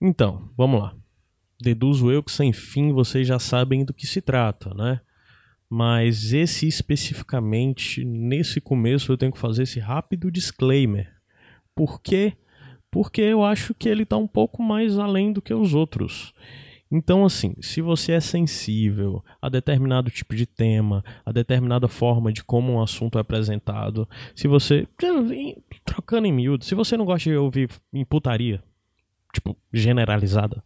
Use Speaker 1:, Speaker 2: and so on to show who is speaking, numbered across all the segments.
Speaker 1: Então, vamos lá. Deduzo eu que sem fim vocês já sabem do que se trata, né? Mas esse especificamente, nesse começo, eu tenho que fazer esse rápido disclaimer. Por quê? Porque eu acho que ele está um pouco mais além do que os outros. Então, assim, se você é sensível a determinado tipo de tema, a determinada forma de como um assunto é apresentado, se você. Trocando em miúdo, se você não gosta de ouvir imputaria, tipo, generalizada,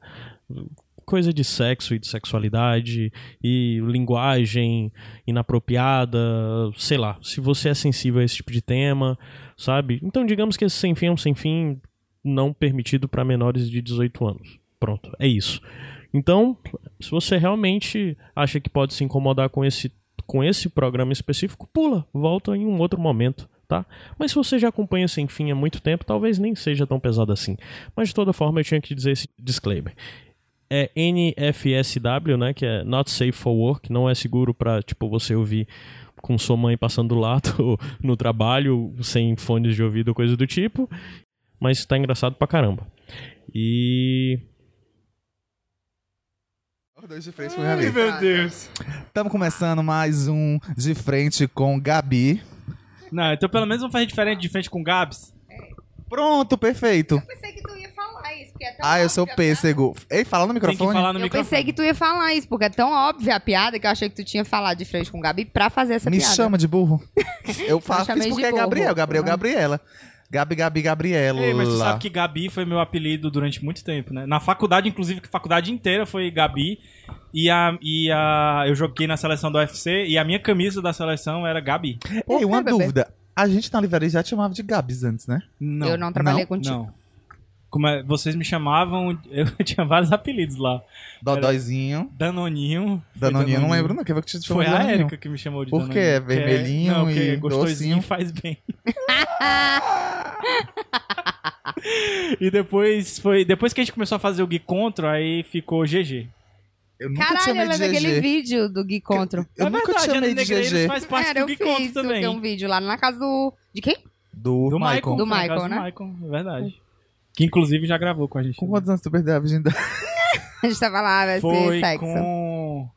Speaker 1: coisa de sexo e de sexualidade e linguagem inapropriada, sei lá, se você é sensível a esse tipo de tema, sabe? Então, digamos que esse sem fim é um sem fim não permitido para menores de 18 anos. Pronto, é isso. Então, se você realmente acha que pode se incomodar com esse, com esse programa específico, pula, volta em um outro momento, tá? Mas se você já acompanha Sem Fim há muito tempo, talvez nem seja tão pesado assim. Mas de toda forma, eu tinha que dizer esse disclaimer. É NFSW, né? Que é Not Safe for Work, não é seguro para tipo, você ouvir com sua mãe passando do lado no trabalho, sem fones de ouvido, coisa do tipo. Mas tá engraçado pra caramba. E
Speaker 2: Dois de frente com o Gabi.
Speaker 3: meu Deus.
Speaker 2: Estamos começando mais um De Frente com Gabi.
Speaker 3: Não, então pelo menos vamos fazer diferente de frente com o Gabs.
Speaker 2: Pronto, perfeito.
Speaker 4: pensei que tu ia falar isso, porque é tão
Speaker 2: Ah, eu
Speaker 4: óbvio
Speaker 2: sou
Speaker 4: a piada.
Speaker 2: pêssego. Ei, fala no
Speaker 3: Tem que
Speaker 2: microfone.
Speaker 3: falar no
Speaker 4: Eu
Speaker 3: microfone.
Speaker 4: pensei que tu ia falar isso, porque é tão óbvia a piada que eu achei que tu tinha falado de frente com o Gabi pra fazer essa
Speaker 2: Me
Speaker 4: piada.
Speaker 2: chama de burro. Eu faço
Speaker 4: chamei
Speaker 2: isso
Speaker 4: de
Speaker 2: porque é
Speaker 4: burro. Uhum.
Speaker 2: Gabriel, Gabriel, Gabriela. Gabi, Gabi, Gabriela.
Speaker 3: Ei, mas tu sabe que Gabi foi meu apelido durante muito tempo, né? Na faculdade, inclusive, que a faculdade inteira foi Gabi. E, a, e a, eu joguei na seleção do UFC e a minha camisa da seleção era Gabi.
Speaker 4: Por
Speaker 2: Ei,
Speaker 4: quê,
Speaker 2: uma
Speaker 4: bebê?
Speaker 2: dúvida. A gente na livraria já te chamava de Gabs antes, né?
Speaker 3: Não.
Speaker 4: eu não trabalhei
Speaker 2: não,
Speaker 4: contigo.
Speaker 3: Não. Como é- vocês me chamavam, eu tinha vários apelidos lá.
Speaker 2: Dodóizinho.
Speaker 3: Danoninho. foi
Speaker 2: Danoninho, não lembro, não. Quem foi que te chamou
Speaker 3: Foi
Speaker 2: de
Speaker 3: a
Speaker 2: Danoninho?
Speaker 3: Érica que me chamou de
Speaker 2: Por
Speaker 3: Danoninho.
Speaker 2: quê? É
Speaker 3: Porque
Speaker 2: vermelhinho
Speaker 3: não, porque
Speaker 2: e
Speaker 3: é gostosinho
Speaker 2: docinho?
Speaker 3: e faz bem. e depois foi. Depois que a gente começou a fazer o Gui Contra, aí ficou GG.
Speaker 2: Eu nunca te
Speaker 4: Caralho,
Speaker 2: chamei
Speaker 4: eu lembro daquele
Speaker 2: de GG.
Speaker 4: vídeo do Gui Contro.
Speaker 2: Eu
Speaker 3: é
Speaker 2: nunca te
Speaker 3: verdade,
Speaker 2: chamei
Speaker 3: Ana
Speaker 2: de
Speaker 3: Negreiros
Speaker 2: GG.
Speaker 3: faz parte
Speaker 4: Era,
Speaker 3: do
Speaker 4: eu
Speaker 3: Gui
Speaker 4: fiz
Speaker 3: Contra também.
Speaker 4: eu vi um vídeo lá na casa do... De quem?
Speaker 2: Do,
Speaker 3: Do Michael.
Speaker 2: Michael.
Speaker 3: foi
Speaker 4: Do
Speaker 3: na
Speaker 4: Michael,
Speaker 3: casa
Speaker 4: né?
Speaker 3: Do Michael, é verdade. Que inclusive já gravou com a gente.
Speaker 2: Com quantos anos tu perdeu a virgindade?
Speaker 4: A gente tava lá, vai
Speaker 3: Foi
Speaker 4: ser sexo.
Speaker 3: com.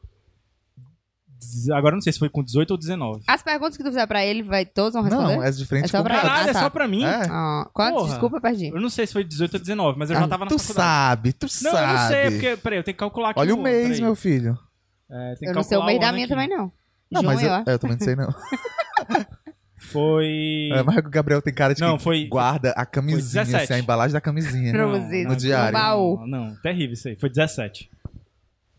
Speaker 3: Dez- Agora eu não sei se foi com 18 ou 19.
Speaker 4: As perguntas que tu fizer pra ele, vai, todos vão responder?
Speaker 2: Não, é de frente
Speaker 4: É só
Speaker 2: com
Speaker 4: pra-
Speaker 2: Gabi.
Speaker 3: Caralho,
Speaker 4: Ah,
Speaker 3: é
Speaker 4: tá.
Speaker 3: só pra mim?
Speaker 2: É.
Speaker 4: Ah, quanto?
Speaker 3: Porra.
Speaker 4: Desculpa, perdi.
Speaker 3: Eu não sei se foi 18 ou 19, mas eu já
Speaker 2: Ah,
Speaker 3: tava na
Speaker 2: tu
Speaker 3: faculdade.
Speaker 2: sabe, tu
Speaker 3: Não,
Speaker 2: sabe.
Speaker 3: eu não sei, é porque. Peraí, eu tenho que calcular aqui.
Speaker 2: Olha
Speaker 3: o
Speaker 2: o mês,
Speaker 3: peraí.
Speaker 2: meu filho.
Speaker 3: É, tem que
Speaker 4: Eu não sei o
Speaker 3: calcular
Speaker 4: meio da
Speaker 3: ano
Speaker 4: minha
Speaker 3: aqui.
Speaker 4: também, não.
Speaker 2: Não,
Speaker 4: Junho,
Speaker 2: mas eu,
Speaker 4: ó.
Speaker 2: é, eu também não sei, não.
Speaker 3: Foi.
Speaker 2: É, mas o Gabriel tem cara de
Speaker 3: Não,
Speaker 2: que
Speaker 3: foi-
Speaker 2: guarda a
Speaker 3: foi
Speaker 2: camisinha,
Speaker 3: 17.
Speaker 2: assim, a embalagem da camisinha.
Speaker 4: Não.
Speaker 2: no diário.
Speaker 4: No baú.
Speaker 3: Não, não, terrível isso aí. Foi 17.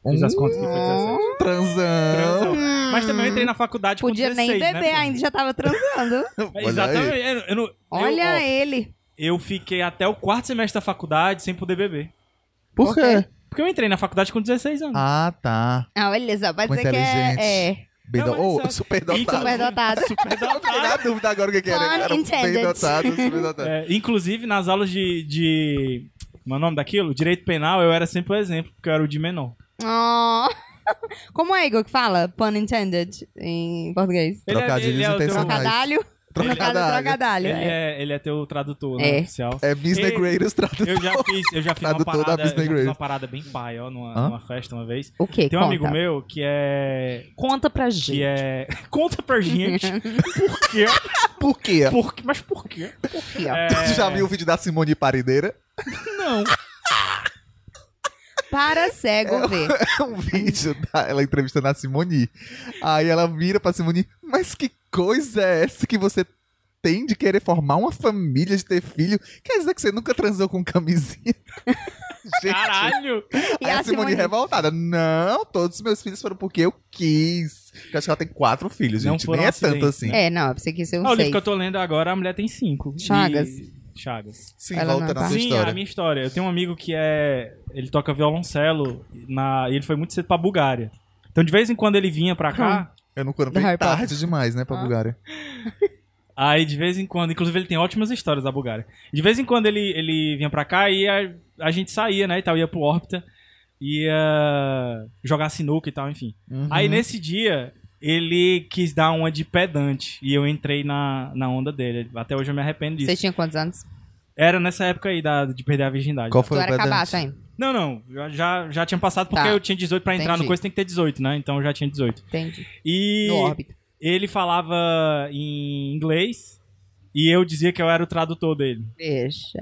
Speaker 3: Fiz
Speaker 2: Um
Speaker 3: as contas que foi 17.
Speaker 2: Hum. transão.
Speaker 3: Transão. Mas também eu entrei na faculdade
Speaker 4: Podia
Speaker 3: com
Speaker 4: nem
Speaker 3: 16, né,
Speaker 4: beber
Speaker 3: pô? É,
Speaker 4: ainda, já tava transando.
Speaker 2: Olha
Speaker 3: Exatamente.
Speaker 2: aí.
Speaker 3: Eu, eu, não-
Speaker 4: Olha
Speaker 3: eu, ó,
Speaker 4: ele.
Speaker 3: eu fiquei até o quarto semestre da faculdade sem poder beber.
Speaker 2: Por quê?
Speaker 3: Porque eu entrei na faculdade com 16 anos.
Speaker 2: Ah, tá.
Speaker 4: Ah, olha só, pode
Speaker 2: Foi
Speaker 4: dizer que
Speaker 2: inteligente.
Speaker 4: é... é.
Speaker 2: Beidão.
Speaker 3: Não, mas
Speaker 2: Ô,
Speaker 3: é sério.
Speaker 4: Então,
Speaker 2: superdotado.
Speaker 3: Inclusive-
Speaker 4: Superdotado.
Speaker 2: Fiquei na dúvida agora o que que
Speaker 4: Pun
Speaker 2: era. Era um
Speaker 4: intended.
Speaker 2: superdotado, superdotado.
Speaker 3: É, inclusive, nas aulas de. de... Como é o nome daquilo? Direito penal, eu era sempre o exemplo, porque eu era o de menor.
Speaker 4: Oh. Como é, Igor, que fala? Pun intended em português.
Speaker 3: Ele é-
Speaker 2: Trocadilhos
Speaker 3: ele é o teu-
Speaker 2: intencionais.
Speaker 4: Trocadalho? Cada
Speaker 2: Trocadalho.
Speaker 4: trocadalho.
Speaker 3: Ele
Speaker 4: é.
Speaker 3: é, ele é teu tradutor né,
Speaker 4: É.
Speaker 3: oficial.
Speaker 2: É Miss
Speaker 3: Ei,
Speaker 2: The Greatest tradutor.
Speaker 3: Eu já fiz, eu já fiz uma
Speaker 2: Tradutor da
Speaker 3: parada.
Speaker 2: Miss
Speaker 3: Eu já fiz
Speaker 2: Negreiro.
Speaker 3: uma parada bem pai, ó, numa,
Speaker 2: Hã?
Speaker 3: numa festa uma vez.
Speaker 4: O quê?
Speaker 3: Tem um
Speaker 4: Conta.
Speaker 3: amigo meu que é.
Speaker 4: Conta pra
Speaker 3: Que
Speaker 4: gente.
Speaker 3: é. Conta pra gente. por quê?
Speaker 2: Por quê?
Speaker 3: Por quê? Mas por quê?
Speaker 4: Aqui, ó.
Speaker 3: É,
Speaker 2: Tu já viu o vídeo da Simone Parideira?
Speaker 3: Não.
Speaker 4: Para cego ver.
Speaker 2: É um vídeo da, ela entrevistando a Simone. Aí ela vira pra Simone, mas que coisa é essa que você tem de querer formar uma família, de ter filho? Quer dizer que você nunca transou com camisinha? Gente,
Speaker 3: Caralho!
Speaker 4: E
Speaker 2: aí É a
Speaker 4: a
Speaker 2: Simone
Speaker 4: Simone-
Speaker 2: revoltada. Não, todos os meus filhos foram porque eu quis. Eu acho que ela tem quatro filhos,
Speaker 3: Não
Speaker 2: gente.
Speaker 3: foram
Speaker 2: Nem é
Speaker 3: acidentes,
Speaker 2: tanto assim.
Speaker 4: É, não, eu pensei que isso eu
Speaker 3: Ah, o
Speaker 4: não
Speaker 3: livro
Speaker 4: sei.
Speaker 3: que eu tô lendo agora, a mulher tem cinco.
Speaker 4: Chagas.
Speaker 3: E- Chagas.
Speaker 2: Sim,
Speaker 4: Ela
Speaker 2: volta
Speaker 4: não
Speaker 2: na
Speaker 4: tá.
Speaker 2: sua
Speaker 3: Sim,
Speaker 2: história.
Speaker 3: a minha história. Eu tenho um amigo que é. Ele toca violoncelo na... e ele foi muito cedo pra Bulgária. Então, de vez em quando ele vinha pra
Speaker 4: Hum.
Speaker 3: cá.
Speaker 2: Eu não quando
Speaker 4: Da
Speaker 2: foi
Speaker 4: Harry Potter.
Speaker 2: tarde demais, né, pra
Speaker 4: Ah.
Speaker 2: Bulgária.
Speaker 3: Aí, de vez em quando, inclusive ele tem ótimas histórias da Bulgária. De vez em quando ele, ele vinha pra cá e a, a gente saía, né, e tal, ia pro órbita, ia jogar sinuca e tal, enfim.
Speaker 4: Uhum.
Speaker 3: Aí nesse dia, ele quis dar uma de pedante. E eu entrei na, na onda dele. Até hoje eu me arrependo disso.
Speaker 4: Você tinha quantos anos?
Speaker 3: Era nessa época aí da, de perder a virgindade.
Speaker 2: Qual
Speaker 4: Tu
Speaker 2: foi o
Speaker 4: era
Speaker 2: pedante?
Speaker 4: cabaço ainda.
Speaker 3: Não, não. eu Já, já tinha passado porque
Speaker 4: Tá.
Speaker 3: eu tinha 18 pra entrar no
Speaker 4: Entendi.
Speaker 3: coisa, tem que ter 18, né? Então eu já tinha 18.
Speaker 4: Entendi.
Speaker 3: E
Speaker 4: No órbita.
Speaker 3: ele falava em inglês e eu dizia que eu era o tradutor dele.
Speaker 4: Deixa.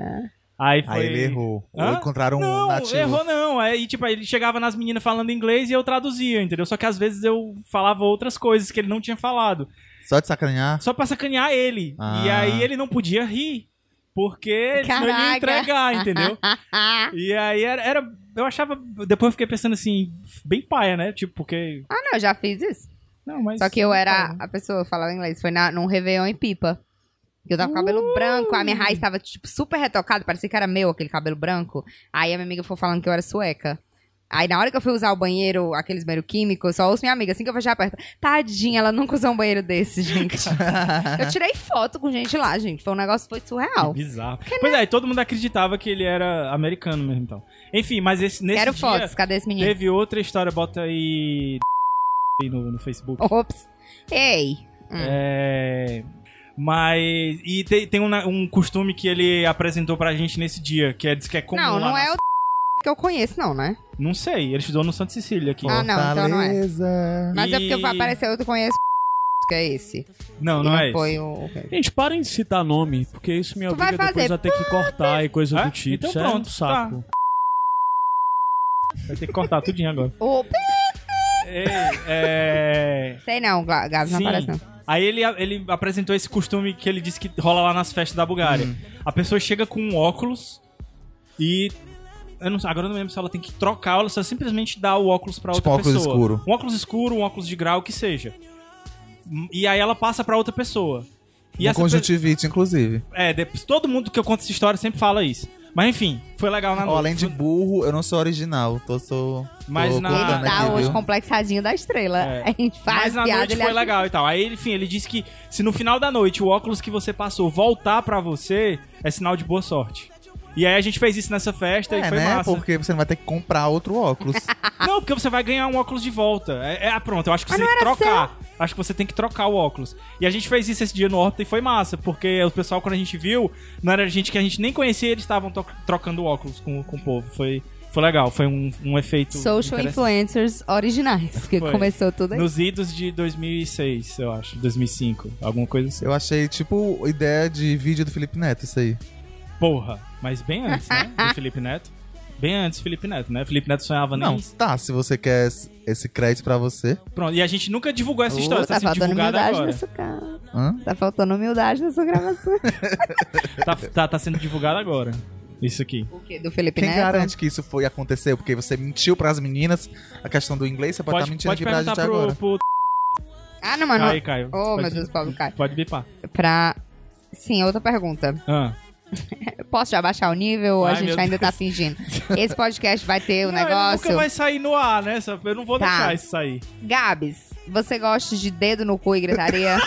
Speaker 3: Aí foi.
Speaker 2: Aí ele errou. Ou
Speaker 3: Hã?
Speaker 2: encontraram um
Speaker 3: Não,
Speaker 2: nativo.
Speaker 3: errou não. Aí, tipo, ele chegava nas meninas falando inglês e eu traduzia, entendeu? Só que às vezes eu falava outras coisas que ele não tinha falado.
Speaker 2: Só de sacanear.
Speaker 3: Só pra sacanear ele.
Speaker 2: Ah.
Speaker 3: E aí ele não podia rir. Porque senão ele ia
Speaker 4: Caraca.
Speaker 3: entregar, entendeu?
Speaker 4: Ah,
Speaker 3: E aí era, era- Eu achava. Depois eu fiquei pensando assim, bem paia, né? Tipo, porque.
Speaker 4: ah, não, eu já fiz isso.
Speaker 3: Não, mas.
Speaker 4: Só que eu
Speaker 3: paia.
Speaker 4: era. A pessoa falava inglês. Foi na, num Réveillon em pipa. Que eu tava com
Speaker 3: Uh!
Speaker 4: cabelo branco, a minha raiz tava, tipo, super retocada, parecia que era meu aquele cabelo branco. Aí a minha amiga foi falando que eu era sueca. Aí na hora que eu fui usar o banheiro, aqueles banheiro químicos, só ouço minha amiga, assim que eu fechar a porta. Tadinha, ela nunca usou um banheiro desse, gente. eu tirei foto com gente lá, gente. Foi um negócio, foi surreal.
Speaker 3: Bizarro. Pois é, e todo mundo acreditava que ele era americano mesmo, então. Enfim, mas esse, nesse
Speaker 4: Quero
Speaker 3: dia
Speaker 4: fotos, cadê esse menino?
Speaker 3: teve outra história, bota aí. aí no, no Facebook.
Speaker 4: Ops. Ei.
Speaker 3: É, Mas. E tem, tem um, na- um costume que ele apresentou pra gente nesse dia, que é diz que é comum.
Speaker 4: não,
Speaker 3: lá
Speaker 4: não
Speaker 3: na-
Speaker 4: é o que eu conheço, não, né?
Speaker 3: Não sei, ele estudou no Santa Cecília aqui.
Speaker 4: Ah, não, então não é.
Speaker 2: Fortaleza.
Speaker 4: Mas é
Speaker 3: E-
Speaker 4: porque apareceu outro conheço que é esse.
Speaker 3: Não,
Speaker 4: E
Speaker 3: não, é
Speaker 4: foi
Speaker 3: esse.
Speaker 4: o.
Speaker 1: Gente, parem de citar nome, porque isso me
Speaker 4: Tu vai
Speaker 1: obriga depois
Speaker 4: fazer
Speaker 1: a ter que cortar e coisa
Speaker 3: É?
Speaker 1: do tipo.
Speaker 3: Então
Speaker 1: Isso é um
Speaker 3: pronto,
Speaker 1: saco.
Speaker 3: Vai ter que cortar tudinho agora.
Speaker 4: o...
Speaker 3: Ei, é...
Speaker 4: Sei não, Gla- Gabs, não
Speaker 3: Sim.
Speaker 4: aparece não.
Speaker 3: Aí ele, ele apresentou esse costume que ele disse que rola lá nas festas da Bulgária.
Speaker 2: Hum.
Speaker 3: A pessoa chega com um óculos e. Eu não, agora eu não lembro se ela tem que trocar ou ela só simplesmente dá o óculos pra
Speaker 2: Tipo,
Speaker 3: outra
Speaker 2: óculos
Speaker 3: pessoa.
Speaker 2: escuro.
Speaker 3: Um óculos escuro, um óculos de grau, o que seja. E aí ela passa pra outra pessoa. E
Speaker 2: Um
Speaker 3: essa pessoa.
Speaker 2: conjuntivite, inclusive.
Speaker 3: É, depois- todo mundo que eu conto essa história sempre fala isso. Mas enfim, Ah, foi legal na
Speaker 2: Ó,
Speaker 3: noite.
Speaker 2: além de burro, eu não sou original. Tô, sou...
Speaker 3: Mas
Speaker 2: tô
Speaker 3: na-
Speaker 2: cortando
Speaker 3: Tá
Speaker 4: ele tá
Speaker 2: aqui,
Speaker 4: hoje
Speaker 2: viu?
Speaker 4: complexadinho da estrela.
Speaker 3: É.
Speaker 4: A gente
Speaker 3: Mas
Speaker 4: faz
Speaker 3: na
Speaker 4: piada,
Speaker 3: noite
Speaker 4: ele é
Speaker 3: foi
Speaker 4: acha-
Speaker 3: legal e tal. Aí, enfim, ele disse que se no final da noite o óculos que você passou voltar pra você, é sinal de boa sorte. E aí a gente fez isso nessa festa e
Speaker 2: É,
Speaker 3: foi
Speaker 2: né?
Speaker 3: massa.
Speaker 2: Porque você não vai ter que comprar outro óculos.
Speaker 3: Não, porque você vai ganhar um óculos de volta. É, é, ah, pronto, eu acho que
Speaker 4: Mas
Speaker 3: você tem
Speaker 4: não
Speaker 3: que
Speaker 4: era
Speaker 3: trocar. Acho que você tem que trocar o óculos. E a gente fez isso esse dia no Horta e foi massa, porque o pessoal, quando a gente viu, não era gente que a gente nem conhecia, eles estavam to- trocando óculos com, com o povo. Foi, foi legal, foi um, um efeito.
Speaker 4: Social
Speaker 3: interessante.
Speaker 4: influencers originais, que
Speaker 3: Foi.
Speaker 4: começou tudo aí.
Speaker 3: Nos idos de 2006, eu acho, 2005, alguma coisa assim.
Speaker 2: eu achei, tipo, ideia de vídeo do Felipe Neto, isso aí.
Speaker 3: Porra, mas bem antes, né? Do Felipe Neto. Bem antes do Felipe Neto, né? Felipe Neto sonhava
Speaker 2: Não,
Speaker 3: nem.
Speaker 2: tá, se você quer esse- esse crédito pra você.
Speaker 3: Pronto, e a gente nunca divulgou essa
Speaker 4: Ô,
Speaker 3: história, tá,
Speaker 4: tá
Speaker 3: sendo
Speaker 4: faltando
Speaker 3: divulgada
Speaker 4: humildade
Speaker 3: agora.
Speaker 4: nessa cara.
Speaker 2: Hã?
Speaker 4: Tá faltando humildade nessa gravação. né?
Speaker 3: Tá, tá, tá sendo divulgada agora. Isso aqui.
Speaker 4: o quê? Do Felipe
Speaker 2: Quem
Speaker 4: Neto?
Speaker 2: garante que isso foi acontecer? Porque você mentiu pras meninas a questão do inglês, você
Speaker 4: tá
Speaker 2: pode estar
Speaker 3: Pode,
Speaker 2: mentindo
Speaker 3: pode
Speaker 2: aqui pra
Speaker 3: perguntar
Speaker 2: gente
Speaker 3: pro,
Speaker 2: agora.
Speaker 3: pro
Speaker 4: Ah, não, mano.
Speaker 3: Caio, Caio.
Speaker 4: Oh,
Speaker 3: Pode-
Speaker 4: meu Deus, Paulo Caio.
Speaker 3: Pode bipar.
Speaker 4: Pra... Sim, outra pergunta.
Speaker 3: Ah.
Speaker 4: Eu Posso já baixar o nível ou a
Speaker 3: Ai,
Speaker 4: gente
Speaker 3: meu
Speaker 4: ainda tá fingindo? Esse podcast vai ter o
Speaker 3: Não, ele
Speaker 4: negócio.
Speaker 3: nunca vai sair no ar, né? Só- Eu não vou
Speaker 4: Tá.
Speaker 3: deixar isso sair.
Speaker 4: Gabs, você gosta de dedo no cu e gritaria?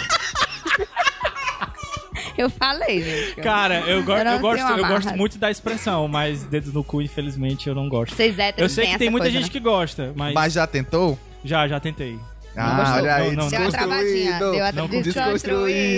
Speaker 4: eu falei, gente. Eu-
Speaker 3: Cara, eu, go
Speaker 4: Eu não
Speaker 3: eu, gosto,
Speaker 4: tenho
Speaker 3: eu
Speaker 4: amarras.
Speaker 3: gosto muito da expressão, mas dedo no cu, infelizmente, eu não gosto.
Speaker 4: Vocês héteros
Speaker 3: Eu sei
Speaker 4: têm
Speaker 3: que tem
Speaker 4: essa
Speaker 3: muita
Speaker 4: coisa,
Speaker 3: gente
Speaker 4: né?
Speaker 3: que gosta, mas,
Speaker 2: Mas já tentou?
Speaker 3: já, já tentei.
Speaker 2: Ah,
Speaker 4: gostou.
Speaker 2: olha aí,
Speaker 3: Não, não, não.
Speaker 4: Deu uma travadinha.
Speaker 2: desconstruído.
Speaker 4: Deu, a...
Speaker 3: Não,
Speaker 4: desconstruído.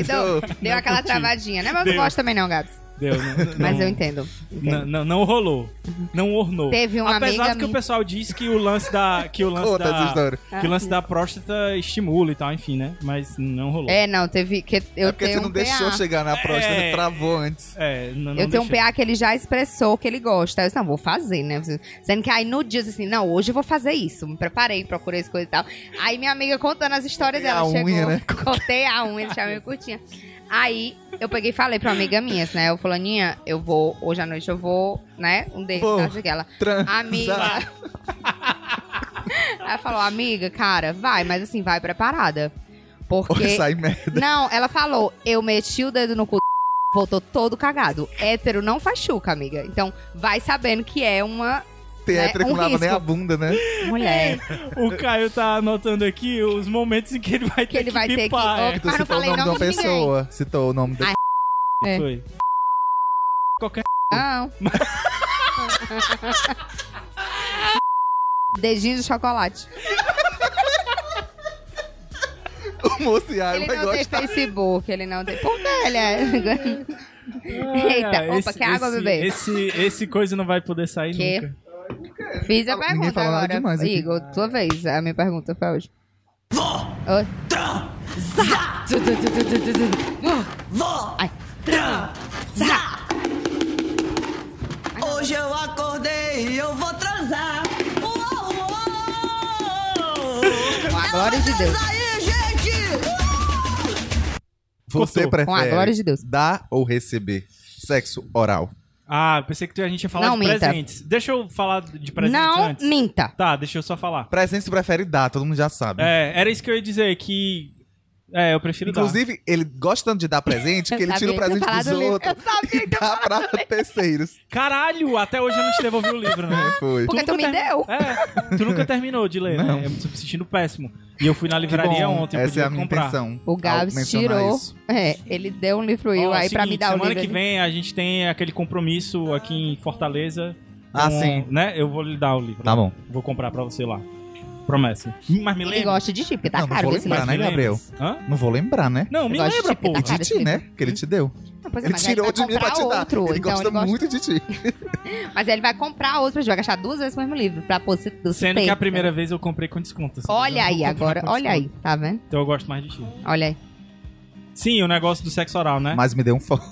Speaker 2: desconstruído.
Speaker 4: Deu
Speaker 3: Não
Speaker 4: aquela
Speaker 3: curti.
Speaker 4: travadinha. Não, mas eu
Speaker 3: Deu.
Speaker 4: não gosto também não, Gabs.
Speaker 3: Deu, não- não-
Speaker 4: Mas eu entendo. entendo.
Speaker 3: Não, não, não rolou. Não ornou.
Speaker 4: Teve um uma
Speaker 3: Apesar
Speaker 4: amiga
Speaker 3: do que o
Speaker 4: minha-
Speaker 3: pessoal diz que o lance da. Que o lance
Speaker 2: Conta essa
Speaker 3: da.
Speaker 2: história.
Speaker 3: Que o lance da próstata estimula e tal, enfim, né? Mas não rolou.
Speaker 4: É, não, teve... Que eu
Speaker 2: é porque
Speaker 4: tenho
Speaker 2: você não
Speaker 4: um
Speaker 2: deixou
Speaker 4: PA.
Speaker 2: chegar na próxima,
Speaker 3: É.
Speaker 2: você travou antes.
Speaker 3: É, não, não
Speaker 4: Eu tenho um
Speaker 3: deixei.
Speaker 4: PA que ele já expressou que ele gosta. Aí Eu disse, não, vou fazer, né? Sendo que aí no dia, eu disse assim, não, hoje eu vou fazer isso. Me preparei, procurei as coisas e tal. Aí minha amiga contando as histórias
Speaker 2: Cortei
Speaker 4: dela.
Speaker 2: a
Speaker 4: chegou,
Speaker 2: unha, né?
Speaker 4: Cortei a unha, deixava meio curtinha. Aí eu peguei e falei pra uma amiga minha, né? Eu falei, Aninha, eu vou, hoje à noite eu vou, né? Um dedo,
Speaker 2: Vou.
Speaker 4: não sei o que ela.
Speaker 2: Trans.
Speaker 4: Amiga. Aí falou, amiga, cara, vai, mas assim, vai preparada. Porque.
Speaker 2: Sai merda.
Speaker 4: Não, ela falou, eu meti o dedo no cu, do voltou todo cagado. Hétero não faz chuca, amiga. Então, vai sabendo que é uma
Speaker 2: Tem
Speaker 4: né,
Speaker 2: hétero que
Speaker 4: um
Speaker 2: não lava nem
Speaker 4: risco.
Speaker 2: a bunda, né?
Speaker 4: mulher.
Speaker 3: O Caio tá anotando aqui os momentos em que ele vai ter
Speaker 4: Que ele vai ter que-
Speaker 3: pipar, é.
Speaker 2: Então
Speaker 4: Mas não
Speaker 2: citou o
Speaker 4: falei
Speaker 2: nome de uma
Speaker 4: nome de ninguém.
Speaker 2: pessoa. Citou o nome da.
Speaker 4: Ai. É.
Speaker 3: Foi. Qualquer.
Speaker 2: É.
Speaker 4: Não. Dedinho de chocolate.
Speaker 2: O moço e ai,
Speaker 4: ele
Speaker 2: vai
Speaker 4: não tem
Speaker 2: gostar.
Speaker 4: Facebook, ele não tem. Por que ele é?
Speaker 3: Ah,
Speaker 4: Eita, opa, quer água,
Speaker 3: esse,
Speaker 4: bebê?
Speaker 3: Esse, esse coisa não vai poder sair
Speaker 4: Que?
Speaker 3: nunca.
Speaker 4: Fiz a
Speaker 2: Ninguém
Speaker 4: pergunta
Speaker 2: falou nada
Speaker 4: agora.
Speaker 2: demais aqui.
Speaker 4: Igor, tua vez. A minha pergunta foi a última. Oi. Zá! Tu, tu, tu, tu, tu, tu, tu. Ai. Zá!
Speaker 5: Hoje eu acordei e eu vou transar. Uou, uou.
Speaker 4: Com a glória de Deus.
Speaker 5: Transa aí, gente!
Speaker 2: Você prefere
Speaker 4: Com a glória de Deus.
Speaker 2: dar ou receber sexo oral?
Speaker 3: Ah, pensei que tu- a gente ia falar
Speaker 4: Não
Speaker 3: de
Speaker 4: minta.
Speaker 3: presentes. Deixa eu falar de presentes
Speaker 4: Não
Speaker 3: antes.
Speaker 4: minta.
Speaker 3: Tá, deixa eu só falar.
Speaker 2: Presente você prefere dar, todo mundo já sabe.
Speaker 3: É, era isso que eu ia dizer, que... É, eu prefiro
Speaker 2: Inclusive, ele gosta tanto de dar presente que
Speaker 4: Eu
Speaker 2: ele tira o
Speaker 4: sabia que
Speaker 2: presente
Speaker 4: ia falar
Speaker 2: dos
Speaker 4: do livro.
Speaker 2: outros
Speaker 4: Eu sabia
Speaker 2: e dá pra terceiros. É,
Speaker 3: dar. Caralho, até hoje eu não te devolvi o livro, né?
Speaker 2: Foi.
Speaker 4: Porque tu
Speaker 3: nunca
Speaker 4: me deu.
Speaker 3: É, tu nunca terminou de ler,
Speaker 2: Não.
Speaker 3: né? Eu tô me sentindo péssimo. E eu fui na
Speaker 2: Que
Speaker 3: livraria
Speaker 2: bom,
Speaker 3: ontem.
Speaker 2: Essa
Speaker 3: podia
Speaker 2: é a minha
Speaker 3: comprar.
Speaker 2: intenção.
Speaker 4: O Gabs
Speaker 2: ao mencionar
Speaker 4: tirou.
Speaker 2: isso.
Speaker 4: É, ele deu um livro eu
Speaker 3: Ó, é
Speaker 4: aí pra
Speaker 3: seguinte,
Speaker 4: me dar o
Speaker 3: semana
Speaker 4: livro.
Speaker 3: que vem a gente tem aquele compromisso aqui em Fortaleza.
Speaker 2: Ah,
Speaker 3: com-
Speaker 2: sim.
Speaker 3: Né? Eu vou lhe dar o livro.
Speaker 2: Tá bom.
Speaker 3: Vou comprar pra você lá. Promessa. Ih, Mas me
Speaker 4: Ele
Speaker 3: lembra.
Speaker 4: gosta de ti, porque tá
Speaker 2: Não, não
Speaker 4: caro
Speaker 2: vou
Speaker 4: esse
Speaker 2: lembrar,
Speaker 4: livro.
Speaker 2: né? Gabriel?
Speaker 3: Hã?
Speaker 2: Não vou lembrar, né?
Speaker 3: Não, me
Speaker 4: Eu gosto de
Speaker 3: lembra,
Speaker 4: te
Speaker 3: pô.
Speaker 4: pegar.
Speaker 2: De
Speaker 4: Cara,
Speaker 2: ti,
Speaker 4: esse
Speaker 2: né? Que ele te deu.
Speaker 4: Não, pois é,
Speaker 2: Ele
Speaker 4: mas aí
Speaker 2: tirou
Speaker 4: vai
Speaker 2: de mim pra
Speaker 4: comprar
Speaker 2: te dar.
Speaker 4: outro.
Speaker 2: Ele
Speaker 4: Então,
Speaker 2: gosta muito de ti.
Speaker 4: Mas aí ele vai comprar outro pra gente, vai gastar duas vezes o mesmo livro. Pra pôr você do
Speaker 3: Sendo que a primeira vez eu comprei com desconto. assim,
Speaker 4: Olha
Speaker 3: eu
Speaker 4: aí
Speaker 3: vou comprar
Speaker 4: agora,
Speaker 3: com
Speaker 4: olha aí,
Speaker 3: desconto.
Speaker 4: tá vendo?
Speaker 3: Então eu gosto mais de ti.
Speaker 4: Olha aí.
Speaker 3: Sim, o negócio do sexo oral, né?
Speaker 2: Mas me deu um foco.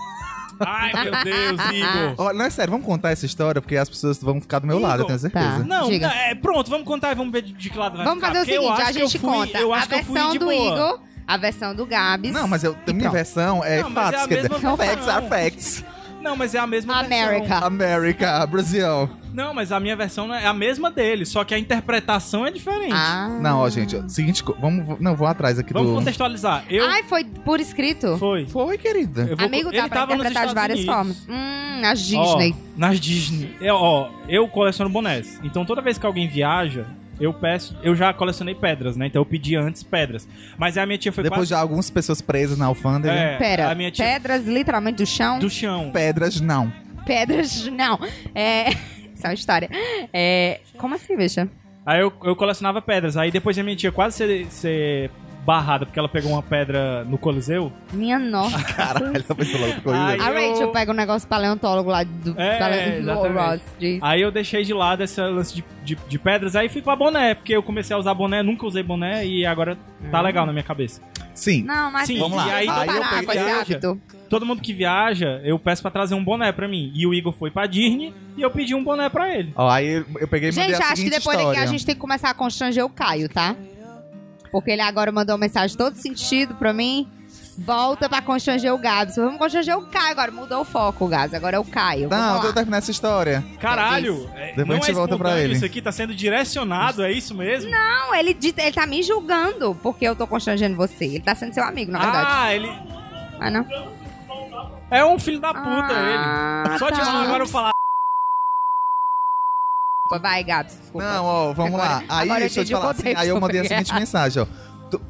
Speaker 3: Ai, meu Deus, Igor.
Speaker 2: Olha, não é sério, vamos contar essa história, porque as pessoas vão ficar do meu
Speaker 3: Igor,
Speaker 2: lado, eu tenho certeza.
Speaker 4: tá.
Speaker 3: Não,
Speaker 4: Diga.
Speaker 3: não, é, pronto, vamos contar e vamos ver de, de que lado vai
Speaker 4: Vamos
Speaker 3: ficar,
Speaker 4: fazer o
Speaker 3: porque eu acho
Speaker 4: seguinte, a
Speaker 3: que eu
Speaker 4: gente
Speaker 3: fui-
Speaker 4: conta
Speaker 3: Eu
Speaker 4: a
Speaker 3: acho que eu fui
Speaker 4: versão
Speaker 3: de
Speaker 4: do
Speaker 3: boa.
Speaker 4: Igor, a versão do Gabs.
Speaker 2: Não, mas eu, a minha
Speaker 4: pronto.
Speaker 2: versão é
Speaker 3: Não, mas
Speaker 2: fatos.
Speaker 3: é a
Speaker 2: quer dizer,
Speaker 3: mesma
Speaker 2: facts
Speaker 3: versão.
Speaker 2: are facts.
Speaker 3: Não, mas é a mesma versão.
Speaker 4: América.
Speaker 2: América, Brasil.
Speaker 3: Não, mas a minha versão não é é a mesma dele, só que a interpretação é diferente.
Speaker 4: Ah.
Speaker 2: Não, ó, gente, ó, seguinte, co- vamos, não, vou atrás aqui
Speaker 3: Vamos
Speaker 2: do...
Speaker 3: contextualizar. Eu
Speaker 4: Ai, foi por escrito?
Speaker 3: foi.
Speaker 2: Foi, querida.
Speaker 3: Eu vou-
Speaker 4: Amigo,
Speaker 3: Um ele
Speaker 4: dá pra
Speaker 3: tava nos
Speaker 4: interpretar de
Speaker 3: Estados
Speaker 4: várias
Speaker 3: Unidos.
Speaker 4: formas. Hum, a
Speaker 3: Ó,
Speaker 4: Disney.
Speaker 3: nas Disney. Eu, ó, eu coleciono bonés. Então toda vez que alguém viaja, eu peço. Eu já colecionei pedras, né? Então eu pedi antes pedras. Mas aí a minha tia foi
Speaker 2: Depois de algumas pessoas presas na alfândega.
Speaker 3: É,
Speaker 4: Pera,
Speaker 3: a minha tia
Speaker 4: pedras literalmente do chão?
Speaker 3: do chão.
Speaker 2: Pedras, não.
Speaker 4: Pedras, não. É... Isso é uma história. É... Como assim, bicha?
Speaker 3: Aí eu, eu colecionava pedras. Aí depois a minha tia quase ser, ser barrada, porque ela pegou uma pedra no Coliseu.
Speaker 4: Minha nossa.
Speaker 2: Caralho, a pessoa logo ficou
Speaker 3: Ai.
Speaker 2: rindo.
Speaker 4: A
Speaker 3: eu-
Speaker 4: Rachel pega um negócio paleontólogo lá do
Speaker 3: É,
Speaker 4: pale... do
Speaker 3: exatamente. Ah,
Speaker 4: Ross. Diz.
Speaker 3: Aí eu deixei de lado esse lance de, de, de pedras, aí fui pra boné, porque eu comecei a usar boné, nunca usei boné e agora tá
Speaker 2: Hum.
Speaker 3: legal na minha cabeça.
Speaker 2: Sim,
Speaker 4: Não, mas
Speaker 3: Sim,
Speaker 4: vamos
Speaker 2: e
Speaker 4: lá.
Speaker 2: aí- aí eu
Speaker 4: parar
Speaker 2: peguei-
Speaker 4: com esse
Speaker 3: viaja.
Speaker 4: hábito.
Speaker 3: Todo mundo que viaja, eu peço pra trazer um boné pra mim. E o Igor foi pra Disney e eu pedi um boné pra ele.
Speaker 2: Ó, aí eu eu peguei e mandei
Speaker 4: Gente,
Speaker 2: a
Speaker 4: acho que
Speaker 2: seguinte
Speaker 4: depois
Speaker 2: história.
Speaker 4: daqui a gente tem que começar a constranger o Caio, tá? Porque ele agora mandou uma mensagem todo sentido pra mim. Volta pra constranger o Gabs. Vamos constranger o Caio agora. Mudou o foco, Gabs. Agora é o Caio.
Speaker 2: Não,
Speaker 4: Vamos
Speaker 2: deixa eu
Speaker 4: lá.
Speaker 2: terminar essa história.
Speaker 3: Caralho, é,
Speaker 2: Depois
Speaker 3: não
Speaker 2: a gente
Speaker 3: é
Speaker 2: volta pra
Speaker 3: espontâneo
Speaker 2: ele.
Speaker 3: isso aqui, tá sendo direcionado, é isso mesmo?
Speaker 4: Não, ele, diz- ele tá me julgando porque eu tô constrangendo você. Ele tá sendo seu amigo, na verdade.
Speaker 3: ah, ele...
Speaker 4: Ah, não.
Speaker 3: É um filho da puta,
Speaker 4: Ah,
Speaker 3: ele. Só de
Speaker 4: tá.
Speaker 3: mal agora eu falar...
Speaker 4: Desculpa, Vai, Gabs. Desculpa.
Speaker 2: Não, ó, vamos
Speaker 4: Agora-
Speaker 2: lá. Aí,
Speaker 4: agora eu
Speaker 2: deixa eu te
Speaker 4: entendi o
Speaker 2: falar assim,
Speaker 4: contexto.
Speaker 2: aí eu mandei a seguinte mensagem, ó. Tu,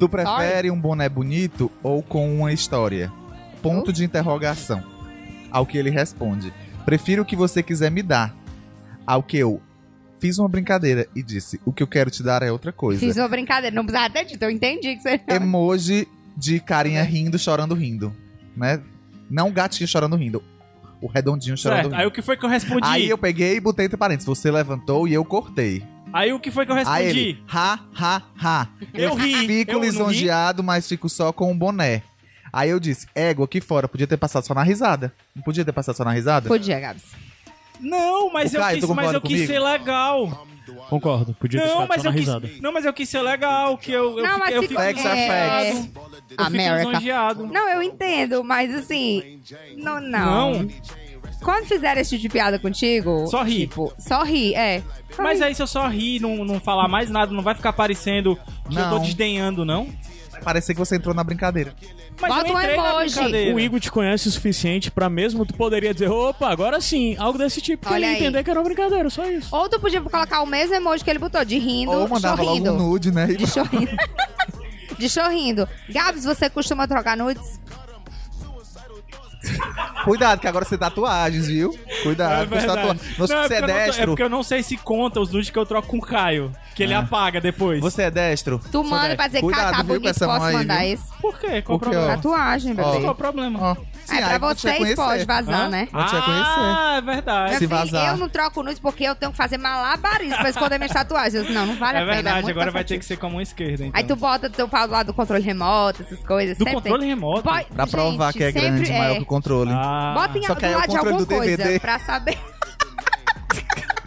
Speaker 2: tu prefere um boné bonito ou com uma história?
Speaker 4: Hum?
Speaker 2: Ponto de interrogação. Ao que ele responde. Prefiro o que você quiser me dar. Ao que eu fiz uma brincadeira e disse, o que eu quero te dar é outra coisa.
Speaker 4: Fiz uma brincadeira. Não precisava até dito. Eu entendi que você...
Speaker 2: Emoji de carinha rindo, chorando, rindo. Né? Não gatinho chorando, rindo. O redondinho chorando,
Speaker 3: Certo,
Speaker 2: rindo.
Speaker 3: aí o que foi que eu respondi?
Speaker 2: Aí eu peguei e botei entre parênteses. Você levantou e eu cortei.
Speaker 3: Aí o que foi que eu respondi?
Speaker 2: Aí ele, ha, ha, ha.
Speaker 3: Eu ri.
Speaker 2: Fico
Speaker 3: eu não ri?
Speaker 2: lisonjeado, mas fico só com o boné. Aí eu disse, égua aqui fora, podia ter passado só na risada. Não podia ter passado só na risada?
Speaker 4: Podia, Gabs.
Speaker 3: Não, mas
Speaker 2: O
Speaker 3: eu,
Speaker 2: Caio, tu
Speaker 3: quis, mas
Speaker 2: concorda
Speaker 3: eu quis
Speaker 2: comigo?
Speaker 3: ser legal.
Speaker 1: Concordo, podia ter
Speaker 3: Não
Speaker 1: ficado
Speaker 3: mas,
Speaker 1: só tá
Speaker 3: eu
Speaker 1: na
Speaker 3: quis,
Speaker 1: risada.
Speaker 3: não, mas eu quis ser legal, que eu, eu
Speaker 4: Não, mas
Speaker 3: fiquei, eu
Speaker 4: se
Speaker 3: fico
Speaker 2: Facts are
Speaker 3: lisonjeado.
Speaker 4: facts.
Speaker 3: Eu fico
Speaker 4: America.
Speaker 3: lisonjeado.
Speaker 4: Não, eu entendo, mas assim. Não, não.
Speaker 3: Não.
Speaker 4: Quando fizer esse tipo de piada contigo.
Speaker 3: Só ri.
Speaker 4: Tipo, só ri, é. Só
Speaker 3: Mas
Speaker 4: ri.
Speaker 3: aí se eu só rir e não, não falar mais nada, não vai ficar parecendo que eu
Speaker 2: Não.
Speaker 3: tô desdenhando, não?
Speaker 2: Vai parecer que você entrou na brincadeira.
Speaker 3: Mas
Speaker 4: Bota
Speaker 3: eu
Speaker 4: um
Speaker 3: entrei na
Speaker 4: emoji.
Speaker 3: brincadeira.
Speaker 1: O Igor te conhece o suficiente pra mesmo tu poderia dizer, opa, agora sim, algo desse tipo, que
Speaker 4: Olha
Speaker 1: ele ia
Speaker 4: aí.
Speaker 1: entender que era uma brincadeira, só
Speaker 3: é-
Speaker 1: isso.
Speaker 4: Ou tu podia colocar o mesmo emoji que ele botou, de rindo,
Speaker 2: Ou mandava
Speaker 4: chorrindo.
Speaker 2: logo um nude, né?
Speaker 4: De chorrindo. de chorrindo. Gabs, você costuma trocar nudes?
Speaker 2: Cuidado, que agora você tem tatuagens, viu? Cuidado com as
Speaker 3: É verdade.
Speaker 2: tatuagens. Não, se
Speaker 3: Não,
Speaker 2: você é
Speaker 3: porque eu não tô- é
Speaker 2: destro. É.
Speaker 3: porque eu não sei se conta os nudes que eu troco com o Caio, que ele apaga depois.
Speaker 2: Você é destro?
Speaker 4: Tu manda pra dizer,
Speaker 2: Cuidado,
Speaker 4: cacá
Speaker 2: viu, com
Speaker 4: bonito,
Speaker 2: essa mão
Speaker 4: posso
Speaker 2: aí,
Speaker 4: mandar
Speaker 2: viu?
Speaker 4: esse?
Speaker 3: Por quê? Qual o
Speaker 2: Porque,
Speaker 3: problema?
Speaker 4: Tatuagem,
Speaker 2: Ó.
Speaker 4: bebê.
Speaker 3: Qual o problema?
Speaker 2: Ó.
Speaker 4: é, pra
Speaker 2: aí você vai
Speaker 4: vocês
Speaker 2: conhecer.
Speaker 4: pode vazar,
Speaker 3: Hã?
Speaker 4: né?
Speaker 2: Você vai conhecer.
Speaker 3: Ah, é verdade.
Speaker 4: Meu
Speaker 2: Se
Speaker 4: filho,
Speaker 2: vazar.
Speaker 4: eu não troco nudes porque eu tenho que fazer malabarismo pra esconder minhas tatuagens. Eu disse, não, não vale
Speaker 3: É
Speaker 4: a pena.
Speaker 3: verdade,
Speaker 4: muito
Speaker 3: agora vai
Speaker 4: cansativo.
Speaker 3: ter que ser com a mão esquerda, então.
Speaker 4: tá Aí tu bota teu pau do lado do controle remoto, essas coisas.
Speaker 3: Do
Speaker 4: sempre
Speaker 3: controle
Speaker 4: tem.
Speaker 3: remoto?
Speaker 4: Boy-
Speaker 2: Pra
Speaker 4: Gente,
Speaker 2: provar que é
Speaker 4: sempre
Speaker 2: grande, maior que o controle.
Speaker 3: Ah,
Speaker 4: Bota em
Speaker 2: Só
Speaker 4: do
Speaker 2: que aí é o
Speaker 4: lado de
Speaker 2: controle
Speaker 4: alguma
Speaker 2: do DVD.
Speaker 4: coisa pra saber.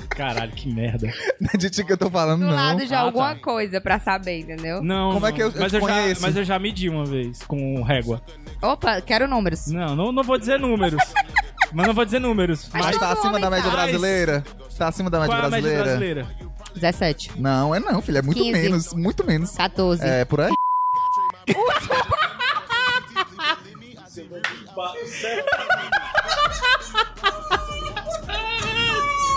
Speaker 3: caralho, que merda.
Speaker 2: Não é de ti que eu tô falando,
Speaker 4: Do
Speaker 2: não.
Speaker 4: lado de
Speaker 3: Ah,
Speaker 4: alguma
Speaker 3: tá.
Speaker 4: coisa pra saber, entendeu?
Speaker 3: Não,
Speaker 2: Como é
Speaker 3: não.
Speaker 2: que eu-
Speaker 3: mas,
Speaker 2: eu
Speaker 3: eu já,
Speaker 2: conheço?
Speaker 3: mas eu já medi uma vez com régua.
Speaker 4: Opa, quero números.
Speaker 3: Não, não, não vou dizer números. mas não vou dizer números.
Speaker 4: Mas
Speaker 2: Mas
Speaker 4: todo
Speaker 2: tá acima
Speaker 4: homem
Speaker 2: da média
Speaker 4: faz.
Speaker 2: brasileira? Tá acima da média
Speaker 3: qual é a média
Speaker 2: brasileira?
Speaker 3: brasileira?
Speaker 4: 17,
Speaker 2: Não, é não, filho. É muito
Speaker 4: 15.
Speaker 2: menos. Muito menos.
Speaker 4: 14.
Speaker 2: É, por aí.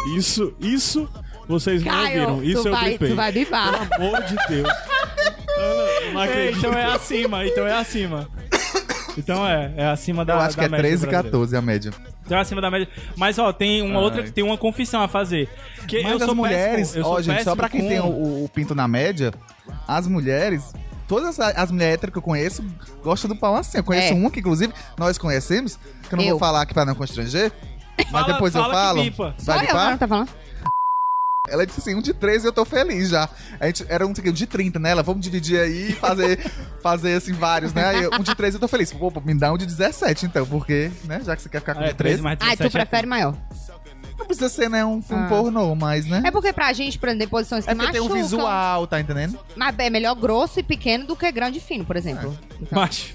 Speaker 1: Isso, isso vocês não
Speaker 4: Caio,
Speaker 1: viram. Isso é
Speaker 3: é
Speaker 4: tu,
Speaker 1: eu
Speaker 4: vai,
Speaker 1: clipei.
Speaker 4: tu vai bibar.
Speaker 1: Pelo amor de Deus. Ana, eu não
Speaker 3: Ei,
Speaker 1: acredito.
Speaker 3: então é acima, então é acima. Então é, é acima da
Speaker 2: Eu acho que
Speaker 3: da
Speaker 2: é
Speaker 3: média
Speaker 2: 13 e
Speaker 3: brasileira.
Speaker 2: 14 a média.
Speaker 3: Então é acima da média. Mas ó, tem uma
Speaker 2: Ai.
Speaker 3: outra, tem uma confissão a fazer. Que eu
Speaker 2: Mas
Speaker 3: sou
Speaker 2: as mulheres,
Speaker 3: péssimo, eu sou
Speaker 2: ó, gente, só
Speaker 3: péssimo
Speaker 2: pra quem
Speaker 3: com-
Speaker 2: tem o- o, o pinto na média, as mulheres, todas as, as mulheres héteras que eu conheço gostam do pau assim. Eu conheço
Speaker 4: É.
Speaker 2: uma que, inclusive, nós conhecemos, que eu não
Speaker 4: Eu.
Speaker 2: vou falar aqui pra não constranger, mas
Speaker 3: Fala-
Speaker 2: depois eu
Speaker 3: fala que
Speaker 2: falo.
Speaker 3: bipa.
Speaker 4: Só
Speaker 2: Vai
Speaker 4: eu, não
Speaker 2: limpar?
Speaker 4: tá falando?
Speaker 2: Ela disse assim, um de 13 e eu tô feliz já. A gente, era um sei lá, de 30, né? Ela, vamos dividir aí e fazer, fazer assim, vários, né? Aí eu, um de 13 eu tô feliz. Pô, me dá um de 17 então, porque, né? Já que você quer ficar com um
Speaker 3: É,
Speaker 2: de 13.
Speaker 3: mais
Speaker 4: Ai, tu
Speaker 3: 17 é-
Speaker 4: prefere maior.
Speaker 2: Não precisa ser, né? Um, um
Speaker 4: Ah.
Speaker 2: pornô, mas, né?
Speaker 4: É porque pra gente, por exemplo, posições que
Speaker 2: É porque tem
Speaker 4: machucam.
Speaker 2: um visual, tá entendendo?
Speaker 4: Mas é melhor grosso e pequeno do que grande e fino, por exemplo.
Speaker 2: É.
Speaker 4: Então,
Speaker 3: Macho,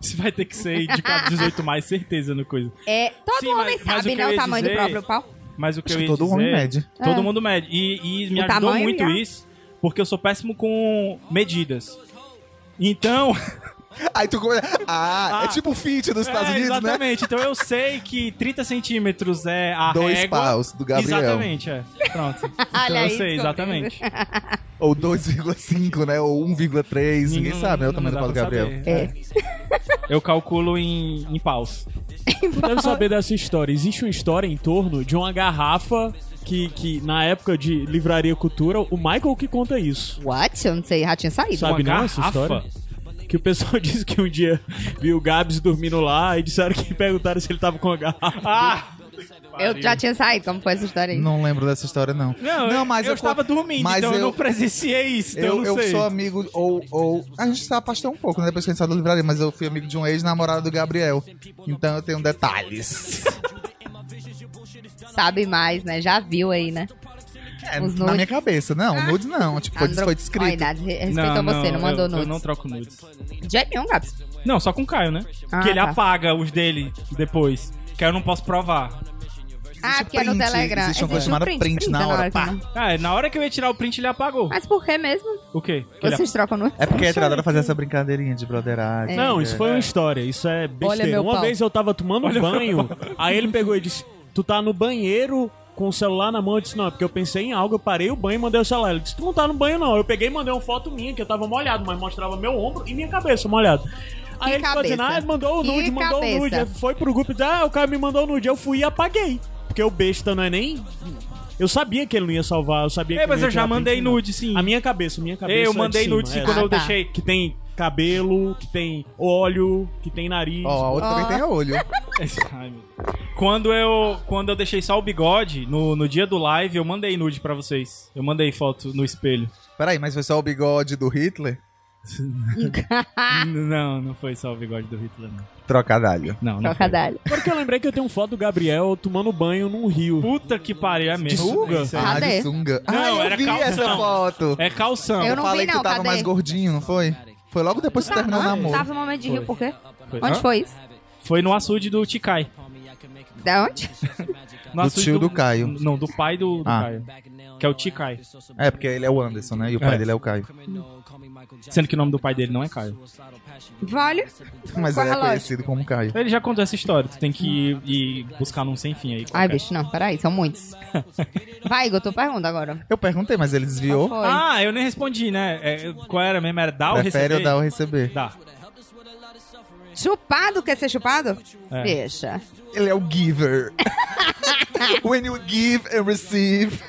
Speaker 3: isso vai ter que ser indicado 18 mais, certeza no coisa.
Speaker 4: é, todo
Speaker 3: Sim,
Speaker 4: homem
Speaker 3: mas- mas
Speaker 4: sabe,
Speaker 3: o que
Speaker 4: né,
Speaker 3: eu
Speaker 4: o
Speaker 3: ia
Speaker 4: tamanho do
Speaker 3: dizer-
Speaker 4: próprio pau.
Speaker 3: Mas o que
Speaker 2: Acho
Speaker 3: eu
Speaker 2: que
Speaker 3: ia
Speaker 2: todo
Speaker 3: dizer,
Speaker 2: homem mede.
Speaker 3: Todo
Speaker 4: É.
Speaker 3: mundo mede. E, e me
Speaker 4: O
Speaker 3: ajudou
Speaker 4: tamanho né?
Speaker 3: muito
Speaker 4: já.
Speaker 3: isso, porque eu sou péssimo com medidas. Então,
Speaker 2: Aí tu come... ah,
Speaker 3: Ah.
Speaker 2: é tipo o fit dos Estados
Speaker 3: é,
Speaker 2: Unidos, né?
Speaker 3: exatamente. Então eu sei que 30 centímetros é a
Speaker 2: Dois
Speaker 3: régua.
Speaker 2: paus do Gabriel.
Speaker 3: Exatamente, é. Pronto. então eu
Speaker 4: Olha aí,
Speaker 3: sei,
Speaker 4: descobrindo.
Speaker 3: exatamente.
Speaker 2: Ou 2,5, né? Ou 1,3, ninguém
Speaker 3: Não-
Speaker 2: sabe, né? O tamanho do
Speaker 3: Hum,
Speaker 2: Paulo
Speaker 3: não dá pra
Speaker 2: Gabriel.
Speaker 3: saber,
Speaker 4: É.
Speaker 3: é. Eu calculo em, em paus.
Speaker 6: Tu deve saber dessa história. Existe uma história em torno de uma garrafa que, que na época de Livraria Cultura, o Michael que conta isso.
Speaker 4: What? Eu não sei, já tinha saído.
Speaker 6: Sabe
Speaker 3: Uma
Speaker 6: não essa
Speaker 3: garrafa?
Speaker 6: história? Que o pessoal disse que um dia viu o Gabs dormindo lá e disseram que perguntaram se ele tava com a garrafa.
Speaker 3: Ah!
Speaker 4: Eu já tinha saído, como foi essa história aí?
Speaker 2: Não lembro dessa história, não.
Speaker 3: Não, eu, estava
Speaker 2: co-
Speaker 3: dormindo,
Speaker 2: mas é
Speaker 3: então eu,
Speaker 2: eu-
Speaker 3: não presenciei isso, então eu,
Speaker 2: Eu,
Speaker 3: não
Speaker 2: eu
Speaker 3: sei.
Speaker 2: sou amigo, ou, ou. A gente se afastou um pouco, né? Depois que a gente saiu da livraria, mas eu fui amigo de um ex-namorado do Gabriel. Então eu tenho detalhes.
Speaker 4: Sabe mais, né? Já viu aí, né?
Speaker 2: É,
Speaker 4: Os
Speaker 2: na
Speaker 4: nudes. Ah.
Speaker 2: minha cabeça. Não, nudes não. Tipo, foi,
Speaker 4: Andro-
Speaker 2: foi
Speaker 4: Olha, a
Speaker 2: descrito.
Speaker 4: idade re- respeitou você, não mandou
Speaker 3: eu, Eu
Speaker 4: nudes.
Speaker 3: não troco nudes.
Speaker 4: De jeito nenhum, Gabs.
Speaker 3: Não, só com o Caio, né?
Speaker 4: Ah,
Speaker 3: que ele
Speaker 4: tá.
Speaker 3: apaga os dele depois. Que aí eu não posso provar.
Speaker 4: Ah, porque é no
Speaker 2: print,
Speaker 4: Telegram.
Speaker 2: existe uma coisa
Speaker 4: um
Speaker 2: chamada print na
Speaker 4: printa
Speaker 2: hora,
Speaker 4: que
Speaker 2: pá.
Speaker 4: não-
Speaker 3: Ah, na hora que eu ia tirar o print, ele apagou.
Speaker 4: Mas por que mesmo?
Speaker 3: O quê? Que ele
Speaker 4: Vocês trocam nudes?
Speaker 2: É porque a entrada fazer essa brincadeirinha de brotheragem.
Speaker 6: Não,
Speaker 2: né?
Speaker 6: isso foi uma história. Isso é
Speaker 4: É Olha
Speaker 6: besteira.
Speaker 4: meu
Speaker 6: Uma
Speaker 4: pau.
Speaker 6: vez eu tava tomando um banho, aí ele pegou e disse: Tu tá no banheiro com o celular na mão. Eu disse: Não, é porque eu pensei em algo, eu parei o banho e mandei o celular. Ele disse: Tu não tá no banho, não. Eu peguei e mandei uma foto minha, que eu tava molhado, mas mostrava meu ombro e minha cabeça molhada. Aí
Speaker 4: Que
Speaker 6: ele ficou dizendo,
Speaker 4: cabeça?
Speaker 6: ah, mandou o
Speaker 4: Que
Speaker 6: nude, mandou o nude.
Speaker 4: cabeça?
Speaker 6: Aí Foi pro grupo e disse, ah, o cara me mandou o nude. Eu fui e apaguei. Porque o besta não é nem. Eu sabia que ele não ia salvar, eu sabia
Speaker 3: Ei,
Speaker 6: que
Speaker 3: mas
Speaker 6: não ia
Speaker 3: eu
Speaker 6: tirar
Speaker 3: já
Speaker 6: print,
Speaker 3: mandei
Speaker 6: não.
Speaker 3: nude, sim.
Speaker 6: A minha cabeça, minha cabeça.
Speaker 3: Ei,
Speaker 6: é
Speaker 3: eu
Speaker 6: de
Speaker 3: mandei
Speaker 6: cima,
Speaker 3: nude sim
Speaker 6: é.
Speaker 3: quando
Speaker 4: Ah,
Speaker 3: eu
Speaker 4: tá.
Speaker 3: deixei.
Speaker 6: que tem cabelo, que tem olho, que tem nariz.
Speaker 2: Ó, a outra também tem olho.
Speaker 3: Ai, meu Deus. quando eu quando eu deixei só o bigode no, no dia do live, eu mandei nude pra vocês. Eu mandei foto no espelho.
Speaker 2: Peraí, mas foi só o bigode do Hitler?
Speaker 4: Ah.
Speaker 3: N- não, não foi só o bigode do Hitler não.
Speaker 2: Trocadalho.
Speaker 3: Não, não. foi.
Speaker 4: Trocadalho.
Speaker 6: Porque eu lembrei que eu tenho um foto do Gabriel tomando banho num rio.
Speaker 3: Puta que pariu, é mesmo.
Speaker 6: Sunga?
Speaker 3: Isso aí.
Speaker 2: Ah,
Speaker 4: Cadê?
Speaker 2: de sunga.
Speaker 3: Não,
Speaker 2: ah, eu
Speaker 3: era
Speaker 2: vi
Speaker 3: calça,
Speaker 2: essa
Speaker 3: não.
Speaker 2: foto.
Speaker 3: É calção.
Speaker 4: Eu
Speaker 2: Eu
Speaker 4: não
Speaker 2: falei
Speaker 4: vi,
Speaker 2: que
Speaker 4: não,
Speaker 2: tu tava
Speaker 4: cadê? Tá,
Speaker 2: mais gordinho, não foi? Foi logo depois que terminou o namoro.
Speaker 4: Tava no momento de rio, por quê?
Speaker 3: Foi.
Speaker 4: Onde
Speaker 3: Hã?
Speaker 4: foi isso?
Speaker 3: Foi no açude do Ticai.
Speaker 4: Da onde?
Speaker 3: No
Speaker 2: Do
Speaker 3: açude
Speaker 2: tio do Caio.
Speaker 3: Não, do pai do, do
Speaker 2: Ah.
Speaker 3: Caio. Que é o Ticai.
Speaker 2: É, porque ele é o Anderson, né? E o pai
Speaker 3: É.
Speaker 2: dele é o Caio.
Speaker 3: Sendo que o nome do pai dele não é Caio.
Speaker 4: Olha.
Speaker 2: Mas
Speaker 4: Qual
Speaker 2: ele é
Speaker 4: relógio?
Speaker 2: conhecido como Caio.
Speaker 3: Ele já contou essa história. Tu tem que ir, ir buscar num sem fim aí.
Speaker 4: Ai,
Speaker 3: qualquer.
Speaker 4: bicho, não, peraí, são muitos. Vai, Igor, tu pergunta agora.
Speaker 2: Eu perguntei, mas ele desviou.
Speaker 4: Foi.
Speaker 3: Ah, eu nem respondi, né? É, qual era mesmo? Era dar ou
Speaker 2: Prefere
Speaker 3: receber?
Speaker 2: eu dar ou receber?
Speaker 3: Dá.
Speaker 4: Chupado quer ser chupado?
Speaker 3: É.
Speaker 4: Deixa.
Speaker 2: Ele é o giver. When you give and receive.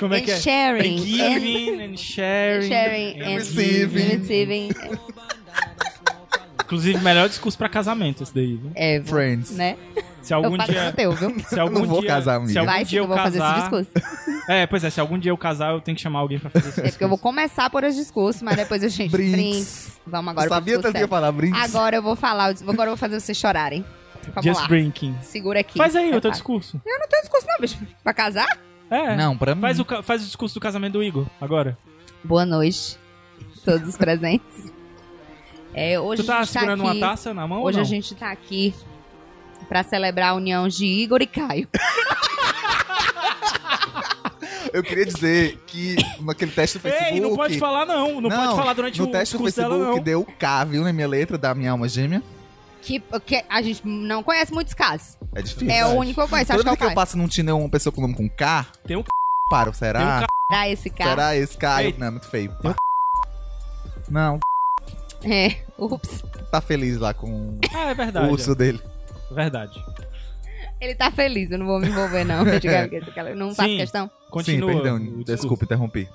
Speaker 3: Como é que é?
Speaker 4: And sharing.
Speaker 3: And Giving and sharing.
Speaker 4: Sharing and
Speaker 2: Receiving.
Speaker 4: receiving.
Speaker 3: Inclusive, melhor discurso pra casamento esse daí, viu?
Speaker 4: É,
Speaker 2: Friends.
Speaker 4: né?
Speaker 3: Se algum
Speaker 4: eu pago
Speaker 3: dia...
Speaker 4: o teu, viu?
Speaker 3: Se algum
Speaker 2: Não vou
Speaker 3: dia,
Speaker 2: casar, amiga.
Speaker 3: se algum
Speaker 4: Vai,
Speaker 3: dia
Speaker 4: Chico, eu
Speaker 3: eu
Speaker 4: vou fazer esse
Speaker 3: casar,
Speaker 4: discurso.
Speaker 3: É, pois é, se algum dia eu casar, eu tenho que chamar alguém pra fazer esse
Speaker 4: É porque eu vou
Speaker 3: discurso.
Speaker 4: começar por os discursos, mas depois eu gente.
Speaker 2: Brinks.
Speaker 4: Brinks. Vamos agora pro
Speaker 2: Sabia
Speaker 4: discurso
Speaker 2: tanto que eu ia
Speaker 4: sério.
Speaker 2: falar brinks?
Speaker 4: Agora eu vou falar, agora eu vou fazer vocês chorarem. Então, Vamos lá.
Speaker 3: Just drinking.
Speaker 4: Segura aqui. É
Speaker 3: Faz aí o teu
Speaker 4: Prepara.
Speaker 3: discurso.
Speaker 4: Eu não tenho discurso, não, bicho. Pra casar?
Speaker 3: É.
Speaker 2: Não, pra mim.
Speaker 3: Faz o, ca- faz o discurso do casamento do Igor, agora.
Speaker 4: Boa noite. Todos os presentes. É, hoje
Speaker 3: Tu tá
Speaker 4: a gente
Speaker 3: segurando
Speaker 4: tá aqui,
Speaker 3: uma taça na mão
Speaker 4: Hoje
Speaker 3: ou não?
Speaker 4: a gente tá aqui pra celebrar a união de Igor e Caio.
Speaker 2: Eu queria dizer que naquele teste do Facebook.
Speaker 3: Ei, não pode falar não. Não, pode falar durante
Speaker 2: no
Speaker 3: o
Speaker 2: teste do
Speaker 3: discurso
Speaker 2: Facebook
Speaker 3: dela, não.
Speaker 2: deu K, viu, na minha letra da minha alma gêmea.
Speaker 4: Que, que a gente não conhece muitos casos.
Speaker 2: É difícil.
Speaker 4: É o único que eu conheço.
Speaker 2: Toda
Speaker 4: Acho que é
Speaker 2: vez
Speaker 4: o
Speaker 2: que eu
Speaker 4: Caio.
Speaker 2: passo num Tinder uma pessoa com nome com K,
Speaker 3: Tem um c...
Speaker 2: paro,
Speaker 3: Tem
Speaker 2: será?
Speaker 3: um
Speaker 4: Será esse cara?
Speaker 2: Será esse K?
Speaker 3: Ei.
Speaker 2: Não, é muito feio. Não,
Speaker 4: É. Ups.
Speaker 2: tá feliz lá com
Speaker 3: Ah, é
Speaker 2: o
Speaker 3: verdade.
Speaker 2: urso dele.
Speaker 3: é. Verdade.
Speaker 4: Ele tá feliz, eu não vou me envolver, não. Eu digo, "Ah, que esse cara- não faço
Speaker 3: Sim.
Speaker 4: questão.
Speaker 3: Continua.
Speaker 2: Sim, perdão,
Speaker 3: o discurso.
Speaker 2: desculpa, interrompi.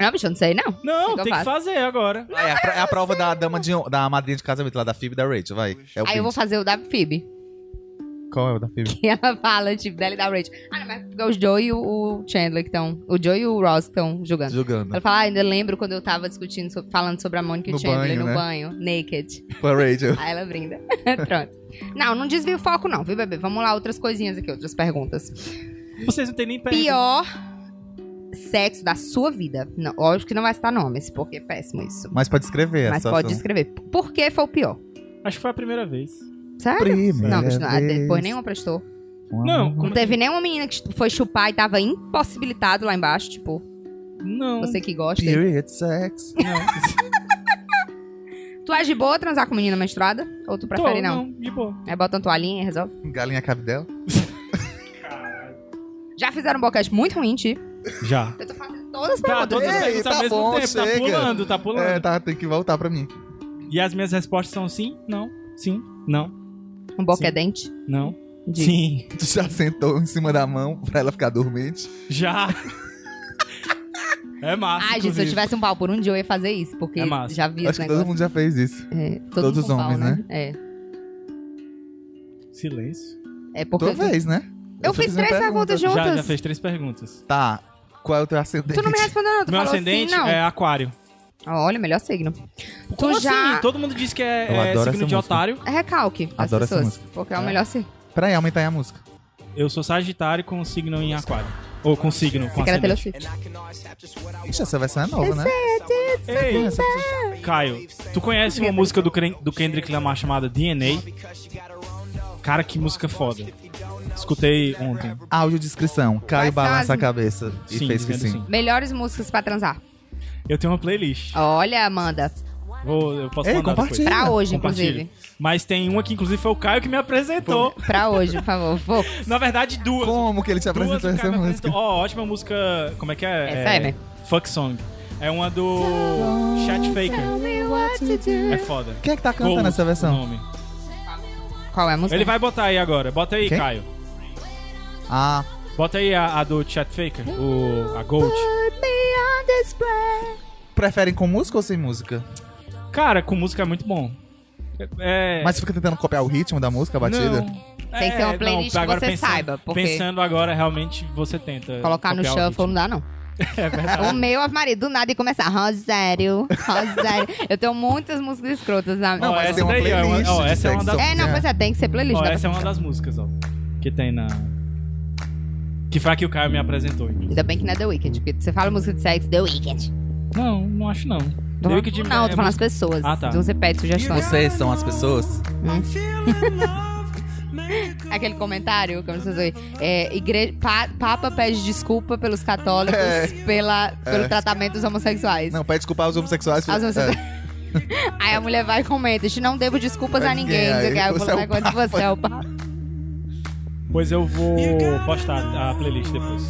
Speaker 4: Não, bicho, eu não sei, não.
Speaker 3: Não,
Speaker 4: Então
Speaker 3: tem que
Speaker 4: faz.
Speaker 3: fazer agora.
Speaker 2: Ah, é, a, pro- é a prova da dama de hon- da madrinha de casamento lá da Phoebe e da Rachel, vai. É o
Speaker 4: Aí eu vou
Speaker 2: print.
Speaker 4: fazer o da Phoebe.
Speaker 2: Qual é o da Phoebe?
Speaker 4: E ela fala, tipo, dela e da Rachel. Ah, não, mas é porque o Joe e o o Chandler que estão. O Joe e o Ross estão julgando.
Speaker 2: Jogando.
Speaker 4: Ela fala, ah, ainda lembro quando eu tava discutindo, sobre- falando sobre a Mônica e o
Speaker 2: No
Speaker 4: Chandler
Speaker 2: banho,
Speaker 4: no
Speaker 2: né?
Speaker 4: banho, naked.
Speaker 2: Pra Rachel.
Speaker 4: Aí ela brinda. Pronto. Não, não desvia o foco não, viu, bebê? Vamos lá, outras coisinhas aqui, outras perguntas.
Speaker 3: Vocês não têm nem perna.
Speaker 4: Pior sexo da sua vida. Não, lógico que não vai citar nomes, porque é péssimo isso.
Speaker 2: Mas pode escrever.
Speaker 4: Mas
Speaker 2: só-
Speaker 4: pode
Speaker 2: só-
Speaker 4: descrever. Por que foi o pior?
Speaker 3: Acho que foi a primeira vez.
Speaker 4: Sério?
Speaker 2: Primeira
Speaker 4: Não, bicho, não, ah,
Speaker 2: vez. assim?
Speaker 4: depois nenhuma prestou.
Speaker 2: Um
Speaker 3: Não,
Speaker 4: Não
Speaker 3: como-
Speaker 4: teve nenhuma menina que foi chupar e tava impossibilitado lá embaixo, tipo,
Speaker 3: Não.
Speaker 4: você que gosta.
Speaker 2: Period sex.
Speaker 3: Não.
Speaker 4: Tu és de boa transar com menina menstruada? Ou tu prefere
Speaker 3: Tô,
Speaker 4: não?
Speaker 3: não, de boa.
Speaker 4: Aí bota uma toalhinha e resolve.
Speaker 2: Galinha cabe dela.
Speaker 4: Já fizeram um boquete muito ruim, Ti.
Speaker 3: Já.
Speaker 4: Eu tô fazendo todas as
Speaker 3: Tá,
Speaker 4: perguntas.
Speaker 3: todas as
Speaker 2: Ei,
Speaker 3: perguntas
Speaker 2: tá
Speaker 3: ao mesmo
Speaker 2: bom,
Speaker 3: tempo. Tá
Speaker 2: chega.
Speaker 3: pulando, tá pulando.
Speaker 2: É, tá, tem que voltar pra mim.
Speaker 3: E as minhas respostas são sim, não, sim, não,
Speaker 4: Um boquedente.
Speaker 3: não,
Speaker 4: De...
Speaker 3: sim,
Speaker 2: Tu já sentou em cima da mão pra ela ficar dormente?
Speaker 3: já. é massa,
Speaker 4: Ai, gente, se eu
Speaker 3: inclusive.
Speaker 4: tivesse um pau por um dia, eu ia fazer isso. Porque
Speaker 3: É massa.
Speaker 4: já vi
Speaker 2: Acho
Speaker 4: esse
Speaker 2: que
Speaker 4: negócio.
Speaker 2: todo mundo já fez isso.
Speaker 4: É, todo
Speaker 2: todos
Speaker 4: mundo
Speaker 2: os
Speaker 4: com pau,
Speaker 2: homens,
Speaker 4: né?
Speaker 3: Silêncio.
Speaker 4: É. É porque.
Speaker 2: Tua
Speaker 4: eu-
Speaker 2: vez, né?
Speaker 4: Eu fiz
Speaker 2: uma
Speaker 4: três perguntas
Speaker 2: pergunta.
Speaker 4: juntas.
Speaker 3: Já, já fez três perguntas.
Speaker 2: Tá. Qual é o teu ascendente?
Speaker 4: Tu não me respondeu, não. Tu
Speaker 3: Meu
Speaker 4: falou
Speaker 3: ascendente
Speaker 4: sim, não.
Speaker 3: é aquário.
Speaker 4: Ó, Olha, melhor signo.
Speaker 3: Como
Speaker 4: tu já.
Speaker 3: assim? Todo mundo diz que é,
Speaker 2: Eu
Speaker 3: é
Speaker 2: adoro
Speaker 3: signo
Speaker 2: essa
Speaker 3: de
Speaker 2: música.
Speaker 3: otário.
Speaker 4: É recalque das
Speaker 2: Adoro essa
Speaker 4: pessoas. Porque é o
Speaker 2: É.
Speaker 4: melhor signo.
Speaker 2: Peraí, aumenta aí a música.
Speaker 3: Eu sou sagitário com signo em aquário. Ou com signo, com
Speaker 4: Você quer ter o
Speaker 3: ascendente.
Speaker 4: signo.
Speaker 2: Ixi, essa versão é nova, né?
Speaker 3: Ei,
Speaker 2: Essa versão-
Speaker 3: Caio, tu conhece uma música do, Cren- do Kendrick Lamar chamada DNA? Cara, que música foda. Escutei ontem.
Speaker 2: Áudio descrição. Caio
Speaker 4: Quais são
Speaker 2: balança
Speaker 4: as-
Speaker 2: a cabeça. E
Speaker 3: Sim,
Speaker 2: fez que sim.
Speaker 3: dizendo
Speaker 4: Melhores músicas pra transar.
Speaker 3: Eu tenho uma playlist.
Speaker 4: Olha, Amanda.
Speaker 3: Vou, eu posso
Speaker 2: Ei,
Speaker 3: mandar depois.
Speaker 2: compartilha.
Speaker 4: Pra
Speaker 2: Ih,
Speaker 4: hoje,
Speaker 3: Compartilha.
Speaker 4: inclusive.
Speaker 3: Mas tem uma que inclusive foi o Caio que me apresentou.
Speaker 4: Pra hoje, por favor. Vou.
Speaker 3: Na verdade, duas.
Speaker 2: Como que ele te
Speaker 3: Duas
Speaker 2: apresentou
Speaker 3: o
Speaker 2: essa
Speaker 3: cara me
Speaker 2: música?
Speaker 3: apresentou. Ó, ótima música. Como é que é?
Speaker 4: Essa é, né?
Speaker 3: Fuck Song. É uma do Chat Faker. É foda.
Speaker 2: Quem é que tá cantando
Speaker 3: Gold,
Speaker 2: essa
Speaker 3: o
Speaker 2: versão?
Speaker 3: nome.
Speaker 4: Qual é a música?
Speaker 3: Ele vai botar aí agora. Bota aí,
Speaker 2: Quem?
Speaker 3: Caio.
Speaker 2: Ah,
Speaker 3: Bota aí a, a do Chat Faker, o, a Gold.
Speaker 2: preferem com música ou sem música?
Speaker 3: Cara, com música é muito bom. É.
Speaker 2: Mas fica tentando copiar o ritmo da música, a batida?
Speaker 3: Não.
Speaker 4: Tem que
Speaker 3: É,
Speaker 4: ser uma playlist
Speaker 3: não,
Speaker 4: que
Speaker 3: agora
Speaker 4: você
Speaker 3: pensando-
Speaker 4: saiba, porque-
Speaker 3: Pensando agora, realmente, você tenta.
Speaker 4: Colocar no
Speaker 3: copiar o
Speaker 4: shuffle não
Speaker 3: ritmo. É
Speaker 4: dá, não. o meu Ave Maria, do nada e começar Rosério, Rosério. Eu tenho muitas músicas escrotas na
Speaker 3: Ó,
Speaker 2: Não, mas
Speaker 3: essa
Speaker 2: tem uma
Speaker 3: daí é uma-
Speaker 2: playlist
Speaker 3: ó,
Speaker 2: de
Speaker 3: essa é uma
Speaker 2: sexo.
Speaker 3: das-
Speaker 4: É, não,
Speaker 2: É.
Speaker 4: pois é, tem que ser playlist.
Speaker 3: Ó,
Speaker 4: né?
Speaker 3: essa é uma das músicas, ó. Que tem na. Que foi a que o Caio me apresentou. inclusive.
Speaker 4: Ainda bem que não é The Weeknd, porque você fala música de sexo, The Weeknd.
Speaker 3: Não, não acho não.
Speaker 4: Tô
Speaker 3: Deu
Speaker 4: falando-
Speaker 3: que de-
Speaker 4: não,
Speaker 3: é
Speaker 4: tô falando as pessoas.
Speaker 3: Ah, tá.
Speaker 4: Então você pede sugestões.
Speaker 2: Vocês são as pessoas?
Speaker 4: Aquele comentário que eu não sei se é, igre... pa- Papa pede desculpa pelos católicos pela... pelo tratamento dos homossexuais.
Speaker 2: É. Não, pede desculpar os homossexuais. é,
Speaker 4: As homossexuais. Aí a mulher vai e comenta, "Te não devo desculpas
Speaker 2: Pra
Speaker 4: a ninguém.
Speaker 2: ninguém,
Speaker 4: não sei o
Speaker 2: aí
Speaker 4: quê. Aí eu
Speaker 2: você
Speaker 4: falo,
Speaker 2: é o
Speaker 4: "Mas quando
Speaker 2: Papa."
Speaker 4: você é o papa. assim.
Speaker 3: Pois eu vou postar a playlist depois.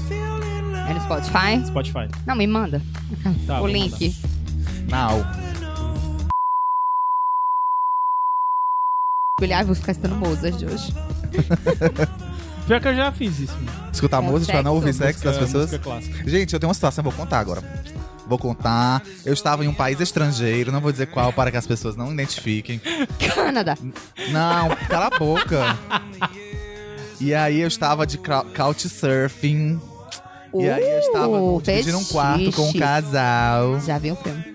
Speaker 4: É no Spotify?
Speaker 3: Spotify.
Speaker 4: Não, me manda
Speaker 3: Tá,
Speaker 4: o
Speaker 3: vou
Speaker 4: link.
Speaker 3: mandar.
Speaker 2: Não.
Speaker 4: Ele, ai, vou ficar estando Mozart de hoje.
Speaker 3: Pior que eu já fiz isso. Mano.
Speaker 2: Escutar
Speaker 4: Com
Speaker 2: música pra não
Speaker 4: É sexo,
Speaker 2: ouvir sexo das
Speaker 3: É,
Speaker 2: pessoas?
Speaker 3: música clássica.
Speaker 2: Gente, eu tenho uma situação, vou contar agora. Vou contar. Eu estava em um país estrangeiro, não vou dizer qual para que as pessoas não identifiquem.
Speaker 4: Canadá.
Speaker 2: Não, cala a boca. E aí eu estava de crou- couchsurfing. E aí eu estava
Speaker 4: Uh,
Speaker 2: dividindo um quarto com um
Speaker 4: fetiche.
Speaker 2: casal.
Speaker 4: Já vi um filme.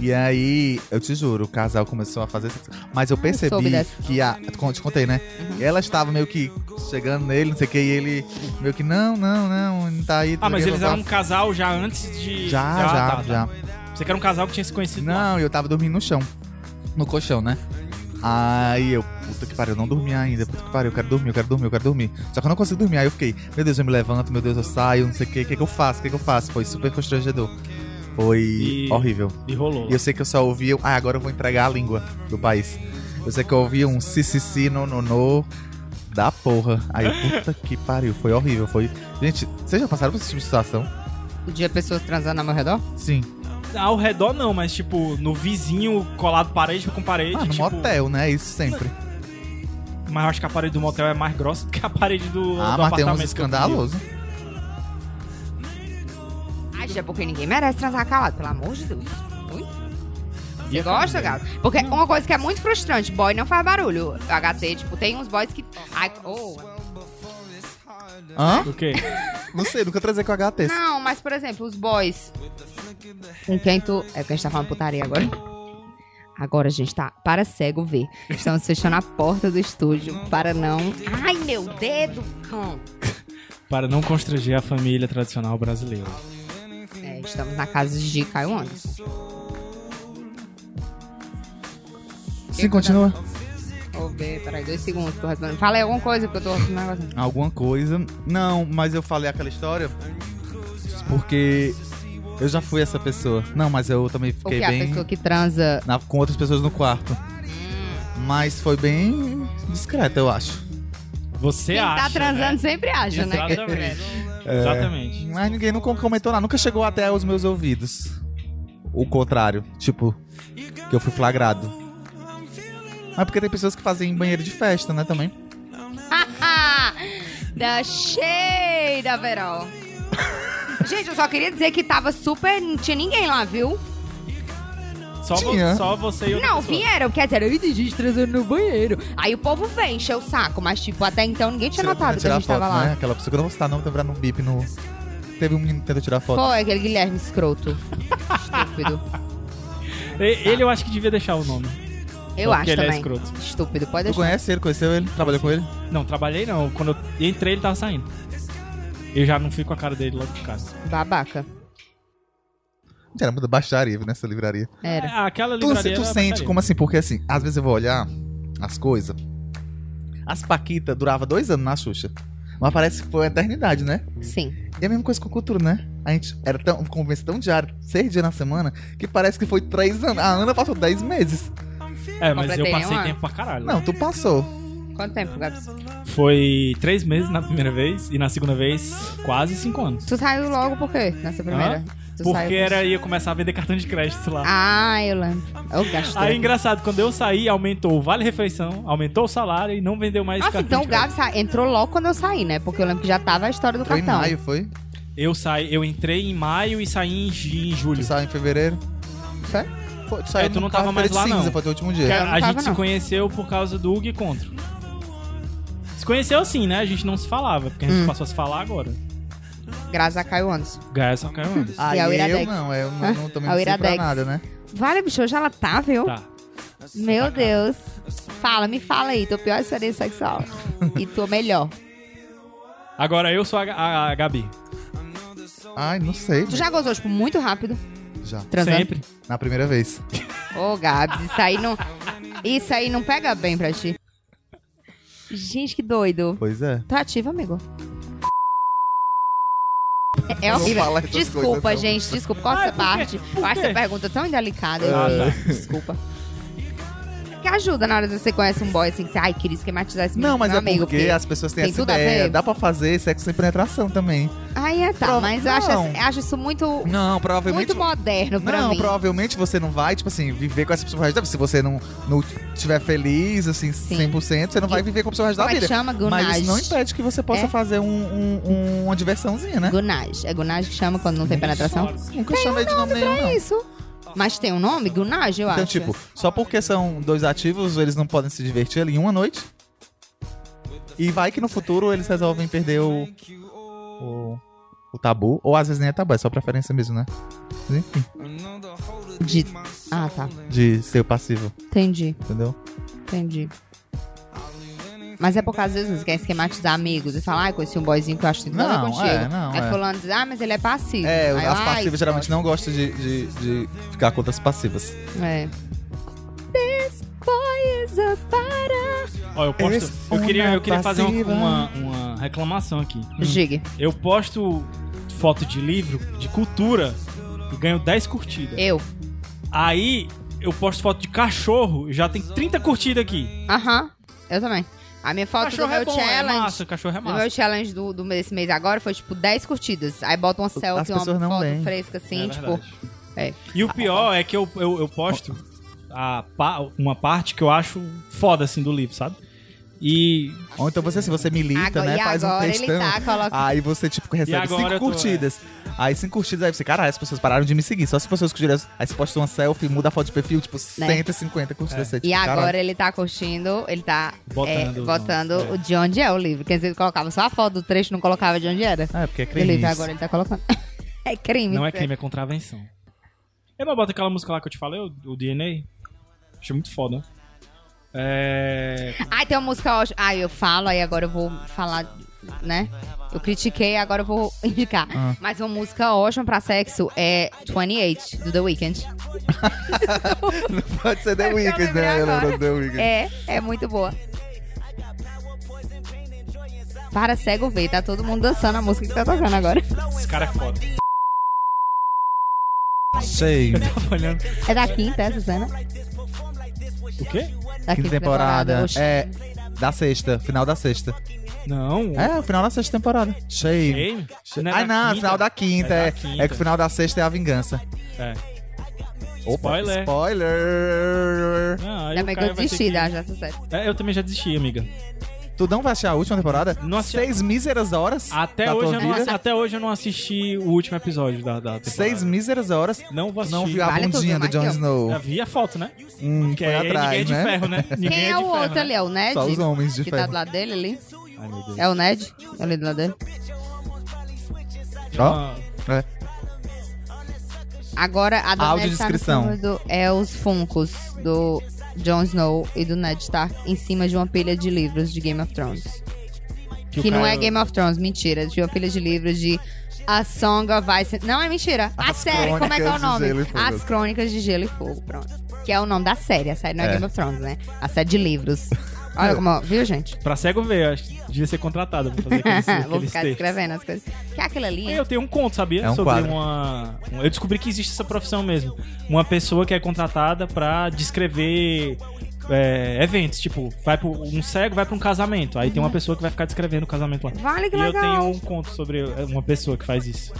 Speaker 2: E aí, eu te juro, o casal começou a fazer sexo. Mas eu
Speaker 4: soube
Speaker 2: percebi
Speaker 4: Ah, dessa. Uhum.
Speaker 2: que a. con- Te contei, né? Ela estava meio que chegando nele, não sei o que, e ele meio que, não, não, não, não tá aí.
Speaker 3: Ah, mas
Speaker 2: tá-
Speaker 3: eles
Speaker 2: tá-
Speaker 3: eram um casal já antes de.
Speaker 2: Já,
Speaker 3: Ah,
Speaker 2: já,
Speaker 3: tá, tá.
Speaker 2: já.
Speaker 3: Você que era um casal que tinha se conhecido lá.
Speaker 2: Não, eu tava dormindo no chão. No colchão, né? Aí eu, puta que pariu, eu não dormi ainda, puta que pariu, eu quero dormir, eu quero dormir, eu quero dormir. Só que eu não consigo dormir, aí eu fiquei, meu Deus, eu me levanto, meu Deus, eu saio, não sei o que, o que que eu faço, o que que eu faço? Foi super constrangedor. Foi
Speaker 3: E-
Speaker 2: horrível.
Speaker 3: E rolou.
Speaker 2: E eu sei que eu só ouvi. Ah, agora eu vou entregar a língua do país. Eu sei que eu ouvi um CCC no no no da porra. Aí, puta que pariu, foi horrível. Foi. Gente, vocês já passaram por esse tipo de situação?
Speaker 4: De pessoas transando ao meu redor?
Speaker 2: Sim.
Speaker 3: Ao redor não, mas tipo, no vizinho, colado parede com parede.
Speaker 2: Ah, no
Speaker 3: tipo,
Speaker 2: motel, né? Isso sempre.
Speaker 3: Mas eu acho que a parede do motel é mais grossa do que a parede do,
Speaker 2: Ah, mas
Speaker 3: do
Speaker 2: tem
Speaker 3: apartamento.
Speaker 2: uns
Speaker 3: que eu
Speaker 2: escandalosos.
Speaker 4: Ai, já É porque ninguém merece transar calado, pelo amor de Deus. Ui. Você
Speaker 3: a
Speaker 4: gosta, Gato? Porque uma coisa que é muito frustrante, boy não faz barulho. HT, tipo, tem uns boys que. Ai, oh.
Speaker 2: Hã?
Speaker 3: vi. O quê?
Speaker 2: Não sei, nunca trazer com HT.
Speaker 4: Não, mas por exemplo, os boys. Com quem tu. É porque a gente tá falando putaria agora. Agora a gente tá para cego ver. Estamos fechando a porta do estúdio para não. Ai, meu dedo, cão!
Speaker 3: Para não constranger a família tradicional brasileira.
Speaker 4: É, estamos na casa de Caio Anderson.
Speaker 2: Sim, continua.
Speaker 4: Vou ver, peraí, dois segundos. Tô respondendo. Fala aí alguma coisa que eu tô com um negócio.
Speaker 2: Alguma coisa. Não, mas eu falei aquela história porque eu já fui essa pessoa. Não, mas eu também
Speaker 4: O
Speaker 2: fiquei
Speaker 4: que? A
Speaker 2: bem.
Speaker 4: pessoa que transa.
Speaker 2: na- com outras pessoas no quarto.
Speaker 4: Hum.
Speaker 2: Mas foi bem discreto, eu acho.
Speaker 3: Você
Speaker 4: Quem
Speaker 3: acha.
Speaker 4: tá transando
Speaker 3: né?
Speaker 4: sempre acha, né?
Speaker 3: Exatamente.
Speaker 2: É.
Speaker 3: Exatamente.
Speaker 2: Mas ninguém nunca comentou nada, nunca chegou até os meus ouvidos. O contrário, tipo, que eu fui flagrado. Mas porque tem pessoas que fazem em banheiro de festa, né, também.
Speaker 4: Ah, da cheira, Verol. Gente, eu só queria dizer que tava super. Não tinha ninguém lá, viu?
Speaker 3: Só, vo-
Speaker 2: Tinha.
Speaker 3: só você e outra
Speaker 4: Não,
Speaker 3: pessoa.
Speaker 4: vieram, quer dizer, ai, tem gente transando no banheiro. Aí o povo vem, encheu o saco, mas tipo, até então ninguém tinha notado que a
Speaker 2: tirar
Speaker 4: gente
Speaker 2: foto,
Speaker 4: tava lá.
Speaker 2: né? Aquela pessoa que eu não vou citar, não, vou lembrar no bip no. Teve um menino que tentou tirar foto.
Speaker 4: Foi aquele Guilherme escroto. Estúpido.
Speaker 3: E- Ele eu acho que devia deixar o nome.
Speaker 4: Eu
Speaker 3: Porque
Speaker 4: acho
Speaker 3: ele é
Speaker 4: também.
Speaker 3: escroto.
Speaker 4: Estúpido, pode
Speaker 2: Tu
Speaker 4: deixar.
Speaker 2: conhece ele, conheceu ele, trabalhou com ele?
Speaker 3: Não, trabalhei não. Quando eu entrei, ele tava saindo. Eu já não fui com a cara dele logo de casa.
Speaker 4: Babaca.
Speaker 2: Era muita baixaria nessa livraria.
Speaker 4: Era.
Speaker 3: Ah, Aquela
Speaker 2: Tu,
Speaker 3: livraria
Speaker 2: tu
Speaker 3: era
Speaker 2: sente,
Speaker 3: baixaria.
Speaker 2: como assim? Porque assim, às vezes eu vou olhar as coisas. As Paquita durava dois anos na Xuxa. Mas parece que foi uma eternidade, né?
Speaker 4: Sim.
Speaker 2: E a mesma coisa com cultura, né? A gente era tão, conversa tão diário, seis dias na semana, que parece que foi três anos. A Ana passou dez meses.
Speaker 3: É, mas eu
Speaker 4: Completei
Speaker 3: passei
Speaker 4: um ano.
Speaker 3: tempo pra caralho.
Speaker 2: Não, tu passou.
Speaker 4: Quanto tempo, Gabs?
Speaker 3: Foi três meses na primeira vez e na segunda vez quase cinco anos.
Speaker 4: Tu saiu logo por quê? Nessa primeira?
Speaker 3: Hã?
Speaker 4: Tu
Speaker 3: Porque
Speaker 4: saiu...
Speaker 3: era ia começar a vender cartão de crédito lá.
Speaker 4: Ah, eu lembro. Eu gastei.
Speaker 3: Aí engraçado, quando eu saí, aumentou o vale refeição, aumentou o salário e não vendeu mais
Speaker 4: Nossa,
Speaker 3: cartão
Speaker 4: então o
Speaker 3: de crédito.
Speaker 4: Gabs sa- entrou logo quando eu saí, né? Porque eu lembro que já tava a história do
Speaker 2: Foi em
Speaker 4: cartão.
Speaker 2: maio, foi?
Speaker 3: Eu saí, eu entrei em maio e saí em, ju- em
Speaker 2: Tu
Speaker 3: julho.
Speaker 2: saiu em fevereiro. Foi? Foi, tu saiu
Speaker 3: Hum. É, tu não
Speaker 2: na
Speaker 3: tava
Speaker 2: quarta-feira
Speaker 3: mais
Speaker 2: de
Speaker 3: lá,
Speaker 2: cinza,
Speaker 3: não.
Speaker 2: Foi teu último
Speaker 3: Que
Speaker 2: dia.
Speaker 4: Quero-
Speaker 3: a
Speaker 4: não tava,
Speaker 3: gente se
Speaker 4: não.
Speaker 3: conheceu por causa do Hugo e Contro. Se conheceu assim, né? A gente não se falava, porque a gente passou a se falar agora.
Speaker 4: Graças a Caio Anderson.
Speaker 3: Gaia é só caiu antes.
Speaker 2: Ah,
Speaker 4: E a
Speaker 2: eu
Speaker 4: Iradex?
Speaker 2: não, eu não, não também
Speaker 4: A
Speaker 2: não sei pra
Speaker 4: Iradex.
Speaker 2: nada, né?
Speaker 4: Vale, bicho, hoje ela tá, viu?
Speaker 3: Tá.
Speaker 4: Meu Deus. Fala, me fala aí, tua pior experiência sexual. e tua melhor.
Speaker 3: Agora eu sou a, Ga- a- a Gabi.
Speaker 2: Ai, não sei.
Speaker 4: Tu já gozou, tipo, muito rápido?
Speaker 2: Já.
Speaker 4: Transando?
Speaker 3: Sempre.
Speaker 2: Na primeira vez.
Speaker 4: Ô, Gabs, isso aí não. Isso aí não pega bem pra ti. Gente, que doido.
Speaker 2: Pois é.
Speaker 4: Tá ativo, amigo. É- É
Speaker 2: Não
Speaker 4: horrível.
Speaker 2: fala essas
Speaker 4: Desculpa,
Speaker 2: coisas, não.
Speaker 4: gente. Desculpa. Corta
Speaker 3: Ah,
Speaker 4: essa
Speaker 3: por quê?
Speaker 4: parte.
Speaker 3: Por
Speaker 4: Eu acho
Speaker 3: quê?
Speaker 4: essa pergunta tão indelicada.
Speaker 3: Ah,
Speaker 4: eu- Desculpa. Que ajuda na hora de você conhece um boy assim, que você, ai, queria esquematizar esse
Speaker 2: Não, mas
Speaker 4: meu
Speaker 2: é
Speaker 4: amigo.
Speaker 2: porque as pessoas têm
Speaker 4: tem
Speaker 2: essa
Speaker 4: tudo a
Speaker 2: ideia.
Speaker 4: ver.
Speaker 2: Dá pra fazer sexo sem penetração também.
Speaker 4: Aí é tá,
Speaker 2: Prova-
Speaker 4: mas eu acho,
Speaker 2: Não.
Speaker 4: essa- acho isso muito,
Speaker 2: Não, provavelmente.
Speaker 4: muito moderno pra
Speaker 2: não,
Speaker 4: mim.
Speaker 2: provavelmente você não vai, tipo assim, viver com essa pessoa pro resto da vida. Se você não, não tiver feliz, assim, 100%, você não vai viver com a pessoa pro resto da
Speaker 4: Como é que
Speaker 2: vida.
Speaker 4: chama? Gunage.
Speaker 2: Mas isso não impede que você possa
Speaker 4: É?
Speaker 2: fazer um, um- um- uma diversãozinha, né?
Speaker 4: Gunage. É Gunage que chama quando não tem penetração?
Speaker 2: Nunca chamei de nome nenhum, não.
Speaker 4: É isso. Mas tem um nome? Gunage, eu
Speaker 2: Então,
Speaker 4: acho.
Speaker 2: tipo, só porque são dois ativos, eles não podem se divertir ali em uma noite. E vai que no futuro eles resolvem perder o. o, o tabu. Ou às vezes nem é tabu, é só preferência mesmo, né? Mas, Enfim, tipo,
Speaker 4: De... Ah, tá.
Speaker 2: de ser passivo,
Speaker 4: Entendi,
Speaker 2: entendeu?
Speaker 4: entendi. Mas é porque às vezes você quer esquematizar amigos e falar, ah, conheci um boyzinho que eu acho tudo nada
Speaker 2: Não,
Speaker 4: contigo.
Speaker 2: é, não,
Speaker 4: Aí
Speaker 2: é.
Speaker 4: fulano diz, ah, mas ele é passivo.
Speaker 2: É,
Speaker 4: Aí eu,
Speaker 2: as
Speaker 4: "Ai,
Speaker 2: passivas geralmente não gostam de, de, de ficar com outras passivas.
Speaker 4: É. This boy is a
Speaker 3: Ó, eu posto. Eu queria, eu queria fazer uma,
Speaker 2: Passiva.
Speaker 3: uma- uma reclamação aqui.
Speaker 2: Hum.
Speaker 4: Diga.
Speaker 3: Eu posto foto de livro, de cultura, e ganho 10 curtidas.
Speaker 4: Eu.
Speaker 3: Aí eu posto foto de cachorro, já tem 30 curtidas aqui.
Speaker 4: Aham. Eu também. A minha foto do
Speaker 3: cachorro
Speaker 4: meu
Speaker 3: é bom, é
Speaker 4: challenge.
Speaker 3: massa, cachorro é
Speaker 4: do
Speaker 3: massa.
Speaker 4: meu challenge do, do, desse mês agora foi, tipo, 10 curtidas. Aí bota uma selfie, uma
Speaker 2: pessoas não
Speaker 4: foto
Speaker 2: leem.
Speaker 4: fresca, assim,
Speaker 3: É
Speaker 4: tipo.
Speaker 3: verdade.
Speaker 4: é.
Speaker 3: E o pior é que eu, eu, eu posto a pa- uma parte que eu acho foda, assim, do livro, sabe? E
Speaker 2: Ou então você, se você milita,
Speaker 4: Agora-
Speaker 2: né,
Speaker 4: e
Speaker 2: faz um
Speaker 4: agora ele
Speaker 2: textão.
Speaker 4: tá, coloca.
Speaker 2: Aí você, tipo, recebe
Speaker 3: agora
Speaker 2: cinco
Speaker 3: eu tô, é.
Speaker 2: curtidas. Aí cinco curtidas, aí você, caralho, as pessoas pararam de me seguir. Só se pessoas curtiram. Aí você posta uma selfie, muda a foto de perfil, tipo, 150 curtidas. Você,
Speaker 4: Né? É. E
Speaker 2: tipo,
Speaker 4: agora
Speaker 2: caralho.
Speaker 4: ele tá curtindo, ele tá
Speaker 3: Botando
Speaker 4: é,
Speaker 3: o
Speaker 4: botando
Speaker 3: nome, é.
Speaker 4: o de onde é o livro. Quer dizer, ele colocava só a foto do trecho, não colocava de onde era.
Speaker 2: Ah, é porque é
Speaker 4: O livro
Speaker 2: crime.
Speaker 4: agora ele tá colocando. é crime.
Speaker 3: não é crime, é contravenção. Eu não boto aquela música lá que eu te falei, o, o DNA. Achei muito foda. né? É...
Speaker 4: Ai, tem uma música ótima. Ai, eu falo, aí agora eu vou falar, né? Eu critiquei, agora eu vou indicar.
Speaker 3: Ah.
Speaker 4: Mas uma música ótima pra sexo é 28, do The Weeknd.
Speaker 2: Pode ser The
Speaker 4: É porque eu
Speaker 2: Weeknd,
Speaker 4: lembrei
Speaker 2: né? Eu
Speaker 4: agora.
Speaker 2: lembro The Weeknd.
Speaker 4: É, é muito boa. Para cego ver, tá todo mundo dançando a música que tá tocando agora.
Speaker 3: Esse cara é foda.
Speaker 2: Sei.
Speaker 3: Tava olhando.
Speaker 4: É da quinta essa cena?
Speaker 3: O quê?
Speaker 4: Da
Speaker 2: Quinta temporada.
Speaker 4: Oxi.
Speaker 2: É, da sexta. Final da sexta.
Speaker 3: Não.
Speaker 2: É, o final da sexta temporada. Sei.
Speaker 3: Game?
Speaker 2: Ai, não, final da quinta.
Speaker 3: É da
Speaker 2: É,
Speaker 3: quinta.
Speaker 2: é que o final da sexta é a vingança.
Speaker 3: É.
Speaker 2: Opa,
Speaker 3: Spoiler.
Speaker 2: spoiler.
Speaker 3: Ah, aí
Speaker 4: Ainda
Speaker 3: o
Speaker 4: bem que
Speaker 3: cara vai ter
Speaker 4: eu desisti né?
Speaker 3: que-
Speaker 4: da dessa série.
Speaker 3: É, eu também já desisti, amiga.
Speaker 2: Tu não vai achar a última temporada?
Speaker 3: Não assisti-
Speaker 2: Seis míseras horas
Speaker 3: Até
Speaker 2: da
Speaker 3: hoje,
Speaker 2: tua
Speaker 3: eu não,
Speaker 2: vida.
Speaker 3: assi- até hoje eu não assisti o último episódio da, da temporada.
Speaker 2: Seis míseras horas.
Speaker 3: Não vou assistir.
Speaker 2: Não viu a
Speaker 4: Vale tudo,
Speaker 2: bundinha do
Speaker 4: mas
Speaker 2: Jon
Speaker 4: eu-
Speaker 2: Snow.
Speaker 3: Já vi a foto, né?
Speaker 2: Hum,
Speaker 3: Que
Speaker 2: foi
Speaker 3: aí ninguém é
Speaker 2: atrás,
Speaker 3: de
Speaker 2: né?
Speaker 3: ferro, né? Ninguém
Speaker 4: Quem
Speaker 3: é,
Speaker 4: é,
Speaker 3: de
Speaker 4: o
Speaker 3: ferro,
Speaker 4: outro
Speaker 3: né?
Speaker 4: ali? É o Ned?
Speaker 2: Só os homens de
Speaker 4: que tá do
Speaker 2: ferro.
Speaker 4: lado dele ali?
Speaker 3: Ai, meu Deus.
Speaker 4: É o Ned? Ali do lado dele.
Speaker 2: Ó.
Speaker 3: Ah,
Speaker 2: É.
Speaker 4: Agora, a do Ned tá no
Speaker 2: Audiodescrição.
Speaker 4: filme do, é os Funkos do Jon Snow e do Ned Stark em cima de uma pilha de livros de Game of Thrones. Que,
Speaker 3: o
Speaker 4: não
Speaker 3: cara-
Speaker 4: é Game of Thrones, mentira. De uma pilha de livros de A Song of Ice... Não, é mentira. A
Speaker 2: As
Speaker 4: série, como é que é o
Speaker 2: Crônicas de
Speaker 4: nome?
Speaker 2: Gelo e Fogo.
Speaker 4: As Crônicas de Gelo e Fogo, pronto. Que é o nome da série. A série não é,
Speaker 2: É.
Speaker 4: Game of Thrones, né? A série de livros. Olha como... Viu,
Speaker 2: é
Speaker 4: gente?
Speaker 3: Pra cego ver, eu acho que devia ser contratado pra fazer aqueles,
Speaker 4: Vou
Speaker 3: aqueles
Speaker 4: ficar
Speaker 3: textos.
Speaker 4: escrevendo as coisas. Que é aquilo ali...
Speaker 3: Eu tenho um conto, sabia?
Speaker 2: É um
Speaker 3: Sobre
Speaker 2: quadro.
Speaker 3: uma. um- Eu descobri que existe essa profissão mesmo. Uma pessoa que é contratada pra descrever é, eventos. Tipo, vai pro, um cego vai pra um casamento. Aí tem uma pessoa que vai ficar descrevendo o casamento lá.
Speaker 4: Vale Uhum. que
Speaker 3: E eu tenho
Speaker 4: legal.
Speaker 3: um conto sobre uma pessoa que faz isso.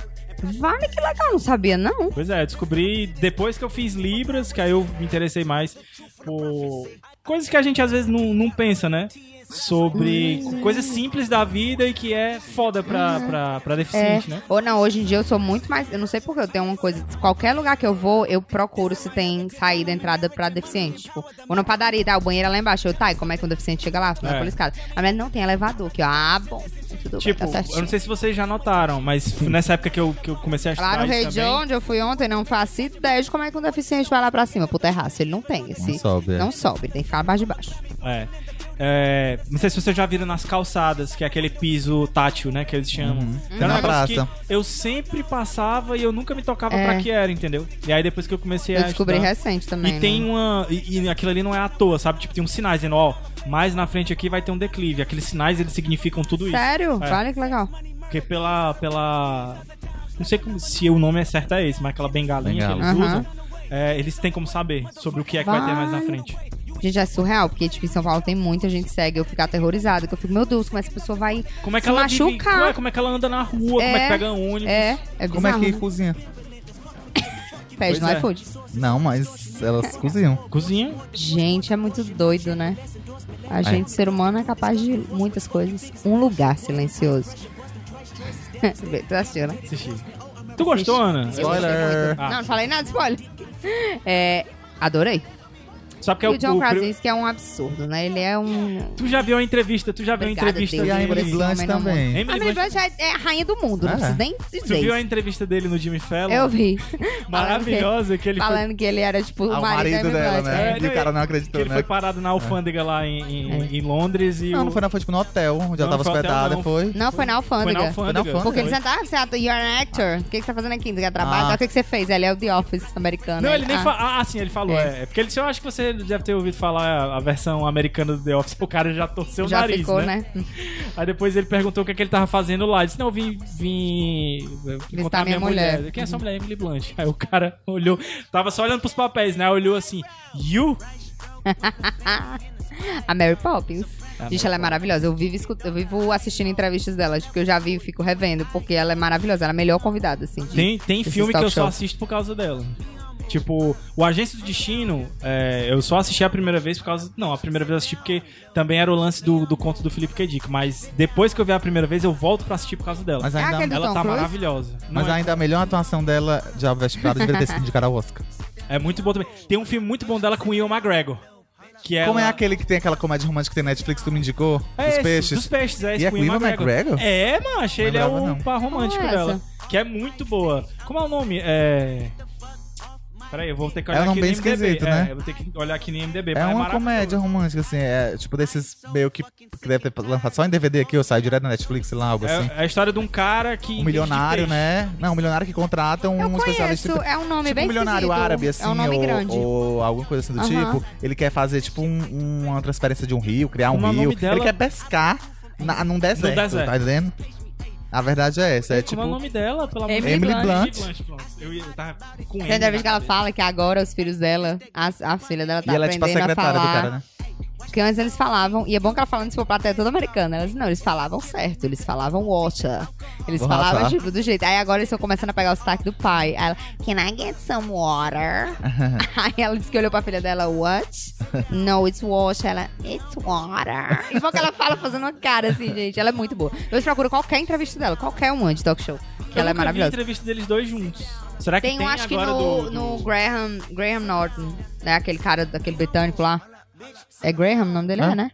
Speaker 4: Vale que legal. Não sabia, não.
Speaker 3: Pois é, eu descobri depois que eu fiz Libras, que aí eu me interessei mais por coisas que a gente às vezes não, não pensa, né? Sobre
Speaker 4: Hum.
Speaker 3: coisas simples da vida e que é foda pra, pra, pra
Speaker 4: É.
Speaker 3: deficiente, né?
Speaker 4: Ou não, hoje em dia eu sou muito mais. Eu não sei porque eu tenho uma coisa. Qualquer lugar que eu vou, eu procuro se tem saída, entrada pra deficiente. Tipo, vou na padaria, tá? O banheiro é lá embaixo. Eu, tá, e como é que um deficiente chega lá?
Speaker 3: É.
Speaker 4: Vai pela escada. A mulher não tem elevador aqui, ó. Ah, bom. Tudo
Speaker 3: Tipo,
Speaker 4: bem, tá certinho.
Speaker 3: eu não sei se vocês já notaram, mas nessa época que eu, que eu comecei a estudar
Speaker 4: Lá no
Speaker 3: isso
Speaker 4: Rei de
Speaker 3: também,
Speaker 4: onde eu fui ontem, não faço ideia de como é que um deficiente vai lá pra cima, pro terraço. Ele não tem esse.
Speaker 2: Não sobe, é.
Speaker 4: Não sobe, tem que ficar abaixo de baixo.
Speaker 3: É. É, não sei se vocês já viram nas calçadas, que é aquele piso tátil, né? Que eles chamam. Então,
Speaker 2: Na
Speaker 3: um negócio
Speaker 2: praça.
Speaker 3: que eu sempre passava e eu nunca me tocava
Speaker 4: É.
Speaker 3: pra que era, entendeu? E aí depois que eu comecei
Speaker 4: eu
Speaker 3: a
Speaker 4: descobri
Speaker 3: estudar...
Speaker 4: recente também.
Speaker 3: tá? E
Speaker 4: né?
Speaker 3: tem uma. E, e aquilo ali não é à toa, sabe? Tipo, tem uns sinais dizendo, ó, mais na frente aqui vai ter um declive. Aqueles sinais, eles significam tudo isso.
Speaker 4: Sério?
Speaker 3: É.
Speaker 4: Vale que legal.
Speaker 3: Porque pela. pela. Não sei como- se o nome é certo é esse, mas aquela bengalinha
Speaker 2: Bengala.
Speaker 3: que eles
Speaker 4: Aham.
Speaker 3: usam, é, eles têm como saber sobre o que é que vai, ter mais na
Speaker 4: Vai.
Speaker 3: frente.
Speaker 4: Gente, é surreal, porque, tipo, em São Paulo tem muita gente cega. Eu fico aterrorizada, que eu fico, meu Deus, como essa pessoa vai
Speaker 3: Como é que
Speaker 4: se
Speaker 3: ela
Speaker 4: machucar?
Speaker 3: vive? Como é que ela anda na rua? Como é que
Speaker 4: É,
Speaker 3: pega ônibus?
Speaker 4: É, é bizarro.
Speaker 2: Como é que
Speaker 4: né?
Speaker 2: cozinha?
Speaker 4: Pede no
Speaker 3: Pois é.
Speaker 4: iFood.
Speaker 2: Não, mas elas cozinham.
Speaker 3: Cozinha.
Speaker 4: Gente, é muito doido, né? A gente, ser humano, é capaz de muitas coisas. Um lugar silencioso. tu assistiu, né?
Speaker 3: Assisti. Tu gostou, Ana?
Speaker 4: Eu gostei
Speaker 2: Spoiler.
Speaker 4: muito.
Speaker 3: Ah.
Speaker 4: Não, não falei nada de spoiler. É, adorei.
Speaker 3: Sabe que
Speaker 4: E
Speaker 3: é
Speaker 4: o
Speaker 3: o,
Speaker 4: John
Speaker 3: o pri-
Speaker 4: Krasinski é um absurdo, né? Ele é um...
Speaker 3: Tu já viu a entrevista, tu já viu
Speaker 4: Obrigada,
Speaker 3: a entrevista
Speaker 4: Deus,
Speaker 2: E a
Speaker 4: Sim.
Speaker 3: dele.
Speaker 2: Emily Blunt
Speaker 4: Homem não
Speaker 2: também.
Speaker 3: Emily
Speaker 4: A Emily
Speaker 3: Blunt-
Speaker 4: Blunt é- é a rainha do mundo, não
Speaker 2: Ah.
Speaker 4: preciso nem
Speaker 3: Tu
Speaker 4: dizer
Speaker 3: viu a
Speaker 4: isso.
Speaker 3: entrevista dele no Jimmy Fallon?
Speaker 4: Eu vi.
Speaker 3: Maravilhosa que ele foi
Speaker 4: Falando que ele era, tipo, o
Speaker 2: Ah, o
Speaker 4: marido,
Speaker 2: marido
Speaker 4: da Emily
Speaker 2: dela,
Speaker 4: Blunt,
Speaker 2: né?
Speaker 3: É,
Speaker 2: E
Speaker 3: não,
Speaker 2: o cara não
Speaker 3: Que
Speaker 2: acreditou,
Speaker 3: ele foi
Speaker 2: né?
Speaker 3: parado na alfândega lá em, em-
Speaker 4: É.
Speaker 3: em Londres e
Speaker 2: Não,
Speaker 3: o...
Speaker 2: não foi não, foi tipo no hotel, onde ela
Speaker 3: Não,
Speaker 2: tava
Speaker 3: foi hotel,
Speaker 2: hospedada,
Speaker 3: não.
Speaker 2: foi.
Speaker 4: Não, foi na
Speaker 3: É. foi
Speaker 4: alfândega.
Speaker 3: na alfândega.
Speaker 2: Foi na alfândega.
Speaker 4: Porque eles sentaram, você ah, you're an actor. O que, que você tá fazendo aqui? Você quer trabalho?
Speaker 2: Ah.
Speaker 4: Ah, o que, que você fez? Ele é o The Office americano.
Speaker 3: Não, ele nem
Speaker 4: ah.
Speaker 3: falou. Ah, sim, ele falou. É.
Speaker 4: É.
Speaker 3: Porque ele disse, eu acho que você deve ter ouvido falar a versão americana do The Office. O cara já torceu
Speaker 4: Já
Speaker 3: o nariz,
Speaker 4: ficou,
Speaker 3: né?
Speaker 4: né?
Speaker 3: Aí depois ele perguntou o que, é que ele tava fazendo lá. Ele disse, não, eu vim, vim encontrar
Speaker 4: minha mulher.
Speaker 3: Quem é sua mulher? Emily Blunt. Aí o cara olhou, tava só olhando pros papéis, né? Olhou assim, you?
Speaker 4: né? A Mary Poppins.
Speaker 3: A
Speaker 4: Gente, ela é maravilhosa. Eu vivo, escut- eu vivo assistindo entrevistas dela, porque eu já vi e fico revendo, porque ela é maravilhosa. Ela é a melhor convidada, assim. de-
Speaker 3: Tem, tem
Speaker 4: Esses
Speaker 3: filme que
Speaker 4: talk
Speaker 2: é
Speaker 3: eu só
Speaker 4: show.
Speaker 3: assisto por causa dela. Tipo, o Agência do Destino, é, eu só assisti a primeira vez por causa. Não, a primeira vez eu assisti porque também era o lance do, do conto do Felipe K. Dick. Mas depois que eu vi a primeira vez, eu volto pra assistir por causa dela.
Speaker 2: Mas
Speaker 4: É
Speaker 2: ainda,
Speaker 4: aquele do
Speaker 3: Ela
Speaker 4: Tom
Speaker 3: tá
Speaker 4: Cruise?
Speaker 3: maravilhosa. Não
Speaker 2: mas
Speaker 3: é,
Speaker 2: ainda a melhor atuação dela, já vestibulada, deveria ter sido indicada ao Oscar.
Speaker 3: é muito bom também. Tem um filme muito bom dela com o Ian McGregor. Que
Speaker 2: Como é
Speaker 3: ela-
Speaker 2: aquele que tem aquela comédia romântica que tem na Netflix, tu me indicou?
Speaker 3: É
Speaker 2: dos
Speaker 3: esse,
Speaker 2: peixes.
Speaker 3: Dos peixes, é esse
Speaker 2: E é
Speaker 3: com
Speaker 2: com
Speaker 3: Ian
Speaker 2: Ian McGregor?
Speaker 3: É, macho, ele é
Speaker 2: Lembrava,
Speaker 3: o
Speaker 2: não.
Speaker 3: par romântico
Speaker 4: Como é
Speaker 3: dela. Que é muito boa. Como é o nome? É. Peraí, eu vou ter que olhar
Speaker 2: É um
Speaker 3: aqui
Speaker 2: nome bem
Speaker 3: no MDB.
Speaker 2: esquisito,
Speaker 3: é,
Speaker 2: né?
Speaker 3: eu vou ter que olhar aqui no MDB. mas
Speaker 2: É uma
Speaker 3: maravilhoso.
Speaker 2: comédia romântica, assim, é tipo desses meio que, que deve ter lançado só em DVD aqui, ou sai direto na Netflix, sei lá, algo assim.
Speaker 3: É, é a história de um cara que.
Speaker 2: Um milionário, né? Não, um milionário que contrata um
Speaker 4: Eu conheço,
Speaker 2: especialista. em-
Speaker 4: é um nome
Speaker 2: tipo
Speaker 4: bem
Speaker 2: um milionário
Speaker 4: esquisito.
Speaker 2: árabe, assim,
Speaker 4: É um nome
Speaker 2: ou,
Speaker 4: grande.
Speaker 2: ou alguma coisa assim do
Speaker 4: Aham.
Speaker 2: tipo. Ele quer fazer, tipo, um- uma transferência de um rio, criar um
Speaker 3: Como é o
Speaker 2: rio.
Speaker 3: nome dela?
Speaker 2: Ele quer pescar na, num deserto,
Speaker 3: deserto.
Speaker 2: tá entendendo? A verdade é essa, é tipo...
Speaker 3: Como é o nome dela? Pelo amor de
Speaker 4: Emily
Speaker 3: Deus?
Speaker 2: Blunt.
Speaker 3: Blunt, pronto. Eu, ia- eu tava com
Speaker 4: Tem
Speaker 3: Emily
Speaker 4: entrevista que
Speaker 3: na
Speaker 4: ela
Speaker 3: cabeça.
Speaker 4: fala que agora os filhos dela, a, a filha dela tá
Speaker 2: e ela é tipo a
Speaker 4: aprendendo a
Speaker 2: secretária
Speaker 4: falar.
Speaker 2: do cara, né?
Speaker 4: Porque antes eles falavam, e é bom que ela falando isso pro plateia toda americana. Elas não, eles falavam certo, eles falavam water. Eles
Speaker 2: Water.
Speaker 4: falavam, tipo, do jeito. Aí agora eles estão começando a pegar o sotaque do pai. Aí ela, can I get some water? Aí ela disse que olhou pra filha dela, what? no, it's water. Ela, it's water. E bom que ela fala fazendo uma cara assim, gente. Ela é muito boa. Eu procuro qualquer entrevista dela, qualquer uma de talk show. Que
Speaker 3: Eu
Speaker 4: ela
Speaker 3: nunca vi
Speaker 4: é
Speaker 3: a
Speaker 4: maravilhosa.
Speaker 3: entrevista deles dois juntos. Será que
Speaker 4: Tem
Speaker 3: tem,
Speaker 4: um, acho que
Speaker 3: agora
Speaker 4: no,
Speaker 3: do, do-
Speaker 4: no Graham, Graham Norton, né? Aquele cara, daquele britânico lá. É Graham o nome dele,
Speaker 2: Ah.
Speaker 4: é, né?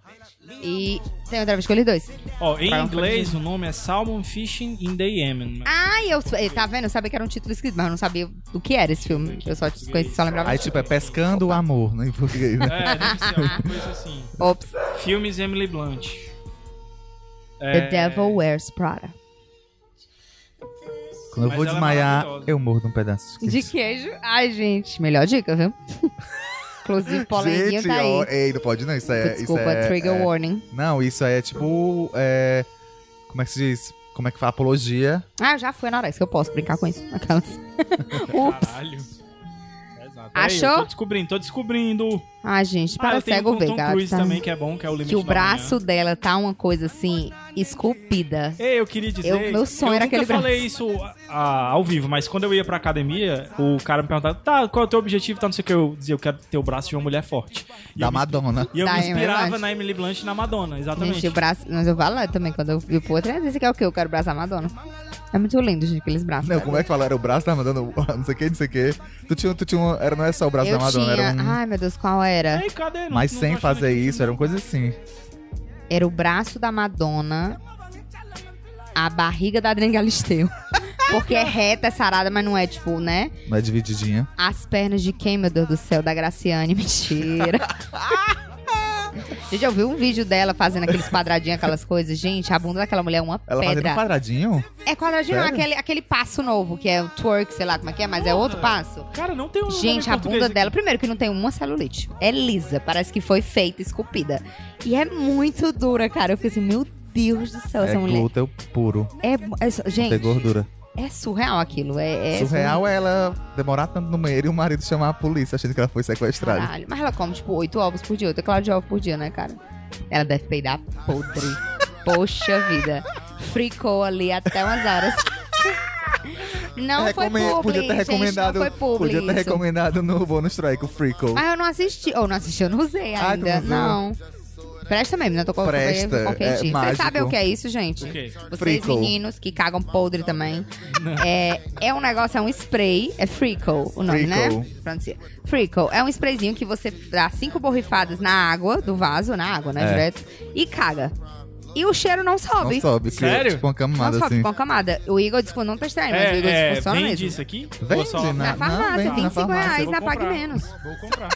Speaker 4: E tem outra vez que eu li dois.
Speaker 3: Ó, em
Speaker 4: Brown
Speaker 3: inglês o nome é Salmon Fishing in the Yemen. né?
Speaker 4: Ai, eu, eh, tá vendo? Eu sabia que era um título escrito, mas eu não sabia o que era esse filme. Eu só conheci, só lembrava.
Speaker 2: Aí, tipo, é pescando o amor, né? Em português, né?
Speaker 3: É, deve ser alguma coisa assim.
Speaker 4: Ops.
Speaker 3: Filmes Emily Blunt. É,
Speaker 4: The Devil Wears Prada.
Speaker 2: Quando
Speaker 3: Mas
Speaker 2: eu vou
Speaker 3: ela é
Speaker 2: desmaiar,
Speaker 3: maravilhosa.
Speaker 2: eu mordo um pedaço.
Speaker 4: De queijo. Ai, gente. Melhor dica, viu? Inclusive, polêmica
Speaker 2: Gente,
Speaker 4: tá aí.
Speaker 2: ó, ei, não pode não, isso é...
Speaker 4: Desculpa,
Speaker 2: isso é,
Speaker 4: trigger
Speaker 2: é-
Speaker 4: warning.
Speaker 2: Não, isso é tipo. é, como é que se diz? Como é que fala? Apologia.
Speaker 4: Ah, eu já fui na hora que eu posso brincar com isso. Aquelas. Ups.
Speaker 3: Caralho. Exato.
Speaker 4: Achou?
Speaker 3: Aí, eu tô descobrindo, tô descobrindo.
Speaker 4: Ai, gente,
Speaker 3: Ah,
Speaker 4: para
Speaker 3: eu tenho
Speaker 4: cego
Speaker 3: um com
Speaker 4: ver,
Speaker 3: Tom
Speaker 4: galera.
Speaker 3: Cruise também, que é bom, que é o limite
Speaker 4: que o
Speaker 2: né?
Speaker 3: da
Speaker 4: braço dela tá uma coisa assim, esculpida.
Speaker 3: Manhã. Ei, eu queria dizer.
Speaker 4: Eu- meu sonho
Speaker 3: eu
Speaker 4: era
Speaker 3: nunca
Speaker 4: aquele
Speaker 3: falei isso a- a- ao vivo, mas quando eu ia pra academia, o cara me perguntava, tá, qual é o teu objetivo? Tá, não sei o que. Eu dizia, eu quero ter o braço de uma mulher forte. E
Speaker 2: Da
Speaker 3: eu me-
Speaker 2: Madonna.
Speaker 3: E eu
Speaker 4: Da
Speaker 3: me
Speaker 4: Emily
Speaker 3: inspirava
Speaker 4: Blunt.
Speaker 3: na Emily Blunt e na Madonna, exatamente.
Speaker 4: Tá, é Gente, o braço. Mas eu falo também, quando eu vi pro outro, esse aqui é o quê? Eu quero o braço da Madonna. É muito lindo, gente, aqueles braços.
Speaker 2: Não,
Speaker 4: sabe?
Speaker 2: como é que fala? Era o braço da Madonna, não sei o que, não sei o que. Tu tinha, tu tinha um, era, não é só o braço
Speaker 4: Eu
Speaker 2: da Madonna,
Speaker 4: tinha.
Speaker 2: era um.
Speaker 4: Ai, meu Deus, qual era?
Speaker 3: Ei, cadê? Não-
Speaker 2: mas
Speaker 3: não
Speaker 2: sem
Speaker 3: tô achando
Speaker 2: fazer
Speaker 3: aqui.
Speaker 2: isso, era uma coisa assim.
Speaker 4: Era o braço da Madonna, a barriga da Adriana Galisteu. Porque é reta, é sarada, mas não é tipo, né?
Speaker 2: Não é divididinha.
Speaker 4: As pernas de quem, meu Deus do céu? Da Graciane, mentira. Gente, eu vi um vídeo dela fazendo aqueles quadradinhos, aquelas coisas. Gente, a bunda daquela mulher é uma
Speaker 2: Ela fazendo um
Speaker 4: pedra.
Speaker 2: quadradinho?
Speaker 4: É quadradinho, não,
Speaker 2: Sério?
Speaker 4: aquele, aquele passo novo, que é o twerk, sei lá como é que é, mas é outro passo.
Speaker 3: Cara, não tem um. nome
Speaker 4: Gente,
Speaker 3: em
Speaker 4: a
Speaker 3: português
Speaker 4: bunda
Speaker 3: aqui.
Speaker 4: dela, primeiro que não tem uma celulite. É lisa, parece que foi feita, esculpida. E é muito dura, cara. Eu fiquei assim, meu Deus do céu,
Speaker 2: é
Speaker 4: essa mulher.
Speaker 2: glúteo puro,
Speaker 4: É, é só-
Speaker 2: não tem
Speaker 4: gente,
Speaker 2: gordura.
Speaker 4: É surreal aquilo. É, é
Speaker 2: Surreal é ela demorar tanto no banheiro e o marido chamar a polícia achando que ela foi sequestrada.
Speaker 4: Caralho. Mas ela come, tipo, oito ovos por dia. Oito claro de ovo por dia, né, cara? Ela deve peidar podre. Poxa vida. Fricou ali até umas horas. Ah, Não
Speaker 2: Recomen-
Speaker 4: foi publi,
Speaker 2: podia ter recomendado,
Speaker 4: gente, não foi publi
Speaker 2: podia ter
Speaker 4: isso. Ah,
Speaker 2: recomendado no bonus strike o Freako.
Speaker 4: Mas eu não assisti. Ou não assisti, eu não usei
Speaker 2: Ah, tu
Speaker 4: ainda.
Speaker 2: não
Speaker 4: não. Presta mesmo, não tô com-
Speaker 2: Presta, é
Speaker 4: confiante. Vocês
Speaker 2: mágico.
Speaker 4: sabem o que é isso, gente?
Speaker 3: O quê?
Speaker 4: Vocês
Speaker 2: Freakle.
Speaker 4: meninos que cagam podre também. É, é um negócio, é um spray. É Freakle o nome, né?
Speaker 2: Freakle.
Speaker 4: Pronuncia. Freakle. É um sprayzinho que você dá cinco borrifadas na água do vaso, na água, né?
Speaker 2: É.
Speaker 4: Direto. E caga. E o cheiro não sobe.
Speaker 2: Não sobe, que é
Speaker 3: Sério?
Speaker 2: tipo uma
Speaker 4: Não
Speaker 2: camada
Speaker 4: sobe
Speaker 2: assim.
Speaker 4: com a camada. O Igor disse que não tá estranho, mas o Igor disse que
Speaker 3: É, é,
Speaker 4: funciona
Speaker 3: vende
Speaker 4: mesmo.
Speaker 3: isso aqui? Ou
Speaker 2: Vende,
Speaker 3: só-
Speaker 2: né?
Speaker 4: Na
Speaker 2: Não,
Speaker 4: farmácia,
Speaker 2: vende na
Speaker 4: 25
Speaker 2: farmácia,
Speaker 4: reais,
Speaker 3: eu
Speaker 4: na
Speaker 3: vou
Speaker 4: Pague
Speaker 3: comprar.
Speaker 4: Menos.
Speaker 3: Vou comprar.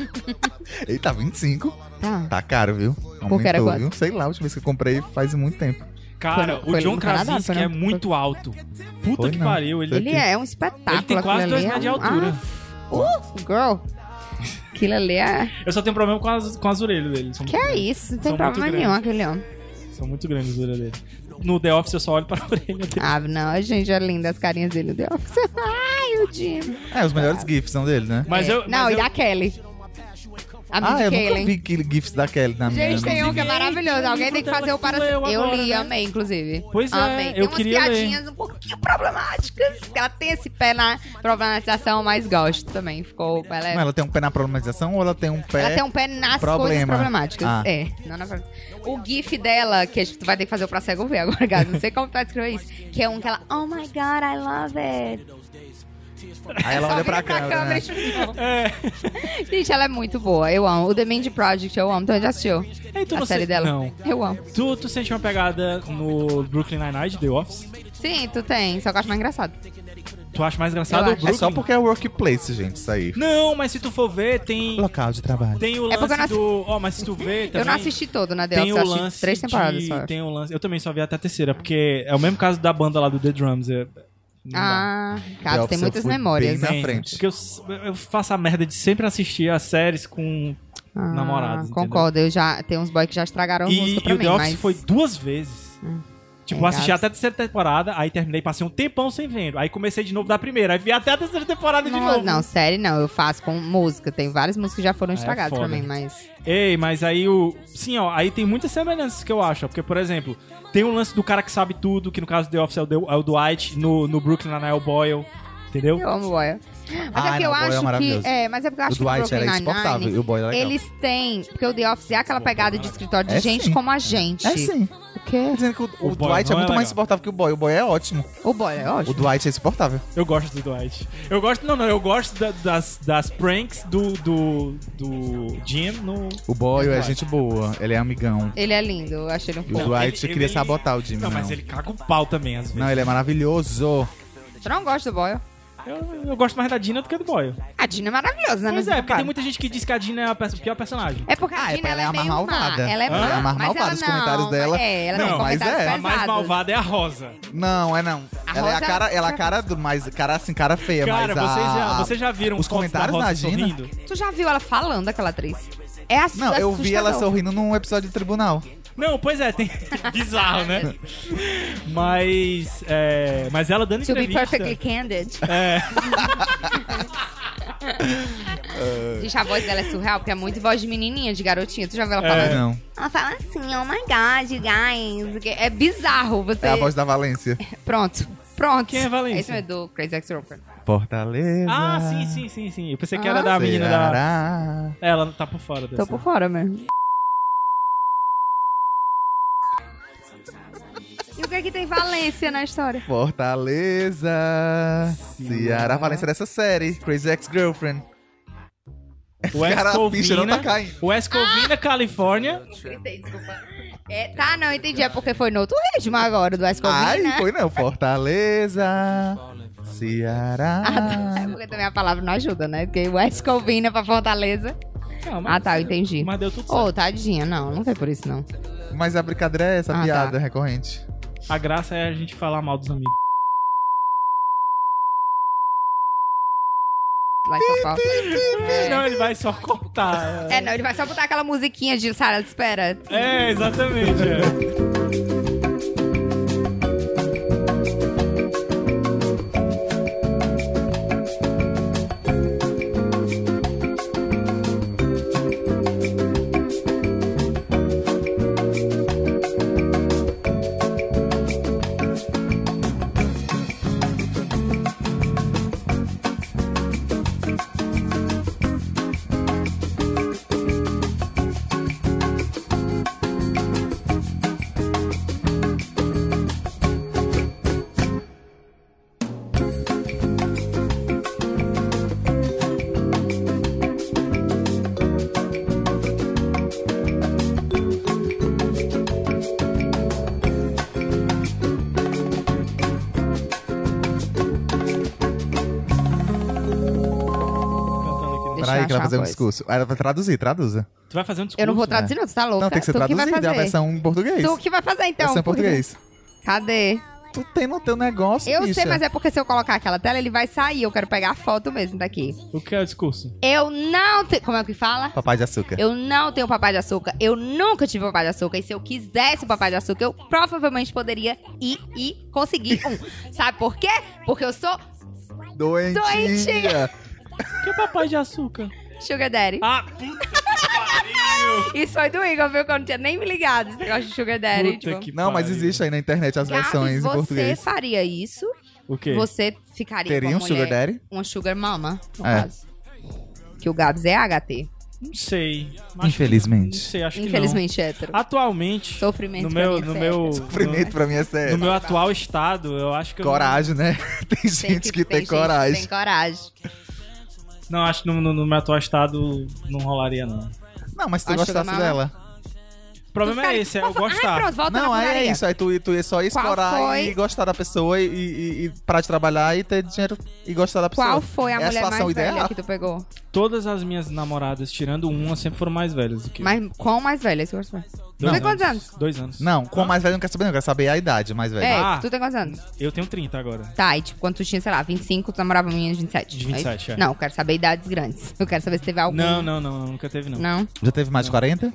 Speaker 2: Eita, 25?
Speaker 4: Tá.
Speaker 2: Tá caro, viu?
Speaker 4: Porque era
Speaker 2: Aumentou,
Speaker 4: quanto?
Speaker 2: viu? Sei lá, a última vez que eu comprei faz muito tempo.
Speaker 3: Cara,
Speaker 4: Foi no-
Speaker 3: o
Speaker 4: foi
Speaker 3: John
Speaker 4: no Canadá,
Speaker 3: Krasinski
Speaker 4: foi no-
Speaker 3: é muito alto. Puta
Speaker 2: Foi
Speaker 3: que
Speaker 2: não.
Speaker 3: pariu. Ele,
Speaker 4: Ele é um espetáculo.
Speaker 3: Ele tem quase
Speaker 4: aquilo ali
Speaker 3: dois
Speaker 4: é
Speaker 3: metros de
Speaker 4: um-
Speaker 3: altura.
Speaker 4: Ah, Uh, girl. Aquilo ali é...
Speaker 3: Eu só tenho problema com as, com as orelhas dele. São
Speaker 4: Que
Speaker 3: muito
Speaker 4: é
Speaker 3: grandes.
Speaker 4: isso, não tem
Speaker 3: São muito
Speaker 4: problema nenhum aquele homem.
Speaker 3: São muito grandes as orelhas dele. No The Office eu só olho pra orelha dele.
Speaker 4: Ah, não, a gente é linda as carinhas dele, deu. Ai, o Jim.
Speaker 2: É, os melhores
Speaker 4: Tá.
Speaker 2: GIFs são dele, né?
Speaker 3: Mas
Speaker 4: É.
Speaker 3: eu.
Speaker 4: Não,
Speaker 3: mas
Speaker 4: e
Speaker 3: eu-
Speaker 4: da Kelly. A
Speaker 2: Ah,
Speaker 4: Mindy
Speaker 2: eu
Speaker 4: Kelly.
Speaker 2: nunca vi que- GIFs da Kelly na minha.
Speaker 4: Gente, tem um que é maravilhoso. Alguém tem que fazer o para.
Speaker 3: Tu leu
Speaker 4: Eu
Speaker 3: agora,
Speaker 4: li,
Speaker 3: né?
Speaker 4: amei, inclusive.
Speaker 3: Pois é,
Speaker 4: amei. Tem
Speaker 3: eu
Speaker 4: umas
Speaker 3: queria ler.
Speaker 4: piadinhas um pouquinho problemáticas. que Ela tem esse pé na problematização, mas gosto também. Ficou. Ela é-
Speaker 2: Mas ela tem um pé na problematização ou ela tem um pé...
Speaker 4: Ela tem um pé nas
Speaker 2: Problema.
Speaker 4: coisas problemáticas.
Speaker 2: Ah.
Speaker 4: É. Não na verdade. O gif dela, que a gente- tu vai ter que fazer o processo ver agora, Gabi. Não sei como tu vai descrever isso. Que é um que ela, oh my god, I love it.
Speaker 2: Aí ela
Speaker 4: é Só
Speaker 2: olha
Speaker 4: vira
Speaker 2: pra câmera, né?
Speaker 4: e tipo, não.
Speaker 3: É.
Speaker 4: Gente, ela é muito boa. Eu amo. O The Mind Project, eu amo. Tu já assistiu
Speaker 3: Ei, tu
Speaker 4: a
Speaker 3: não
Speaker 4: série
Speaker 3: sei-
Speaker 4: dela?
Speaker 3: Não.
Speaker 4: Eu amo.
Speaker 3: Tu, tu sente uma pegada no Brooklyn Nine-Nine de The Office?
Speaker 4: Sim, tu tem. Só que eu acho mais engraçado.
Speaker 3: Tu acha mais engraçado
Speaker 4: Eu
Speaker 3: o
Speaker 4: acho.
Speaker 2: É
Speaker 3: Brooklyn?
Speaker 2: só porque é workplace, gente, isso aí.
Speaker 3: Não, mas se tu for ver, tem,
Speaker 2: Local de trabalho.
Speaker 3: tem o
Speaker 4: É
Speaker 3: lance
Speaker 4: porque É eu não assi-
Speaker 3: do... Ó, mas se tu ver também...
Speaker 4: eu não assisti todo, na The
Speaker 3: Tem
Speaker 4: Office. Eu
Speaker 3: o
Speaker 4: assisti
Speaker 3: lance
Speaker 4: três
Speaker 3: de-
Speaker 4: temporadas só.
Speaker 3: Tem o lance... Eu também só vi até a terceira, porque é o mesmo caso da banda lá do The Drums. é- não dá.
Speaker 4: Ah, Ricardo, tem
Speaker 2: Office eu
Speaker 4: muitas
Speaker 2: fui
Speaker 4: memórias.
Speaker 2: bem na
Speaker 4: né?
Speaker 3: Tem,
Speaker 2: frente.
Speaker 3: Porque eu, s- eu faço a merda de sempre assistir as séries com.
Speaker 4: Ah,
Speaker 3: namorados, entendeu?
Speaker 4: Concordo. Eu já, tem uns boys que já estragaram
Speaker 3: e
Speaker 4: música
Speaker 3: e
Speaker 4: pra
Speaker 3: o
Speaker 4: mim.
Speaker 3: The Office
Speaker 4: mas... Hum.
Speaker 3: foi duas vezes. Tipo, eu
Speaker 4: Tem
Speaker 3: assisti
Speaker 4: casos.
Speaker 3: até a terceira temporada, aí terminei, passei um tempão sem vendo. Aí comecei de novo da primeira, aí vi até a terceira temporada Tipo de
Speaker 4: Não,
Speaker 3: novo.
Speaker 4: não, série não, eu faço com música. Tem várias músicas que já
Speaker 2: Ah,
Speaker 4: foram
Speaker 3: É
Speaker 4: estragadas pra
Speaker 3: foda.
Speaker 4: mim, mas.
Speaker 3: Ei, mas aí o. Sim, ó, aí tem muitas semelhanças que eu acho. ó, Porque, por exemplo, tem um lance do cara que sabe tudo, que no caso do The Office é o, The- é o Dwight, no, no Brooklyn, na Nile Boyle. Entendeu?
Speaker 4: Eu amo Boy. Mas
Speaker 2: Ah,
Speaker 4: é porque
Speaker 2: não,
Speaker 4: eu
Speaker 2: Boyle é
Speaker 4: acho
Speaker 2: maravilhoso.
Speaker 4: que. É, mas é porque eu
Speaker 2: O
Speaker 4: acho
Speaker 2: Dwight
Speaker 4: que o
Speaker 2: era
Speaker 4: Brooklyn
Speaker 2: insuportável e
Speaker 4: Nine-Nine,
Speaker 2: o boy era legal.
Speaker 4: eles têm. Porque o The Office é aquela pegada de escritório de
Speaker 2: É
Speaker 4: gente
Speaker 2: sim.
Speaker 4: como a gente.
Speaker 2: É sim.
Speaker 4: O quê?
Speaker 2: Dizendo que o, o
Speaker 3: O boy
Speaker 2: Dwight é muito
Speaker 3: não é legal.
Speaker 2: mais insuportável que o boy. O boy é ótimo.
Speaker 4: O Boy é
Speaker 2: O
Speaker 4: ótimo.
Speaker 2: Dwight é insuportável.
Speaker 3: Eu gosto do Dwight. Eu gosto, não, não, eu gosto da- das, das pranks do, do, do Jim no.
Speaker 2: O boy é gente boa, ele é amigão.
Speaker 4: Ele é lindo, eu achei ele um
Speaker 2: E
Speaker 4: fofo.
Speaker 2: o Dwight
Speaker 3: ele-
Speaker 2: queria
Speaker 3: ele-
Speaker 2: sabotar o Jimmy.
Speaker 3: Não,
Speaker 2: Não,
Speaker 3: mas ele caga o pau também, às
Speaker 2: Não,
Speaker 3: vezes.
Speaker 2: ele é maravilhoso.
Speaker 4: Tu não gosta do Boy?
Speaker 3: Eu, eu gosto mais da Dina do que do Boyle.
Speaker 4: A Dina é maravilhosa, né?
Speaker 3: Pois
Speaker 4: Mas
Speaker 3: é, porque tem muita gente que diz que a Dina é a perso- pior personagem.
Speaker 4: É porque
Speaker 2: Ah,
Speaker 4: a Dina, ela, é
Speaker 2: mais
Speaker 4: meio má.
Speaker 2: malvada.
Speaker 4: Ela
Speaker 2: Ela
Speaker 4: é
Speaker 2: é
Speaker 4: má,
Speaker 2: mais
Speaker 4: mas
Speaker 2: malvada,
Speaker 4: ela
Speaker 2: os
Speaker 4: não,
Speaker 2: comentários dela-
Speaker 4: É, ela
Speaker 2: Não,
Speaker 4: tem
Speaker 2: mas
Speaker 4: comentários
Speaker 2: é.
Speaker 3: A mais
Speaker 4: pesados.
Speaker 3: malvada é a Rosa.
Speaker 2: Não, é não.
Speaker 4: A
Speaker 2: ela é a
Speaker 4: Rosa-
Speaker 2: cara, ela é a cara do mais cara assim, cara feia,
Speaker 3: Cara,
Speaker 2: mas a-
Speaker 3: vocês, já, vocês já viram
Speaker 2: os
Speaker 3: fotos
Speaker 2: comentários
Speaker 3: da
Speaker 2: da
Speaker 3: Rosa
Speaker 2: Dina?
Speaker 3: sorrindo?
Speaker 4: Tu já viu ela falando, aquela atriz? É assustador.
Speaker 2: Não, eu vi ela sorrindo num episódio de tribunal.
Speaker 3: Não, pois é, tem. Bizarro, né? Mas. é, Mas ela dando
Speaker 4: To be
Speaker 3: entrevista.
Speaker 4: perfectly candid.
Speaker 3: É,
Speaker 4: Gente, a voz dela é surreal, porque é muito voz de menininha, de garotinha. Tu já viu ela
Speaker 2: É.
Speaker 4: falando?
Speaker 2: Não.
Speaker 4: Ela fala assim, oh my god, guys. É bizarro você...
Speaker 2: É a voz da Valência.
Speaker 4: Pronto. Pronto.
Speaker 3: Quem é Valência?
Speaker 4: É isso mesmo, do Crazy Ex-Girlfriend.
Speaker 2: Fortaleza.
Speaker 3: ah, sim, sim, sim, sim. Eu pensei que era
Speaker 4: Ah.
Speaker 3: da
Speaker 2: é.
Speaker 3: menina da.
Speaker 2: Ceará.
Speaker 3: Ela tá por fora dessa.
Speaker 4: Tô por fora mesmo. E o que é que tem Valência na história?
Speaker 2: Fortaleza. Ceará, Valência dessa série. Crazy Ex-Girlfriend.
Speaker 3: O
Speaker 2: Cara, a ficha não tá
Speaker 3: Escovina,
Speaker 2: caindo.
Speaker 3: o
Speaker 4: Ah!
Speaker 3: Escovina, Califórnia.
Speaker 4: Gritei, desculpa. É, tá, não, entendi. É porque foi no outro ritmo agora, do Escovinho,
Speaker 2: Ai,
Speaker 4: né?
Speaker 2: foi não. Fortaleza. Ceará. Ah,
Speaker 4: É porque também a palavra não ajuda, né? Porque o Escovina pra Fortaleza.
Speaker 3: Não, mas-
Speaker 4: Ah, tá, eu entendi.
Speaker 3: Mas deu tudo
Speaker 4: Ô,
Speaker 3: certo.
Speaker 4: tadinha, não, não foi por isso, não.
Speaker 2: Mas a brincadeira é essa
Speaker 4: Ah,
Speaker 2: piada
Speaker 4: tá.
Speaker 2: recorrente.
Speaker 3: A graça é a gente falar mal dos amigos.
Speaker 4: Vai só falta.
Speaker 3: Não, ele vai só cortar.
Speaker 4: É, não, ele vai só botar aquela musiquinha de sala de espera.
Speaker 3: É, exatamente. é.
Speaker 4: Deixa
Speaker 2: Peraí, que ela vai
Speaker 4: eu achar
Speaker 2: fazer um
Speaker 4: uma coisa.
Speaker 2: discurso. Ela vai traduzir, traduza.
Speaker 3: Tu vai fazer um discurso.
Speaker 4: Eu não vou
Speaker 3: né?
Speaker 4: traduzir, não. Tu tá louca.
Speaker 2: não, tem que ser
Speaker 4: tu que vai
Speaker 2: traduzida, é a
Speaker 4: fazer.
Speaker 2: versão em português. É
Speaker 4: Tu que vai fazer, então.
Speaker 2: versão em
Speaker 4: porque-
Speaker 2: português.
Speaker 4: Cadê?
Speaker 2: Tu tem no teu negócio,
Speaker 4: Eu
Speaker 2: bicha.
Speaker 4: sei, mas é porque se eu colocar aquela tela, ele vai sair. Eu quero pegar a foto mesmo daqui.
Speaker 3: O que é o discurso?
Speaker 4: Eu não tenho... Como é que fala?
Speaker 2: Papai de açúcar.
Speaker 4: Eu não tenho papai de açúcar. Eu nunca tive papai de açúcar. E se eu quisesse o papai de açúcar, eu provavelmente poderia ir e conseguir um. Sabe por quê? Porque eu sou
Speaker 2: Doentia.
Speaker 4: Doentia.
Speaker 3: Que é papai de açúcar?
Speaker 4: sugar daddy.
Speaker 3: Ah, puta que pariu!
Speaker 4: Isso foi do Igor, viu? Que eu não tinha nem me ligado esse negócio de sugar daddy.
Speaker 3: Puta
Speaker 4: tipo,
Speaker 3: que
Speaker 2: Não, mas
Speaker 3: pariu.
Speaker 2: existe aí na internet as
Speaker 4: Gabs,
Speaker 2: versões em
Speaker 4: você
Speaker 2: português.
Speaker 4: faria isso?
Speaker 3: O quê?
Speaker 4: Você ficaria
Speaker 2: Teria
Speaker 4: com
Speaker 2: um
Speaker 4: a
Speaker 2: sugar
Speaker 4: mulher,
Speaker 2: daddy?
Speaker 4: Uma sugar mama, no
Speaker 2: É.
Speaker 4: caso. Que o Gabs é HT.
Speaker 3: Não sei. Acho que- Não
Speaker 2: Infelizmente.
Speaker 3: sei, acho que
Speaker 4: Infelizmente é hétero.
Speaker 3: não. Atualmente,
Speaker 4: Sofrimento
Speaker 3: no meu,
Speaker 4: pra mim, é
Speaker 3: no
Speaker 4: sério.
Speaker 3: meu,
Speaker 2: Sofrimento pra mim é
Speaker 3: no,
Speaker 2: sério.
Speaker 3: no meu atual estado, eu acho que eu não-
Speaker 2: Coragem, né? tem gente que, tem,
Speaker 4: gente que
Speaker 2: coragem.
Speaker 4: tem coragem.
Speaker 3: Não, acho que no, no- no meu atual estado não rolaria não.
Speaker 2: Não, mas se tu
Speaker 4: Acho que
Speaker 2: gostasse
Speaker 4: não.
Speaker 2: dela.
Speaker 3: O problema
Speaker 4: Tu
Speaker 3: é
Speaker 4: ficaria-
Speaker 3: esse, é
Speaker 4: Vou
Speaker 3: eu
Speaker 4: falar- Ai,
Speaker 3: gostar.
Speaker 4: pronto, Ah, volta
Speaker 2: não,
Speaker 4: na
Speaker 2: aí é
Speaker 4: putaria.
Speaker 2: isso. Aí tu, tu ia só explorar
Speaker 4: foi?
Speaker 2: e gostar da pessoa e, e, e pra te trabalhar e ter dinheiro e gostar da pessoa.
Speaker 4: Qual foi a
Speaker 2: é a
Speaker 4: mulher
Speaker 2: situação
Speaker 4: mais
Speaker 2: ideal.
Speaker 4: velha que tu pegou?
Speaker 3: Todas as minhas namoradas, tirando uma, sempre foram mais velhas do que eu.
Speaker 4: Mas qual mais velha? Esse gostou? Tu tem quantos anos?
Speaker 3: Dois anos.
Speaker 2: Não, com a mais velha eu não quero saber, não. Eu quero saber a idade mais velha.
Speaker 4: É,
Speaker 3: Ah.
Speaker 4: tu tem quantos anos?
Speaker 3: Eu tenho 30 agora.
Speaker 4: Tá, e tipo, quando tu tinha, sei lá, 25, tu namorava uma menina de 27.
Speaker 3: De
Speaker 4: não isso?
Speaker 3: 27, é.
Speaker 4: Não, eu quero saber idades grandes. Eu quero saber se teve algum.
Speaker 3: Não, não, não, não, nunca teve não.
Speaker 4: Não?
Speaker 2: Já teve mais de 40?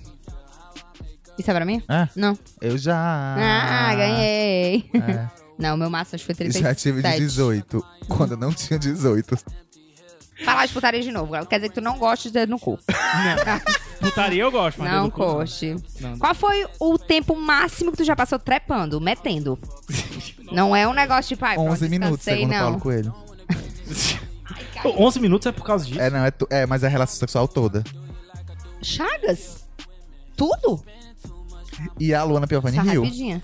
Speaker 4: Isso é pra mim?
Speaker 2: É.
Speaker 4: Não.
Speaker 2: Eu já.
Speaker 4: Ah, ganhei.
Speaker 2: É.
Speaker 4: Não, meu máximo acho que foi
Speaker 2: Eu
Speaker 4: 37.
Speaker 2: já tive de 18. Quando eu não tinha 18.
Speaker 4: Falar de putaria de novo. Quer dizer que tu não gosta de dedo no cu.
Speaker 3: Putaria eu gosto, mas dedo
Speaker 4: não
Speaker 3: no cu,
Speaker 4: goste.
Speaker 3: Não.
Speaker 4: Qual foi o tempo máximo que tu já passou trepando, metendo? Não é um negócio tipo, ai, pronto,
Speaker 2: 11 minutos,
Speaker 4: descansei,
Speaker 2: segundo
Speaker 4: não.
Speaker 2: Paulo Coelho.
Speaker 3: Pô, 11 minutos é por causa disso?
Speaker 2: É, não, é, tu- é, mas é a relação sexual toda.
Speaker 4: Chagas? Tudo?
Speaker 2: E a Luana Piovani
Speaker 4: Essa
Speaker 2: riu
Speaker 4: rapidinha.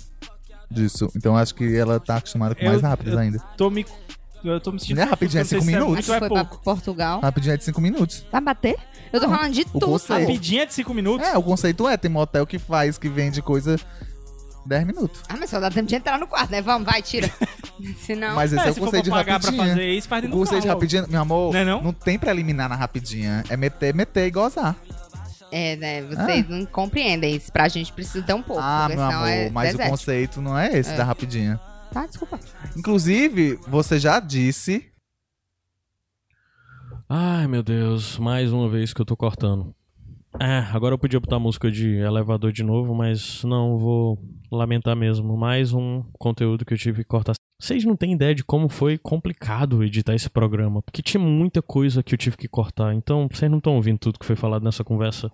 Speaker 2: disso. Então acho que ela tá acostumada com
Speaker 3: Eu-
Speaker 2: mais rápidos
Speaker 3: eu-
Speaker 2: ainda.
Speaker 3: Tô me... Eu tô me sentindo...
Speaker 2: Não é rapidinho, é
Speaker 3: confuso, eu não sei
Speaker 2: cinco
Speaker 3: se
Speaker 2: minutos.
Speaker 4: Mas
Speaker 3: muito ou
Speaker 4: foi
Speaker 3: é
Speaker 4: pra
Speaker 3: pouco.
Speaker 4: Portugal.
Speaker 2: Rapidinho é de 5 minutos.
Speaker 4: Vai bater? Eu tô falando de tudo.
Speaker 2: conceito.
Speaker 4: amor.
Speaker 3: Rapidinho é de 5 minutos?
Speaker 2: É, o conceito é, tem motel que faz, que vende coisa 10 minutos.
Speaker 4: Ah, mas só dá tempo de entrar no quarto, né? Vamos, vai, tira. Se não...
Speaker 2: Mas esse é,
Speaker 3: É,
Speaker 2: o
Speaker 3: se for
Speaker 2: conceito
Speaker 3: pra
Speaker 2: de
Speaker 3: pagar pra
Speaker 2: rapidinha.
Speaker 3: fazer isso, faz
Speaker 2: o
Speaker 3: dentro do
Speaker 2: conceito de
Speaker 3: carro.
Speaker 2: rapidinha, meu amor,
Speaker 3: Não
Speaker 2: não,
Speaker 3: é não?
Speaker 2: tem pra eliminar na rapidinha. É meter, meter e gozar.
Speaker 4: É, né? Vocês não compreendem isso. Pra gente precisa ter um pouco.
Speaker 2: ah,
Speaker 4: porque
Speaker 2: meu
Speaker 4: senão
Speaker 2: amor,
Speaker 4: é
Speaker 2: mas o
Speaker 4: deserto.
Speaker 2: conceito não é esse da rapidinha.
Speaker 4: Tá, desculpa.
Speaker 2: Inclusive, você já disse.
Speaker 1: Ai, meu Deus, mais uma vez que eu tô cortando. Ah, agora eu podia botar a música de elevador de novo, mas não vou lamentar mesmo. Mais um conteúdo que eu tive que cortar. Vocês não têm ideia de como foi complicado editar esse programa, porque tinha muita coisa que eu tive que cortar. Então, vocês não estão ouvindo tudo que foi falado nessa conversa.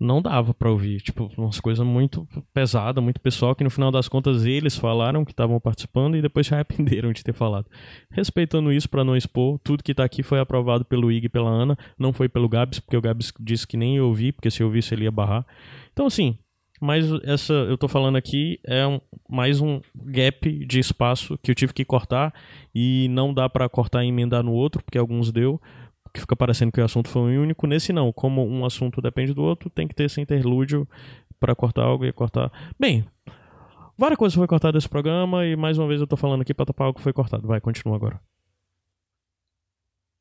Speaker 1: Não dava pra ouvir, tipo, umas coisas muito pesadas, muito pessoal, que no final das contas eles falaram que estavam participando e depois se arrependeram de ter falado. Respeitando isso pra não expor, tudo que tá aqui foi aprovado pelo IG e pela Ana, não foi pelo Gabs, porque o Gabs disse que nem eu ouvi, porque se eu ouvisse ele ia barrar. Então assim, mas essa eu tô falando aqui é um- mais um gap de espaço que eu tive que cortar e não dá pra cortar e emendar no outro, porque alguns deu, que fica parecendo que o assunto foi um único, nesse não, como um assunto depende do outro, tem que ter esse interlúdio pra cortar algo e cortar. Bem, Várias coisas foi cortada desse programa e mais uma vez eu tô falando aqui pra tapar algo que foi cortado. Vai, continua agora.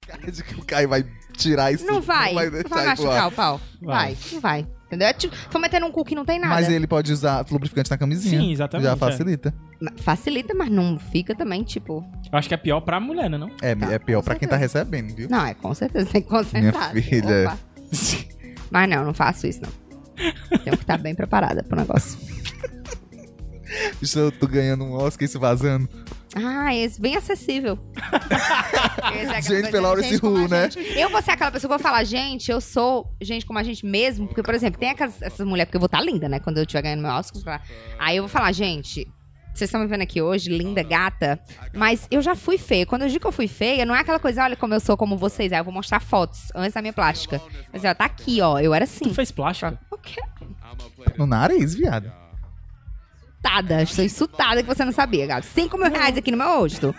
Speaker 2: Cara, de que o Caio vai tirar isso.
Speaker 4: Não vai. Não vai,
Speaker 2: deixar ir pro ar.
Speaker 4: machucar o pau. Vai. Não vai. Entendeu? É tipo, tô metendo um cu que não tem nada.
Speaker 2: Mas ele pode usar lubrificante na camisinha.
Speaker 3: Sim, exatamente,
Speaker 2: Já
Speaker 3: é.
Speaker 2: facilita.
Speaker 4: Ma- Facilita, mas não fica também, tipo...
Speaker 3: Eu acho que é pior pra mulher, né? Não?
Speaker 2: É,
Speaker 4: Tá,
Speaker 2: é pior
Speaker 4: com
Speaker 2: pra quem tá recebendo, viu?
Speaker 4: Não, é com certeza, tem que concentrar.
Speaker 2: Minha
Speaker 4: assim,
Speaker 2: filha.
Speaker 4: opa. Mas não, não faço isso, não. Tenho que estar bem preparada pro negócio.
Speaker 2: Estou tô ganhando um Oscar e isso vazando.
Speaker 4: Ah, esse bem acessível. Esse é aquela
Speaker 2: Gente
Speaker 4: coisa,
Speaker 2: pela hora
Speaker 4: gente
Speaker 2: se
Speaker 4: como
Speaker 2: ru,
Speaker 4: a
Speaker 2: né?
Speaker 4: gente. Eu vou ser aquela pessoa que vai falar, gente, eu sou gente como a gente mesmo. Porque, por exemplo, tem aquelas, essas mulheres, porque eu vou estar linda, né? Quando eu estiver ganhando meu Oscar. sei lá. Aí eu vou falar, gente, vocês estão me vendo aqui hoje, linda, gata. Mas eu já fui feia. Quando eu digo que eu fui feia, não é aquela coisa, olha como eu sou, como vocês. Aí eu vou mostrar fotos antes da minha plástica. Mas, ó, tá aqui, ó. Eu era
Speaker 3: Tu
Speaker 4: assim.
Speaker 3: fez plástica?
Speaker 4: O quê?
Speaker 2: No nariz, viado.
Speaker 4: insultada. Estou insultada que você não sabia, gato. Cinco mil reais aqui no meu rosto.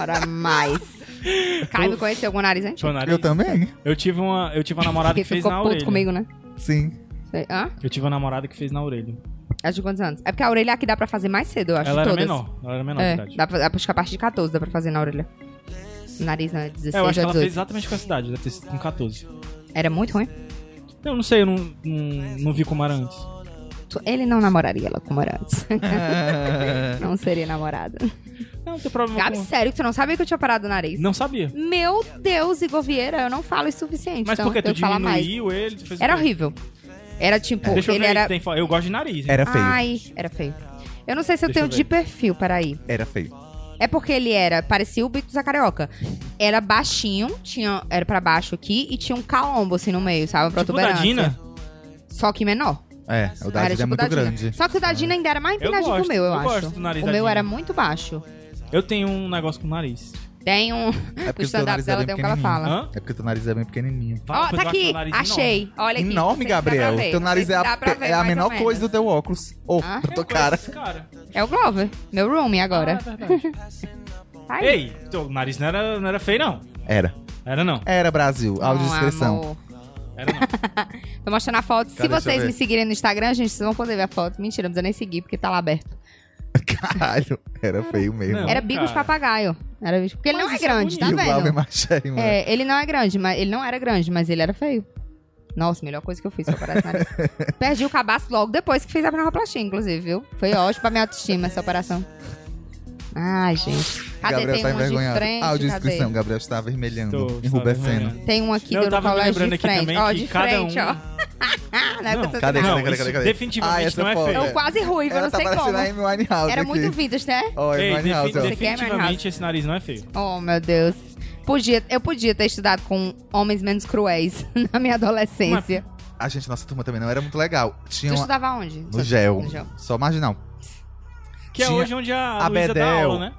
Speaker 4: Ora mais. Caio me conheceu com o nariz antigo.
Speaker 3: Joana,
Speaker 2: Eu também.
Speaker 3: Eu tive uma, eu tive uma namorada que
Speaker 4: Porque
Speaker 3: fez
Speaker 4: ficou
Speaker 3: na
Speaker 4: puto
Speaker 3: orelha.
Speaker 4: comigo, né?
Speaker 2: Sim.
Speaker 4: Falei, Hã?
Speaker 3: Eu tive uma namorada que fez na orelha.
Speaker 4: Acho de quantos anos? É porque a orelha aqui dá pra fazer mais cedo, eu acho.
Speaker 3: ela era
Speaker 4: todas.
Speaker 3: menor. Ela era menor, na
Speaker 4: É,
Speaker 3: verdade.
Speaker 4: dá pra, acho que a partir de 14 dá pra fazer na orelha. Nariz, né? não, 16
Speaker 3: É, eu acho que
Speaker 4: ou
Speaker 3: ela fez
Speaker 4: 18.
Speaker 3: exatamente com essa idade, deve ter sido com 14.
Speaker 4: Era muito ruim.
Speaker 3: Eu não sei, eu não, não, não vi como era antes.
Speaker 4: Tu- Ele não namoraria ela como era antes.
Speaker 2: É.
Speaker 4: não seria namorada.
Speaker 3: Não, não tem problema
Speaker 4: Gabi, então,
Speaker 3: com...
Speaker 4: sério que tu não sabia que eu tinha parado o nariz?
Speaker 3: Não sabia.
Speaker 4: Meu Deus, Igor Vieira, eu não falo o suficiente.
Speaker 3: Mas
Speaker 4: então
Speaker 3: por que
Speaker 4: eu
Speaker 3: tu
Speaker 4: tenho que falar mais.
Speaker 3: diminuiu ele? tu fez o
Speaker 4: Era
Speaker 3: quê?
Speaker 4: horrível. Era tipo,
Speaker 3: Deixa eu
Speaker 4: ele
Speaker 3: ver,
Speaker 4: era.
Speaker 3: aí, tem fo- eu gosto de nariz. hein?
Speaker 2: Era feio.
Speaker 4: Ai, era feio. Eu não sei se eu
Speaker 3: Deixa
Speaker 4: tenho
Speaker 3: eu ver.
Speaker 4: de perfil, peraí.
Speaker 2: Era feio.
Speaker 4: É porque ele era, parecia o bico da carioca. Era baixinho, tinha, era pra baixo aqui e tinha um calombo assim no meio, sabe? Uma
Speaker 3: tipo da
Speaker 4: protuberância.
Speaker 3: Dina.
Speaker 4: Só que menor.
Speaker 2: É, o da Dina
Speaker 4: Era tipo
Speaker 2: é muito
Speaker 4: da Dina.
Speaker 2: grande.
Speaker 4: Só que o da Dina ainda era mais
Speaker 3: Ah. Eu
Speaker 4: empinadinho que
Speaker 3: gosto,
Speaker 4: o meu, eu,
Speaker 3: eu
Speaker 4: acho.
Speaker 3: gosto do nariz
Speaker 4: o
Speaker 3: da
Speaker 4: meu
Speaker 3: Dina.
Speaker 4: era muito baixo.
Speaker 3: Eu tenho um negócio com nariz.
Speaker 4: Tem um.
Speaker 2: É
Speaker 4: o
Speaker 2: porque o teu
Speaker 4: stand-up
Speaker 2: nariz é
Speaker 4: dela
Speaker 2: bem
Speaker 4: tem o que ela
Speaker 2: pequenininho.
Speaker 4: fala.
Speaker 3: Hã?
Speaker 2: É porque o teu nariz é bem pequenininho.
Speaker 4: Ah. Ó,
Speaker 3: Depois
Speaker 4: tá
Speaker 3: eu acho
Speaker 4: aqui,
Speaker 3: meu nariz é enorme.
Speaker 4: achei. Olha aqui. não
Speaker 2: Enorme,
Speaker 4: sei se dá pra
Speaker 2: Gabriel.
Speaker 4: ver,
Speaker 2: Teu
Speaker 4: não
Speaker 2: nariz
Speaker 4: sei
Speaker 2: é
Speaker 4: se
Speaker 2: a,
Speaker 4: dá pra
Speaker 2: pe-
Speaker 4: ver,
Speaker 2: é a
Speaker 4: mais ou
Speaker 2: menor coisa
Speaker 4: menos.
Speaker 2: do teu óculos. Ou
Speaker 4: Ah.
Speaker 2: da tua
Speaker 3: Eu conheço
Speaker 2: cara.
Speaker 3: esse cara.
Speaker 4: É o Glover, meu roomie agora.
Speaker 3: Ah, é verdade.
Speaker 4: Tá aí.
Speaker 3: Ei, teu nariz não era, não era feio, não.
Speaker 2: Era.
Speaker 3: Era não.
Speaker 2: Era, Brasil. Audiodescrição.
Speaker 4: amor.
Speaker 3: Era não.
Speaker 4: Tô mostrando a foto. Se
Speaker 2: Cadê? Deixa eu
Speaker 4: vocês
Speaker 2: ver.
Speaker 4: me seguirem no Instagram, gente, vocês vão poder ver a foto. Mentira, não precisa nem seguir, porque tá lá aberto.
Speaker 2: Caralho. Era feio mesmo.
Speaker 3: Não,
Speaker 4: Era bico de
Speaker 3: cara.
Speaker 4: papagaio. Era bico. Porque ele
Speaker 3: Mas
Speaker 4: não é
Speaker 3: isso é
Speaker 4: grande, É, tá
Speaker 2: e o Glauber
Speaker 4: vendo?
Speaker 2: Machado, mano.
Speaker 4: É, ele não é grande, mas ele não era grande, mas ele era feio. Nossa, melhor coisa que eu fiz, só parar nariz. Perdi o cabaço logo depois que fiz a plastia, inclusive, viu? Foi ótimo pra minha autoestima essa operação. Ai, gente. Cadê?
Speaker 2: Gabriel
Speaker 4: Tem
Speaker 2: tá
Speaker 4: um de
Speaker 2: envergonhado.
Speaker 4: frente,
Speaker 2: Audiodescrição.
Speaker 4: cadê?
Speaker 2: Gabriel está
Speaker 3: Tô- tá
Speaker 2: vermelhando,
Speaker 3: estava
Speaker 2: enrubescendo.
Speaker 3: vermelhando.
Speaker 4: Tem um aqui
Speaker 3: Não,
Speaker 4: do
Speaker 3: eu tava me
Speaker 4: colégio
Speaker 3: lembrando
Speaker 4: de
Speaker 3: aqui
Speaker 4: frente.
Speaker 3: também
Speaker 4: Ó,
Speaker 3: que
Speaker 4: de
Speaker 3: cada
Speaker 4: frente,
Speaker 3: um-
Speaker 4: ó. Não é
Speaker 3: Não,
Speaker 4: pra todo
Speaker 2: Cadê,
Speaker 4: mundo.
Speaker 3: Não,
Speaker 2: cadê, cadê,
Speaker 3: isso
Speaker 2: cadê, cadê?
Speaker 3: definitivamente
Speaker 2: Ah, essa
Speaker 3: não é
Speaker 2: foto,
Speaker 3: feio.
Speaker 4: Eu quase ruiva,
Speaker 2: Ela
Speaker 4: não
Speaker 2: tá
Speaker 4: sei
Speaker 2: parecendo
Speaker 4: como.
Speaker 2: a Amy Winehouse
Speaker 4: Era
Speaker 2: aqui.
Speaker 4: muito vintage, né?
Speaker 2: Ó, a
Speaker 3: Ei,
Speaker 2: Amy
Speaker 3: defi-
Speaker 2: Winehouse, ó.
Speaker 4: defi-
Speaker 3: definitivamente esse nariz não é feio.
Speaker 4: Oh, meu Deus. Podia, eu podia ter estudado com homens menos cruéis na minha adolescência.
Speaker 2: A gente, nossa turma também não era muito legal. Tinha
Speaker 4: tu
Speaker 2: uma...
Speaker 4: estudava onde?
Speaker 2: No gel.
Speaker 4: No gel.
Speaker 2: Só marginal.
Speaker 3: Que é
Speaker 2: Tinha
Speaker 3: hoje onde a,
Speaker 2: a
Speaker 3: Luísa dá
Speaker 2: Bedel.
Speaker 3: aula, né?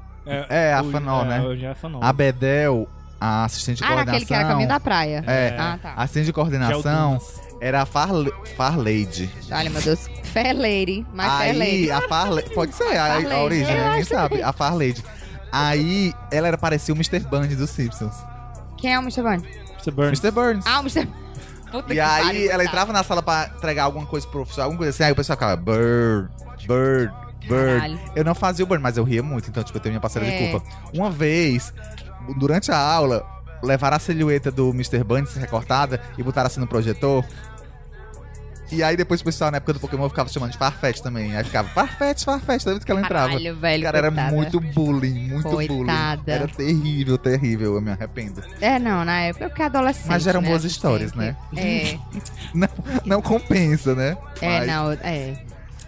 Speaker 2: É, a
Speaker 3: hoje-
Speaker 2: Fanol,
Speaker 3: é,
Speaker 2: né?
Speaker 3: Hoje é a Fanol.
Speaker 2: A Bedel, a assistente de
Speaker 4: Ah,
Speaker 2: coordenação...
Speaker 4: naquele que era caminho da praia.
Speaker 2: É.
Speaker 4: Ah, tá.
Speaker 2: A assistente de
Speaker 3: Que é o
Speaker 2: coordenação
Speaker 3: Dunas.
Speaker 2: era a Farle... Farleide.
Speaker 4: Olha, meu Deus. Fair lady. Mais fair
Speaker 2: Aí,
Speaker 4: lady.
Speaker 2: a Farleide... Pode ser a,
Speaker 4: Farleide.
Speaker 2: a origem,
Speaker 4: Eu
Speaker 2: né? Ninguém
Speaker 4: acho
Speaker 2: sabe. A Farleide. Aí, ela era, parecia o Mr. Bunny dos Simpsons.
Speaker 4: Quem é o Mr. Bunny?
Speaker 3: Mr. Burns.
Speaker 2: Mr. Burns.
Speaker 4: Ah, o Mr. Puta
Speaker 2: E
Speaker 4: que
Speaker 2: aí
Speaker 4: pariu,
Speaker 2: ela
Speaker 4: coitado.
Speaker 2: entrava na sala pra entregar alguma coisa pro professor, alguma coisa assim, aí o pessoal ficava bird, bird, bird.
Speaker 4: Caralho.
Speaker 2: Eu não fazia o bird, mas eu ria muito, então tipo, eu tenho minha parceira
Speaker 4: É.
Speaker 2: de culpa. Uma vez, durante a aula, levaram a silhueta do Mr. Bunny recortada e botaram assim no projetor. E aí depois o pessoal na época do Pokémon ficava chamando de Farfetch também. Aí ficava Farfetch, Farfetch, toda vez que ela entrava.
Speaker 4: Caralho, velho.
Speaker 2: Cara, era
Speaker 4: coitada.
Speaker 2: muito bullying, muito bullying.
Speaker 4: Coitada.
Speaker 2: Era terrível, terrível, eu me arrependo.
Speaker 4: É, não, na época eu fiquei adolescente.
Speaker 2: Mas eram
Speaker 4: né?
Speaker 2: boas
Speaker 4: A gente
Speaker 2: histórias,
Speaker 4: tem
Speaker 2: né?
Speaker 4: que- É,
Speaker 2: Não, não compensa, né?
Speaker 4: é,
Speaker 2: Mas-
Speaker 4: não, é.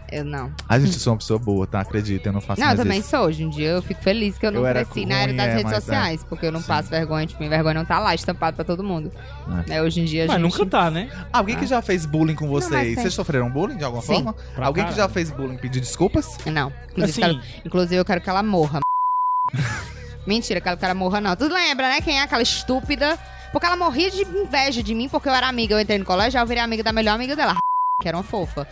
Speaker 4: Eu não.
Speaker 2: A gente, eu sou uma pessoa boa, tá? Acredita, eu não faço
Speaker 4: Não, eu
Speaker 2: mais
Speaker 4: também
Speaker 2: isso.
Speaker 4: sou. Hoje em dia eu fico feliz que eu não
Speaker 2: Eu era
Speaker 4: cresci na era
Speaker 2: ruim,
Speaker 4: das
Speaker 2: é,
Speaker 4: redes
Speaker 2: mas é.
Speaker 4: sociais, porque eu não
Speaker 2: Sim.
Speaker 4: passo vergonha, tipo, minha vergonha não tá lá estampado pra todo mundo.
Speaker 2: É.
Speaker 4: Né, Hoje em dia a
Speaker 3: Mas
Speaker 4: gente...
Speaker 3: nunca tá, né?
Speaker 2: Alguém que já fez bullying com
Speaker 4: Ah. Não, mas
Speaker 2: vocês,
Speaker 4: tem.
Speaker 2: vocês sofreram bullying de alguma
Speaker 4: Sim.
Speaker 2: forma?
Speaker 3: Pra
Speaker 2: Alguém que já
Speaker 3: caralho.
Speaker 2: fez bullying pediu desculpas?
Speaker 4: Não. Inclusive,
Speaker 3: Assim,
Speaker 4: quero- inclusive, eu quero que ela morra. Mentira, quero que ela morra, não. Tu lembra, né? Quem é aquela estúpida? Porque ela morria de inveja de mim, porque eu era amiga. Eu entrei no colégio, aí eu virei amiga da melhor amiga dela, que era uma fofa.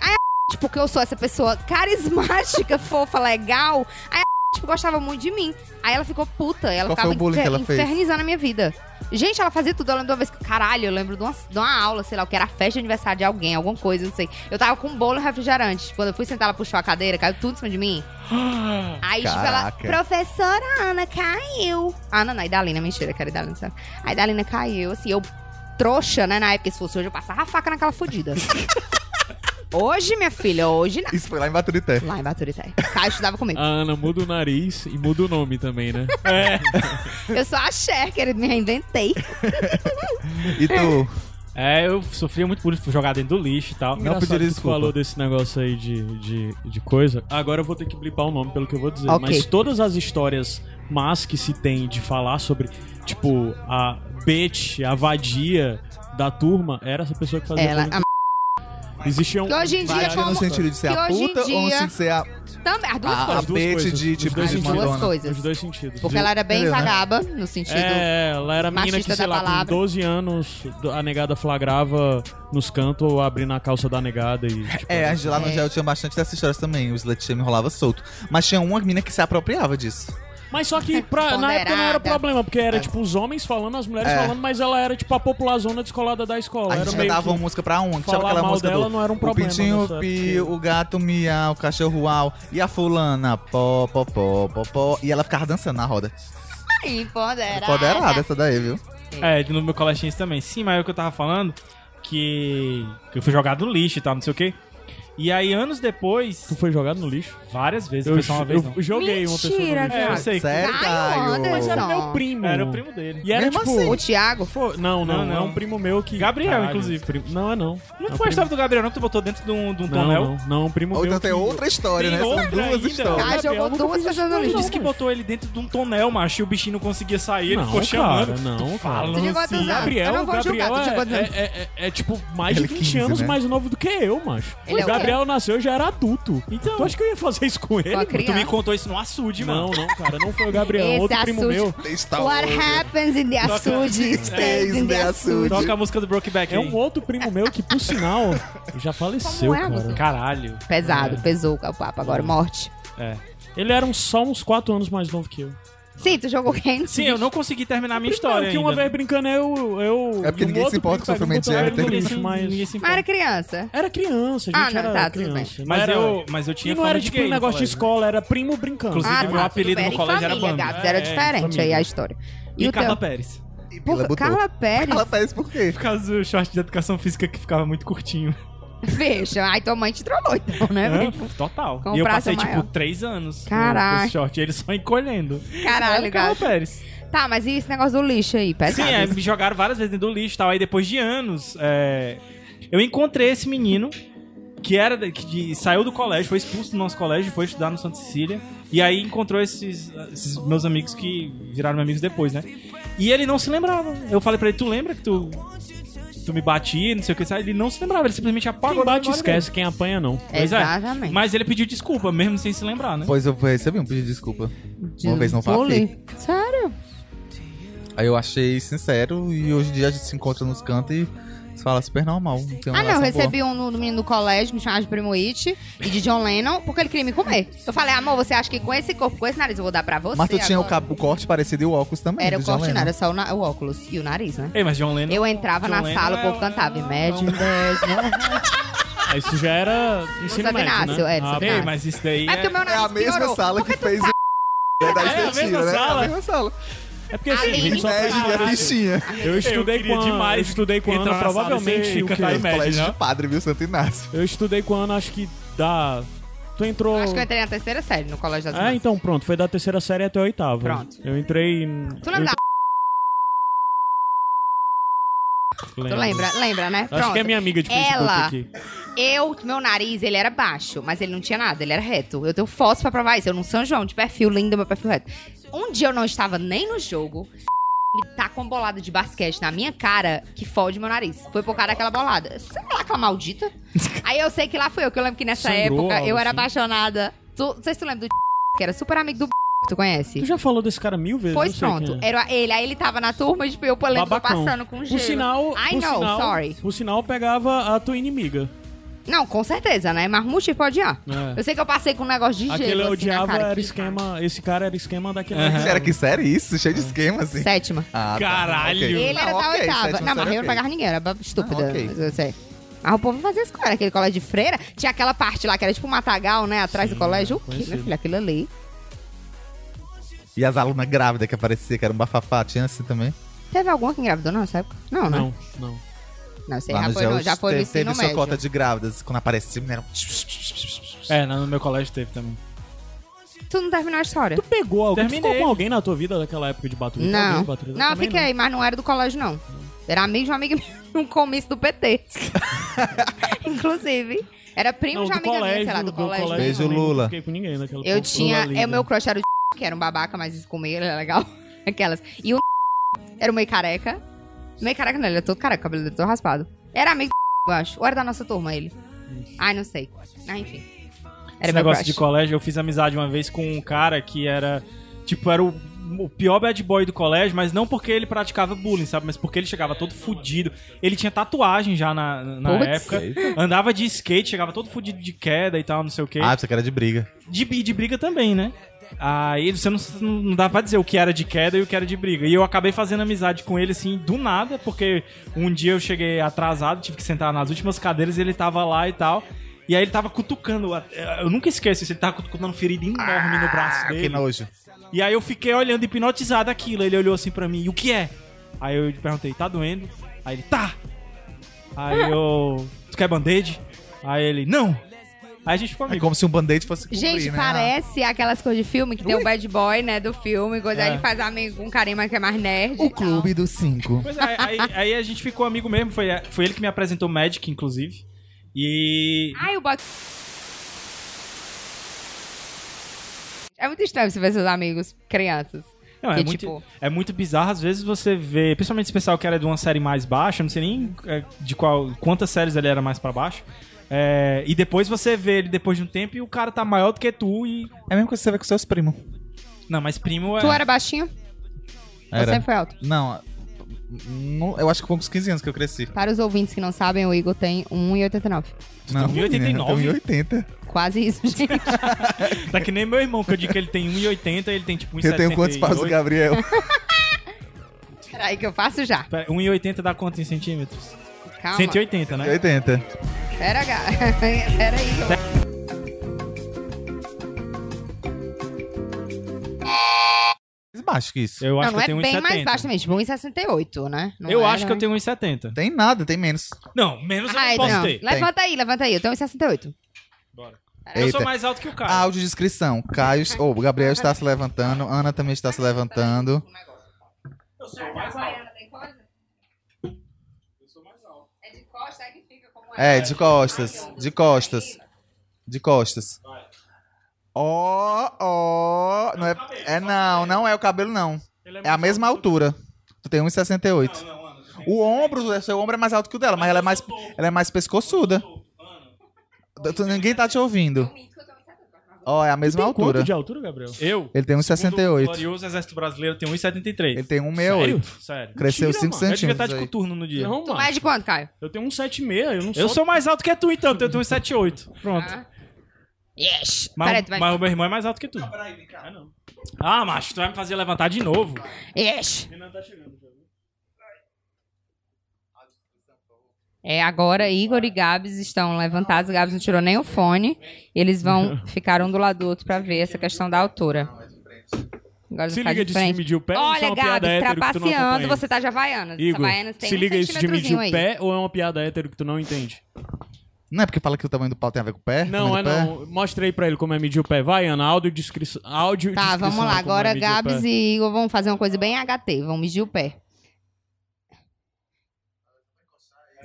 Speaker 4: Aí a tipo, porque eu sou essa pessoa carismática, fofa, legal. Aí a tipo, gostava muito de mim. Aí ela ficou puta. Ela
Speaker 2: Qual
Speaker 4: ficava
Speaker 2: foi o bullying que ela fez?
Speaker 4: infernizando a minha vida. Gente, ela fazia tudo. Eu lembro de uma vez que. Caralho, eu lembro de uma, de uma aula, sei lá, o que era festa de aniversário de alguém, alguma coisa, não sei. Eu tava com um bolo e refrigerante. Quando eu fui sentar, ela puxou a cadeira, caiu tudo em cima de mim. Aí,
Speaker 2: Caraca.
Speaker 4: tipo, ela. Professora Ana caiu. Ana, não, Idalina, mentira, cara, Idalina, sabe? A Idalina caiu, assim, eu. Trouxa, né? Na época, se fosse hoje, eu passava a faca naquela fodida. hoje, minha filha, hoje não.
Speaker 2: Isso foi lá em Baturité.
Speaker 4: Lá em Baturité. Caio estudava comigo.
Speaker 3: Ah.
Speaker 6: A Ana muda o nariz e muda o nome também, né?
Speaker 4: Eu sou a Cher, querido, me reinventei.
Speaker 2: E
Speaker 4: Hum.
Speaker 2: tu? um
Speaker 3: É, eu sofria muito por isso, fui jogar dentro do lixo e tal.
Speaker 2: Não
Speaker 6: Engraçado
Speaker 2: pediram
Speaker 6: que tu
Speaker 2: desculpa.
Speaker 6: falou desse negócio aí de, de, de coisa. Agora eu vou ter que blipar o nome pelo que eu vou dizer.
Speaker 4: Ok.
Speaker 6: Mas todas as histórias más que se tem de falar sobre, tipo, a bitch, a vadia da turma, era essa pessoa que fazia.
Speaker 4: Ela,
Speaker 6: bullying.
Speaker 4: a
Speaker 6: Existia um.
Speaker 4: Que hoje em dia, é
Speaker 6: várias-
Speaker 2: Vadia no
Speaker 4: como-
Speaker 2: sentido de ser
Speaker 4: que
Speaker 2: a
Speaker 4: hoje em
Speaker 2: puta ou no
Speaker 4: dia-
Speaker 2: sentido de ser a...
Speaker 4: Também, as duas
Speaker 2: Ah,
Speaker 4: coisas.
Speaker 6: As duas
Speaker 2: bitch
Speaker 6: coisas,
Speaker 2: de,
Speaker 6: dos
Speaker 2: tipo,
Speaker 6: dois
Speaker 4: As
Speaker 6: sentidos.
Speaker 4: duas
Speaker 2: desmandona.
Speaker 4: coisas.
Speaker 6: Os dois
Speaker 3: ah,
Speaker 6: sentidos.
Speaker 4: Porque ela era bem
Speaker 2: Entendeu, né?
Speaker 4: vagaba, no sentido.
Speaker 6: É, ela era a menina
Speaker 4: machista
Speaker 6: que, sei
Speaker 4: da
Speaker 6: lá,
Speaker 4: palavra.
Speaker 6: com 12 anos, a negada flagrava nos cantos ou abrindo a calça da negada e. Tipo,
Speaker 2: É, a gente lá no
Speaker 4: É.
Speaker 2: gel tinha bastante dessas histórias também. O slut shame rolava solto. Mas tinha uma mina que se apropriava disso.
Speaker 6: Mas só que pra- na
Speaker 4: Ponderada.
Speaker 6: época não era problema, porque era tipo os homens falando, as mulheres
Speaker 2: É.
Speaker 6: falando, mas ela era tipo a populazona descolada da escola.
Speaker 2: a
Speaker 6: era
Speaker 2: gente um-
Speaker 6: meio
Speaker 2: cantava
Speaker 6: que-
Speaker 2: uma música pra uma, que tinha
Speaker 6: falar
Speaker 2: aquela
Speaker 6: mal
Speaker 2: música
Speaker 6: dela
Speaker 2: do...
Speaker 6: não era um problema
Speaker 2: O pintinho
Speaker 6: nessa época.
Speaker 2: pio, o gato miau, o cachorro uau. E a fulana pó, pó, pó, pó, pó. E ela ficava dançando na roda.
Speaker 4: Empoderada.
Speaker 2: Empoderada essa daí, viu?
Speaker 3: É, de novo meu colachinho também. Sim, mas é o que eu tava falando, que, que eu fui jogado no lixo e tal, não sei o quê. E aí, anos depois,
Speaker 6: Tu foi jogado no lixo?
Speaker 3: várias vezes, foi só uma vez, não.
Speaker 6: eu joguei uma pessoa no
Speaker 4: Mentira,
Speaker 6: lixo.
Speaker 3: É, eu
Speaker 4: cara.
Speaker 3: sei.
Speaker 2: Sério,
Speaker 4: Caio
Speaker 2: Caio?
Speaker 4: Anderson.
Speaker 6: Era é meu primo.
Speaker 3: Era o é primo dele.
Speaker 6: E era
Speaker 2: Mesmo
Speaker 6: tipo...
Speaker 2: assim.
Speaker 4: O Thiago?
Speaker 6: Pô, não, não,
Speaker 3: Não, não.
Speaker 6: é um primo meu que...
Speaker 3: Gabriel, inclusive.
Speaker 6: esse primo- Não, é não.
Speaker 3: Não
Speaker 6: é um
Speaker 3: foi a
Speaker 6: primo-
Speaker 3: história do Gabriel, não, que tu botou dentro de um, de um
Speaker 6: Não,
Speaker 3: tonel?
Speaker 6: não, não, é um primo
Speaker 2: Ou
Speaker 6: meu
Speaker 2: então tem
Speaker 6: que-
Speaker 2: outra história, né?
Speaker 3: Tem
Speaker 2: São
Speaker 3: outra
Speaker 2: duas
Speaker 3: ainda.
Speaker 2: histórias.
Speaker 4: Caio
Speaker 6: Gabriel,
Speaker 4: jogou
Speaker 6: nunca
Speaker 4: duas
Speaker 6: fiz
Speaker 4: pessoas no
Speaker 3: Ele
Speaker 4: lixo.
Speaker 3: disse que botou ele dentro de um tonel, macho, e o bichinho não conseguia sair, ele
Speaker 6: Não,
Speaker 3: ficou chamando.
Speaker 6: cara, não, cara.
Speaker 3: Falando
Speaker 4: Você jogou a dos
Speaker 3: assim.
Speaker 4: anos.
Speaker 6: Gabriel,
Speaker 4: Eu não vou
Speaker 6: Gabriel
Speaker 4: julgar, tu jogou a
Speaker 6: é,
Speaker 4: dos anos.
Speaker 6: é, é- é, é, tipo mais
Speaker 2: Ele
Speaker 6: de 20
Speaker 2: 15,
Speaker 6: anos
Speaker 2: né?
Speaker 6: mais novo do que eu, macho.
Speaker 4: Ele é
Speaker 6: o
Speaker 4: o
Speaker 6: Gabriel nasceu, eu já era adulto.
Speaker 3: Então.
Speaker 6: tu acha que eu ia fazer isso com ele?
Speaker 4: Uma
Speaker 6: mano?
Speaker 4: criança.
Speaker 3: Tu me contou isso no açude,
Speaker 6: Não, não,
Speaker 3: mano.
Speaker 6: cara, não foi o Gabriel, é um
Speaker 4: Esse
Speaker 6: outro primo
Speaker 4: açude.
Speaker 6: meu.
Speaker 2: Está
Speaker 4: What
Speaker 2: outra.
Speaker 4: happens in the
Speaker 3: Toca-
Speaker 4: açude
Speaker 3: né?
Speaker 4: stays in the
Speaker 2: Tá Stays in the
Speaker 4: açude.
Speaker 3: Toca a música do Brokeback
Speaker 6: É
Speaker 3: aí.
Speaker 6: um outro primo meu que, por sinal, já faleceu,
Speaker 4: é,
Speaker 6: cara.
Speaker 4: Augusto?
Speaker 3: Caralho.
Speaker 4: Pesado, pesou o papo agora, morte.
Speaker 3: É.
Speaker 6: Ele era um, só uns 4 anos mais novo que eu.
Speaker 4: Sim, tu jogou quem?
Speaker 3: Sim, eu não consegui terminar a minha história
Speaker 6: Não, que uma
Speaker 3: ainda.
Speaker 6: vez brincando eu. eu
Speaker 2: É porque
Speaker 6: um
Speaker 2: ninguém se
Speaker 6: outro "Ah,
Speaker 2: importa com
Speaker 6: primo pegou
Speaker 2: sofrimento é,
Speaker 6: e botou ele
Speaker 2: de
Speaker 6: no
Speaker 2: hétero.
Speaker 6: lixo,
Speaker 3: Ninguém
Speaker 6: mas.
Speaker 3: se
Speaker 4: Mas
Speaker 3: importa.
Speaker 4: era criança.
Speaker 6: Era criança, gente.
Speaker 4: Ah, não,
Speaker 6: era
Speaker 4: tá, tudo
Speaker 6: criança.
Speaker 3: Mas,
Speaker 6: era-
Speaker 3: eu, mas eu
Speaker 6: E
Speaker 3: tinha
Speaker 6: não
Speaker 3: fama
Speaker 6: era
Speaker 3: de
Speaker 6: tipo
Speaker 3: gay
Speaker 6: um
Speaker 3: no
Speaker 6: negócio de
Speaker 3: colégio, né?
Speaker 6: escola, era primo brincando.
Speaker 3: Inclusive,
Speaker 4: ah,
Speaker 3: meu
Speaker 4: tá,
Speaker 3: apelido
Speaker 4: tudo
Speaker 3: no
Speaker 4: bem. Em
Speaker 3: colégio era
Speaker 4: família,
Speaker 3: Bambi.
Speaker 4: Gabs, era
Speaker 3: É,
Speaker 4: diferente
Speaker 6: família.
Speaker 4: aí a história. E
Speaker 3: E
Speaker 4: o teu?
Speaker 3: Carla Pérez.
Speaker 2: E
Speaker 4: Pô,
Speaker 2: Bila botou.
Speaker 4: Carla Pérez?
Speaker 2: Carla Pérez por quê?
Speaker 3: Por causa do short de educação física que ficava muito curtinho.
Speaker 4: Fecha. Ai, tua mãe te trollou então, né? bicho?
Speaker 3: Total.
Speaker 4: Com
Speaker 3: e eu
Speaker 4: praça
Speaker 3: passei,
Speaker 4: maior.
Speaker 3: tipo, três anos com-
Speaker 4: Caraca.
Speaker 3: com esse short. E ele só encolhendo.
Speaker 4: Caralho,
Speaker 3: Era Carla
Speaker 4: Gabs.
Speaker 3: Pérez.
Speaker 4: Tá, mas e esse negócio do lixo aí? Pesado.
Speaker 3: Sim, é, me jogaram várias vezes dentro do lixo e tal. Aí depois de anos, é, eu encontrei esse menino que era da- que de- saiu do colégio, foi expulso do nosso colégio, foi estudar no Santa Cecília. E aí encontrou esses, esses meus amigos que viraram meus amigos depois, né? E ele não se lembrava. Eu falei pra ele, tu lembra que tu, tu me batia, não sei o que, sabe? Ele não se lembrava, ele simplesmente apagou.
Speaker 6: Quem
Speaker 3: da
Speaker 6: bate
Speaker 3: memória dele.
Speaker 6: esquece, quem apanha não.
Speaker 3: Pois é.
Speaker 4: Exatamente.
Speaker 3: Mas ele pediu desculpa, mesmo sem se lembrar, né?
Speaker 2: Pois eu recebi um pedido de desculpa. Uma vez não falei.
Speaker 4: Bullying. Sério?
Speaker 2: Aí eu achei sincero e hoje em dia a gente se encontra nos cantos e se fala super normal. Tem uma
Speaker 4: Ah, não, eu
Speaker 2: relação
Speaker 4: recebi um no- do menino do colégio, me chamava de Primo It e de John Lennon, porque ele queria me comer. Eu falei, amor, você acha que com esse corpo, com esse nariz, eu vou dar pra você?
Speaker 2: boa. Mas tu tinha o,
Speaker 4: agora?
Speaker 2: cabo, o corte parecido e o óculos também.
Speaker 4: Era
Speaker 2: do
Speaker 4: o
Speaker 2: John
Speaker 4: corte, não,
Speaker 2: Lennon.
Speaker 4: era só o, na- o óculos e o nariz, né?
Speaker 3: Ei, mas John Lennon...
Speaker 4: Eu entrava
Speaker 3: É, John
Speaker 4: na
Speaker 3: Lennon
Speaker 4: sala, o povo
Speaker 3: é-
Speaker 4: cantava
Speaker 3: é-
Speaker 4: Imagine There's no...
Speaker 6: Aí Isso já era ensino
Speaker 4: Sabe
Speaker 6: médio,
Speaker 4: Inácio,
Speaker 6: né?
Speaker 4: é,
Speaker 6: Ah,
Speaker 4: sabe
Speaker 3: Ei,
Speaker 4: Inácio.
Speaker 3: mas isso daí
Speaker 4: É porque
Speaker 3: é...
Speaker 4: o meu
Speaker 2: É
Speaker 4: nariz
Speaker 2: a mesma
Speaker 4: piorou.
Speaker 2: sala
Speaker 4: Porque
Speaker 2: que
Speaker 4: tu tá-
Speaker 2: fez o... da
Speaker 6: É a mesma
Speaker 2: Infantil, né?
Speaker 6: sala.
Speaker 2: É a mesma sala.
Speaker 6: É porque assim,
Speaker 4: Ali.
Speaker 6: gente só
Speaker 4: Médio,
Speaker 6: aprende
Speaker 2: Imagine a
Speaker 6: caralho.
Speaker 2: fichinha.
Speaker 4: né?
Speaker 6: Eu estudei com
Speaker 3: queria
Speaker 6: a,
Speaker 3: demais
Speaker 6: eu estudei com a
Speaker 3: entrar
Speaker 6: Ana,
Speaker 3: na sala
Speaker 6: provavelmente
Speaker 3: e
Speaker 6: o
Speaker 3: cantar
Speaker 6: quê?
Speaker 3: Tá
Speaker 2: Era
Speaker 3: em
Speaker 2: do
Speaker 3: médio,
Speaker 2: colégio
Speaker 6: né?
Speaker 3: não?
Speaker 2: de padre, viu? Santo Inácio.
Speaker 6: Eu estudei com a Ana, acho que da tu entrou
Speaker 4: Acho que eu entrei na terceira série no colégio das
Speaker 6: Ah,
Speaker 4: mães.
Speaker 6: então pronto, foi da terceira série até a oitava.
Speaker 4: Pronto.
Speaker 6: Eu entrei
Speaker 4: Tu lembra? da-
Speaker 6: Tu
Speaker 4: Tu lembra, lembra, né?
Speaker 6: Acho que é minha amiga de Facebook
Speaker 4: Ela-
Speaker 6: aqui.
Speaker 4: Eu, meu nariz, ele era baixo, mas ele não tinha nada, ele era reto. Eu tenho fotos pra provar isso. Eu não São João, de perfil lindo, meu perfil reto. Um dia eu não estava nem no jogo. E tá com bolada de basquete na minha cara que fode meu nariz. Foi por causa daquela bolada. Sei lá, aquela maldita. Aí eu sei que lá fui eu, que eu lembro que nessa
Speaker 6: Sangrou
Speaker 4: época
Speaker 6: algo
Speaker 4: eu era
Speaker 6: assim?
Speaker 4: apaixonada. Tu, não sei se tu lembra do que era super amigo do que tu conhece.
Speaker 6: Tu já falou desse cara mil vezes,
Speaker 4: Pois
Speaker 6: eu sei
Speaker 4: pronto,
Speaker 6: quem é.
Speaker 4: era ele. Aí ele tava na turma, tipo, eu lembro eu
Speaker 6: Babacão.
Speaker 4: passando com gelo.
Speaker 6: Por sinal,
Speaker 4: I
Speaker 6: por
Speaker 4: know,
Speaker 6: sinal,
Speaker 4: sorry.
Speaker 6: Por sinal, pegava a tua inimiga.
Speaker 4: Não, com certeza, né? Mas multi pode ir.
Speaker 6: É.
Speaker 4: Eu sei que eu passei com um negócio de gelo.
Speaker 6: Aquele eu
Speaker 4: assim,
Speaker 6: odiava
Speaker 4: na cara,
Speaker 6: era
Speaker 4: que-
Speaker 6: esquema. Esse cara era esquema daquele.
Speaker 3: Aham.
Speaker 2: Era que sério isso? Cheio de esquema, assim.
Speaker 4: Sétima.
Speaker 2: Ah, tá.
Speaker 3: Caralho.
Speaker 2: Ok.
Speaker 4: Ele era
Speaker 2: Não,
Speaker 4: da
Speaker 2: Ah, ok,
Speaker 4: oitava.
Speaker 2: sétima
Speaker 4: Não, mas
Speaker 2: série, é
Speaker 4: eu não
Speaker 2: ok.
Speaker 4: pagava ninguém, era ba- estúpida.
Speaker 2: Ah, ok.
Speaker 4: mas eu sei. Mas o povo fazia isso, cara. Aquele colégio de freira. Tinha aquela parte lá que era tipo um matagal, né? Atrás do colégio. O quê,
Speaker 6: conhecido.
Speaker 4: minha filha? Aquilo ali.
Speaker 2: E as alunas grávidas que apareciam, que era um bafafá, tinha assim também.
Speaker 4: Teve alguma que engravidou não, sabe? Não, né?
Speaker 6: Não, não.
Speaker 4: Não, sei.
Speaker 2: Lá
Speaker 4: Já
Speaker 2: no
Speaker 4: foi, no,
Speaker 2: Jaú
Speaker 4: já foi no
Speaker 2: teve, teve
Speaker 4: ensino
Speaker 2: sua cota
Speaker 4: médio.
Speaker 2: de grávidas. Quando né, aparecia, eram...
Speaker 3: É, no meu colégio teve também.
Speaker 4: Tu não terminou a história?
Speaker 6: Tu pegou alguém? Tu ficou
Speaker 3: Terminei.
Speaker 6: com alguém na tua vida daquela época de Baturita? Alguém
Speaker 4: Não.
Speaker 6: de Baturita
Speaker 4: Não, eu
Speaker 6: também,
Speaker 4: fiquei, mas não era do colégio, não. Era amigo de um amigo meu, num comício do PT. Inclusive. Era primo
Speaker 6: Não,
Speaker 4: de
Speaker 6: do
Speaker 4: amiga minha, sei lá, do, colégio.
Speaker 2: colégio. Beijo,
Speaker 6: eu também
Speaker 2: Lula.
Speaker 6: Não fiquei com ninguém naquela
Speaker 4: Eu tinha.
Speaker 6: Lula
Speaker 3: né?
Speaker 4: é, o meu crush era o que era um babaca, mas isso comigo ele era legal. Aquelas. E o era o meio careca. Meio careca não, ele era todo careca, o cabelo dele é todo raspado. Era amigo do eu acho. Ou era da nossa turma ele. Ai, não sei. Ah, enfim. Era
Speaker 3: Esse
Speaker 4: meu
Speaker 3: negócio
Speaker 4: crush.
Speaker 3: de colégio, eu fiz amizade uma vez com um cara que era. Tipo, era o, o pior bad boy do colégio, mas não porque ele praticava bullying, sabe? Mas porque ele chegava todo fudido. Ele tinha tatuagem já na, na
Speaker 4: Putz.
Speaker 3: época. Andava de skate, chegava todo fudido de queda e tal, não sei o quê.
Speaker 2: Ah, isso que era de briga.
Speaker 3: De, e de briga também, né? Aí você não, não dá pra dizer o que era de queda e o que era de briga. E eu acabei fazendo amizade com ele, assim, do nada, porque um dia eu cheguei atrasado, tive que sentar nas últimas cadeiras e ele tava lá e tal. E aí ele tava cutucando, a- eu nunca esqueço isso, ele tava cutucando uma ferida enorme no braço
Speaker 2: Ah, que
Speaker 3: dele.
Speaker 2: nojo.
Speaker 3: E aí eu fiquei olhando hipnotizado aquilo. Ele olhou assim pra mim, e o que é? Aí eu perguntei, tá doendo? Aí ele, tá! Aí eu. Tu quer band-aid? Aí ele, não! Aí a gente ficou
Speaker 2: É
Speaker 3: amigo.
Speaker 2: como se um band-aid fosse cobrir,
Speaker 4: Gente,
Speaker 2: né?
Speaker 4: parece aquelas coisas de filme que tem o bad boy, né? Do filme. Coisa, Aí ele faz amigo com um carinha mas que é mais nerd.
Speaker 2: O clube dos cinco.
Speaker 3: Pois é, aí, aí a gente ficou amigo mesmo. Foi, foi ele que me apresentou Magic, inclusive. E.
Speaker 4: Ai, o bot. É muito estranho você ver seus amigos, crianças.
Speaker 3: Não, é,
Speaker 4: Que,
Speaker 3: muito,
Speaker 4: tipo-
Speaker 3: é muito bizarro, às vezes você vê, principalmente esse pessoal que era de uma série mais baixa, eu não sei nem é, de qual, quantas séries ele era mais pra baixo. É, e depois você vê ele depois de um tempo e o cara tá maior do que tu e.
Speaker 2: É mesmo que você vê com seus primos.
Speaker 3: Não, mas primo é.
Speaker 4: Tu era baixinho? Você
Speaker 2: Era.
Speaker 4: sempre foi alto.
Speaker 2: Não, não, eu acho que foi com os 15 anos que eu cresci.
Speaker 4: Para os ouvintes que não sabem, o Igor tem 1,89.
Speaker 3: tá
Speaker 2: Não,
Speaker 3: 1,89?
Speaker 2: menina, eu tenho 1,80.
Speaker 4: Quase isso, gente.
Speaker 3: Tá que nem meu irmão, que eu digo que ele tem 1,80 ele tem tipo 1,78.
Speaker 2: Eu tenho quantos passos, do Gabriel?
Speaker 4: Peraí que eu faço já.
Speaker 3: Pera, 1,80 dá quanto em centímetros?
Speaker 4: Calma.
Speaker 3: 180, né?
Speaker 2: 180.
Speaker 4: Pera, ga- Pera aí. Igor.
Speaker 2: Mais baixo que isso.
Speaker 3: Eu acho
Speaker 4: Não, não
Speaker 3: que
Speaker 4: é
Speaker 3: eu tenho 1,70.
Speaker 4: bem mais baixo também. Tipo, 1,68, né? Não
Speaker 3: Eu
Speaker 4: é,
Speaker 3: acho que eu
Speaker 4: né?
Speaker 3: tenho 1,70.
Speaker 2: Tem nada, tem menos.
Speaker 3: Não, menos eu
Speaker 4: Ai,
Speaker 3: não posso
Speaker 4: não.
Speaker 3: ter.
Speaker 4: Levanta aí, levanta aí. Eu tenho 1,68.
Speaker 3: Bora. É, Eu
Speaker 2: Eita.
Speaker 3: sou mais alto que o cara.
Speaker 2: Audiodescrição. Caio. Oh, o Gabriel está se levantando. Ana também está se levantando.
Speaker 3: eu sou mais alto.
Speaker 4: É de costa, é que fica como
Speaker 2: É, de costas. De costas. De costas. Ó, ó. Não é, é não, não é o cabelo, não. É a mesma altura. Tu tem 1,68. O ombro, o seu ombro é mais alto que o dela, mas ela é mais, ela é mais pescoçuda. Tu- Ninguém tá te ouvindo. Ó, é a mesma altura.
Speaker 6: Quanto de altura, Gabriel?
Speaker 3: Eu,
Speaker 2: Ele tem
Speaker 3: O
Speaker 2: 1,68.
Speaker 3: glorioso Exército Brasileiro tem 1,73.
Speaker 2: Ele tem 1,68.
Speaker 3: Sério.
Speaker 2: Cresceu
Speaker 6: Mentira,
Speaker 2: 5
Speaker 6: mano.
Speaker 3: Eu devia estar
Speaker 2: centímetros.
Speaker 3: de
Speaker 2: aí.
Speaker 3: coturno no dia.
Speaker 6: Não,
Speaker 4: Tu
Speaker 6: mano.
Speaker 4: mais de quanto, Caio?
Speaker 6: Eu tenho 1,76, eu não sou...
Speaker 3: Eu sou mais alto que tu, então. Eu tenho 1,78. Pronto.
Speaker 4: Ah. Yes!
Speaker 3: Mas,
Speaker 4: Peraí, tu vai...
Speaker 3: mas o meu irmão é mais alto que tu. Ah, não. Ah, macho, tu vai me fazer levantar de novo.
Speaker 4: Yes!
Speaker 3: Renan tá chegando. já viu?
Speaker 4: É, agora Igor e Gabs estão levantados. Gabs não tirou nem o fone. Eles vão ficar um do lado do outro pra ver essa questão da altura. Agora
Speaker 6: Se
Speaker 4: ficar
Speaker 6: liga
Speaker 4: de
Speaker 6: de se
Speaker 4: frente.
Speaker 6: medir o pé ou isso é
Speaker 4: Olha,
Speaker 6: uma piada
Speaker 4: Gabs,
Speaker 6: hétero que tu não
Speaker 4: trapaceando,
Speaker 6: acompanha?
Speaker 4: você tá de Havaianas.
Speaker 6: Igor,
Speaker 4: Havaianas tem
Speaker 6: se
Speaker 4: um
Speaker 6: liga isso de medir
Speaker 4: centímetrozinho
Speaker 6: o
Speaker 4: aí.
Speaker 6: pé ou é uma piada hétero que tu não entende?
Speaker 2: Não é porque fala que o tamanho do pau tem a ver com o pé?
Speaker 6: Não, é
Speaker 2: Tamanho do pé?
Speaker 6: não. Mostra aí pra ele como é medir o pé. Vai, Ana, áudio descrição. Áudio
Speaker 4: Tá, vamos
Speaker 6: é
Speaker 4: lá. Agora Gabs
Speaker 6: e.
Speaker 4: e Igor vão fazer uma coisa bem HT. Vão medir o pé.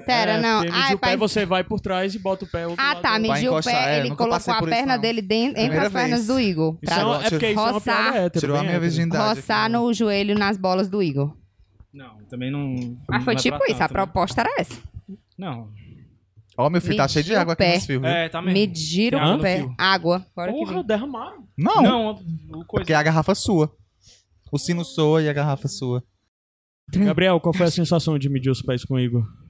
Speaker 4: Pera, não.
Speaker 6: É, Medir
Speaker 4: Ai,
Speaker 6: o pé,
Speaker 4: pai.
Speaker 6: você vai por trás e bota o pé. outro
Speaker 4: Ah,
Speaker 6: lado.
Speaker 4: tá.
Speaker 2: Vai
Speaker 4: Mediu o
Speaker 2: encostar,
Speaker 4: pé.
Speaker 2: é,
Speaker 4: Ele
Speaker 2: nunca passei
Speaker 4: colocou a
Speaker 2: por isso,
Speaker 4: perna
Speaker 2: não.
Speaker 4: dele dentro, entre
Speaker 2: Primeira
Speaker 4: as pernas
Speaker 2: vez.
Speaker 4: do Igor.
Speaker 6: Isso
Speaker 4: pra
Speaker 6: é, uma- é porque isso é uma
Speaker 4: roçar,
Speaker 6: piada hétero.
Speaker 2: Tirou a
Speaker 6: bem
Speaker 2: minha
Speaker 6: hétero.
Speaker 2: virgindade.
Speaker 4: roçar
Speaker 2: aqui.
Speaker 4: no joelho nas bolas do Igor.
Speaker 3: Não, também não.
Speaker 4: Mas foi
Speaker 3: não é
Speaker 4: tipo
Speaker 3: pra
Speaker 4: isso. A
Speaker 3: tanto, né?
Speaker 4: proposta era essa.
Speaker 3: Não.
Speaker 2: Ó, meu filho, tá
Speaker 4: Medir
Speaker 2: cheio de
Speaker 4: o
Speaker 2: água
Speaker 4: pé.
Speaker 2: aqui nos fios. viu?
Speaker 3: É, tá mesmo.
Speaker 4: Medir
Speaker 3: Tem água
Speaker 4: o
Speaker 3: no
Speaker 4: pé.
Speaker 3: fio.
Speaker 4: Água. Agora que
Speaker 6: Porra,
Speaker 4: vem.
Speaker 6: derramaram.
Speaker 2: Não,
Speaker 3: Não, o coisa.
Speaker 2: porque é a garrafa sua. O sino soa e a garrafa sua.
Speaker 6: Gabriel, qual foi a sensação de medir os pés com o Igor?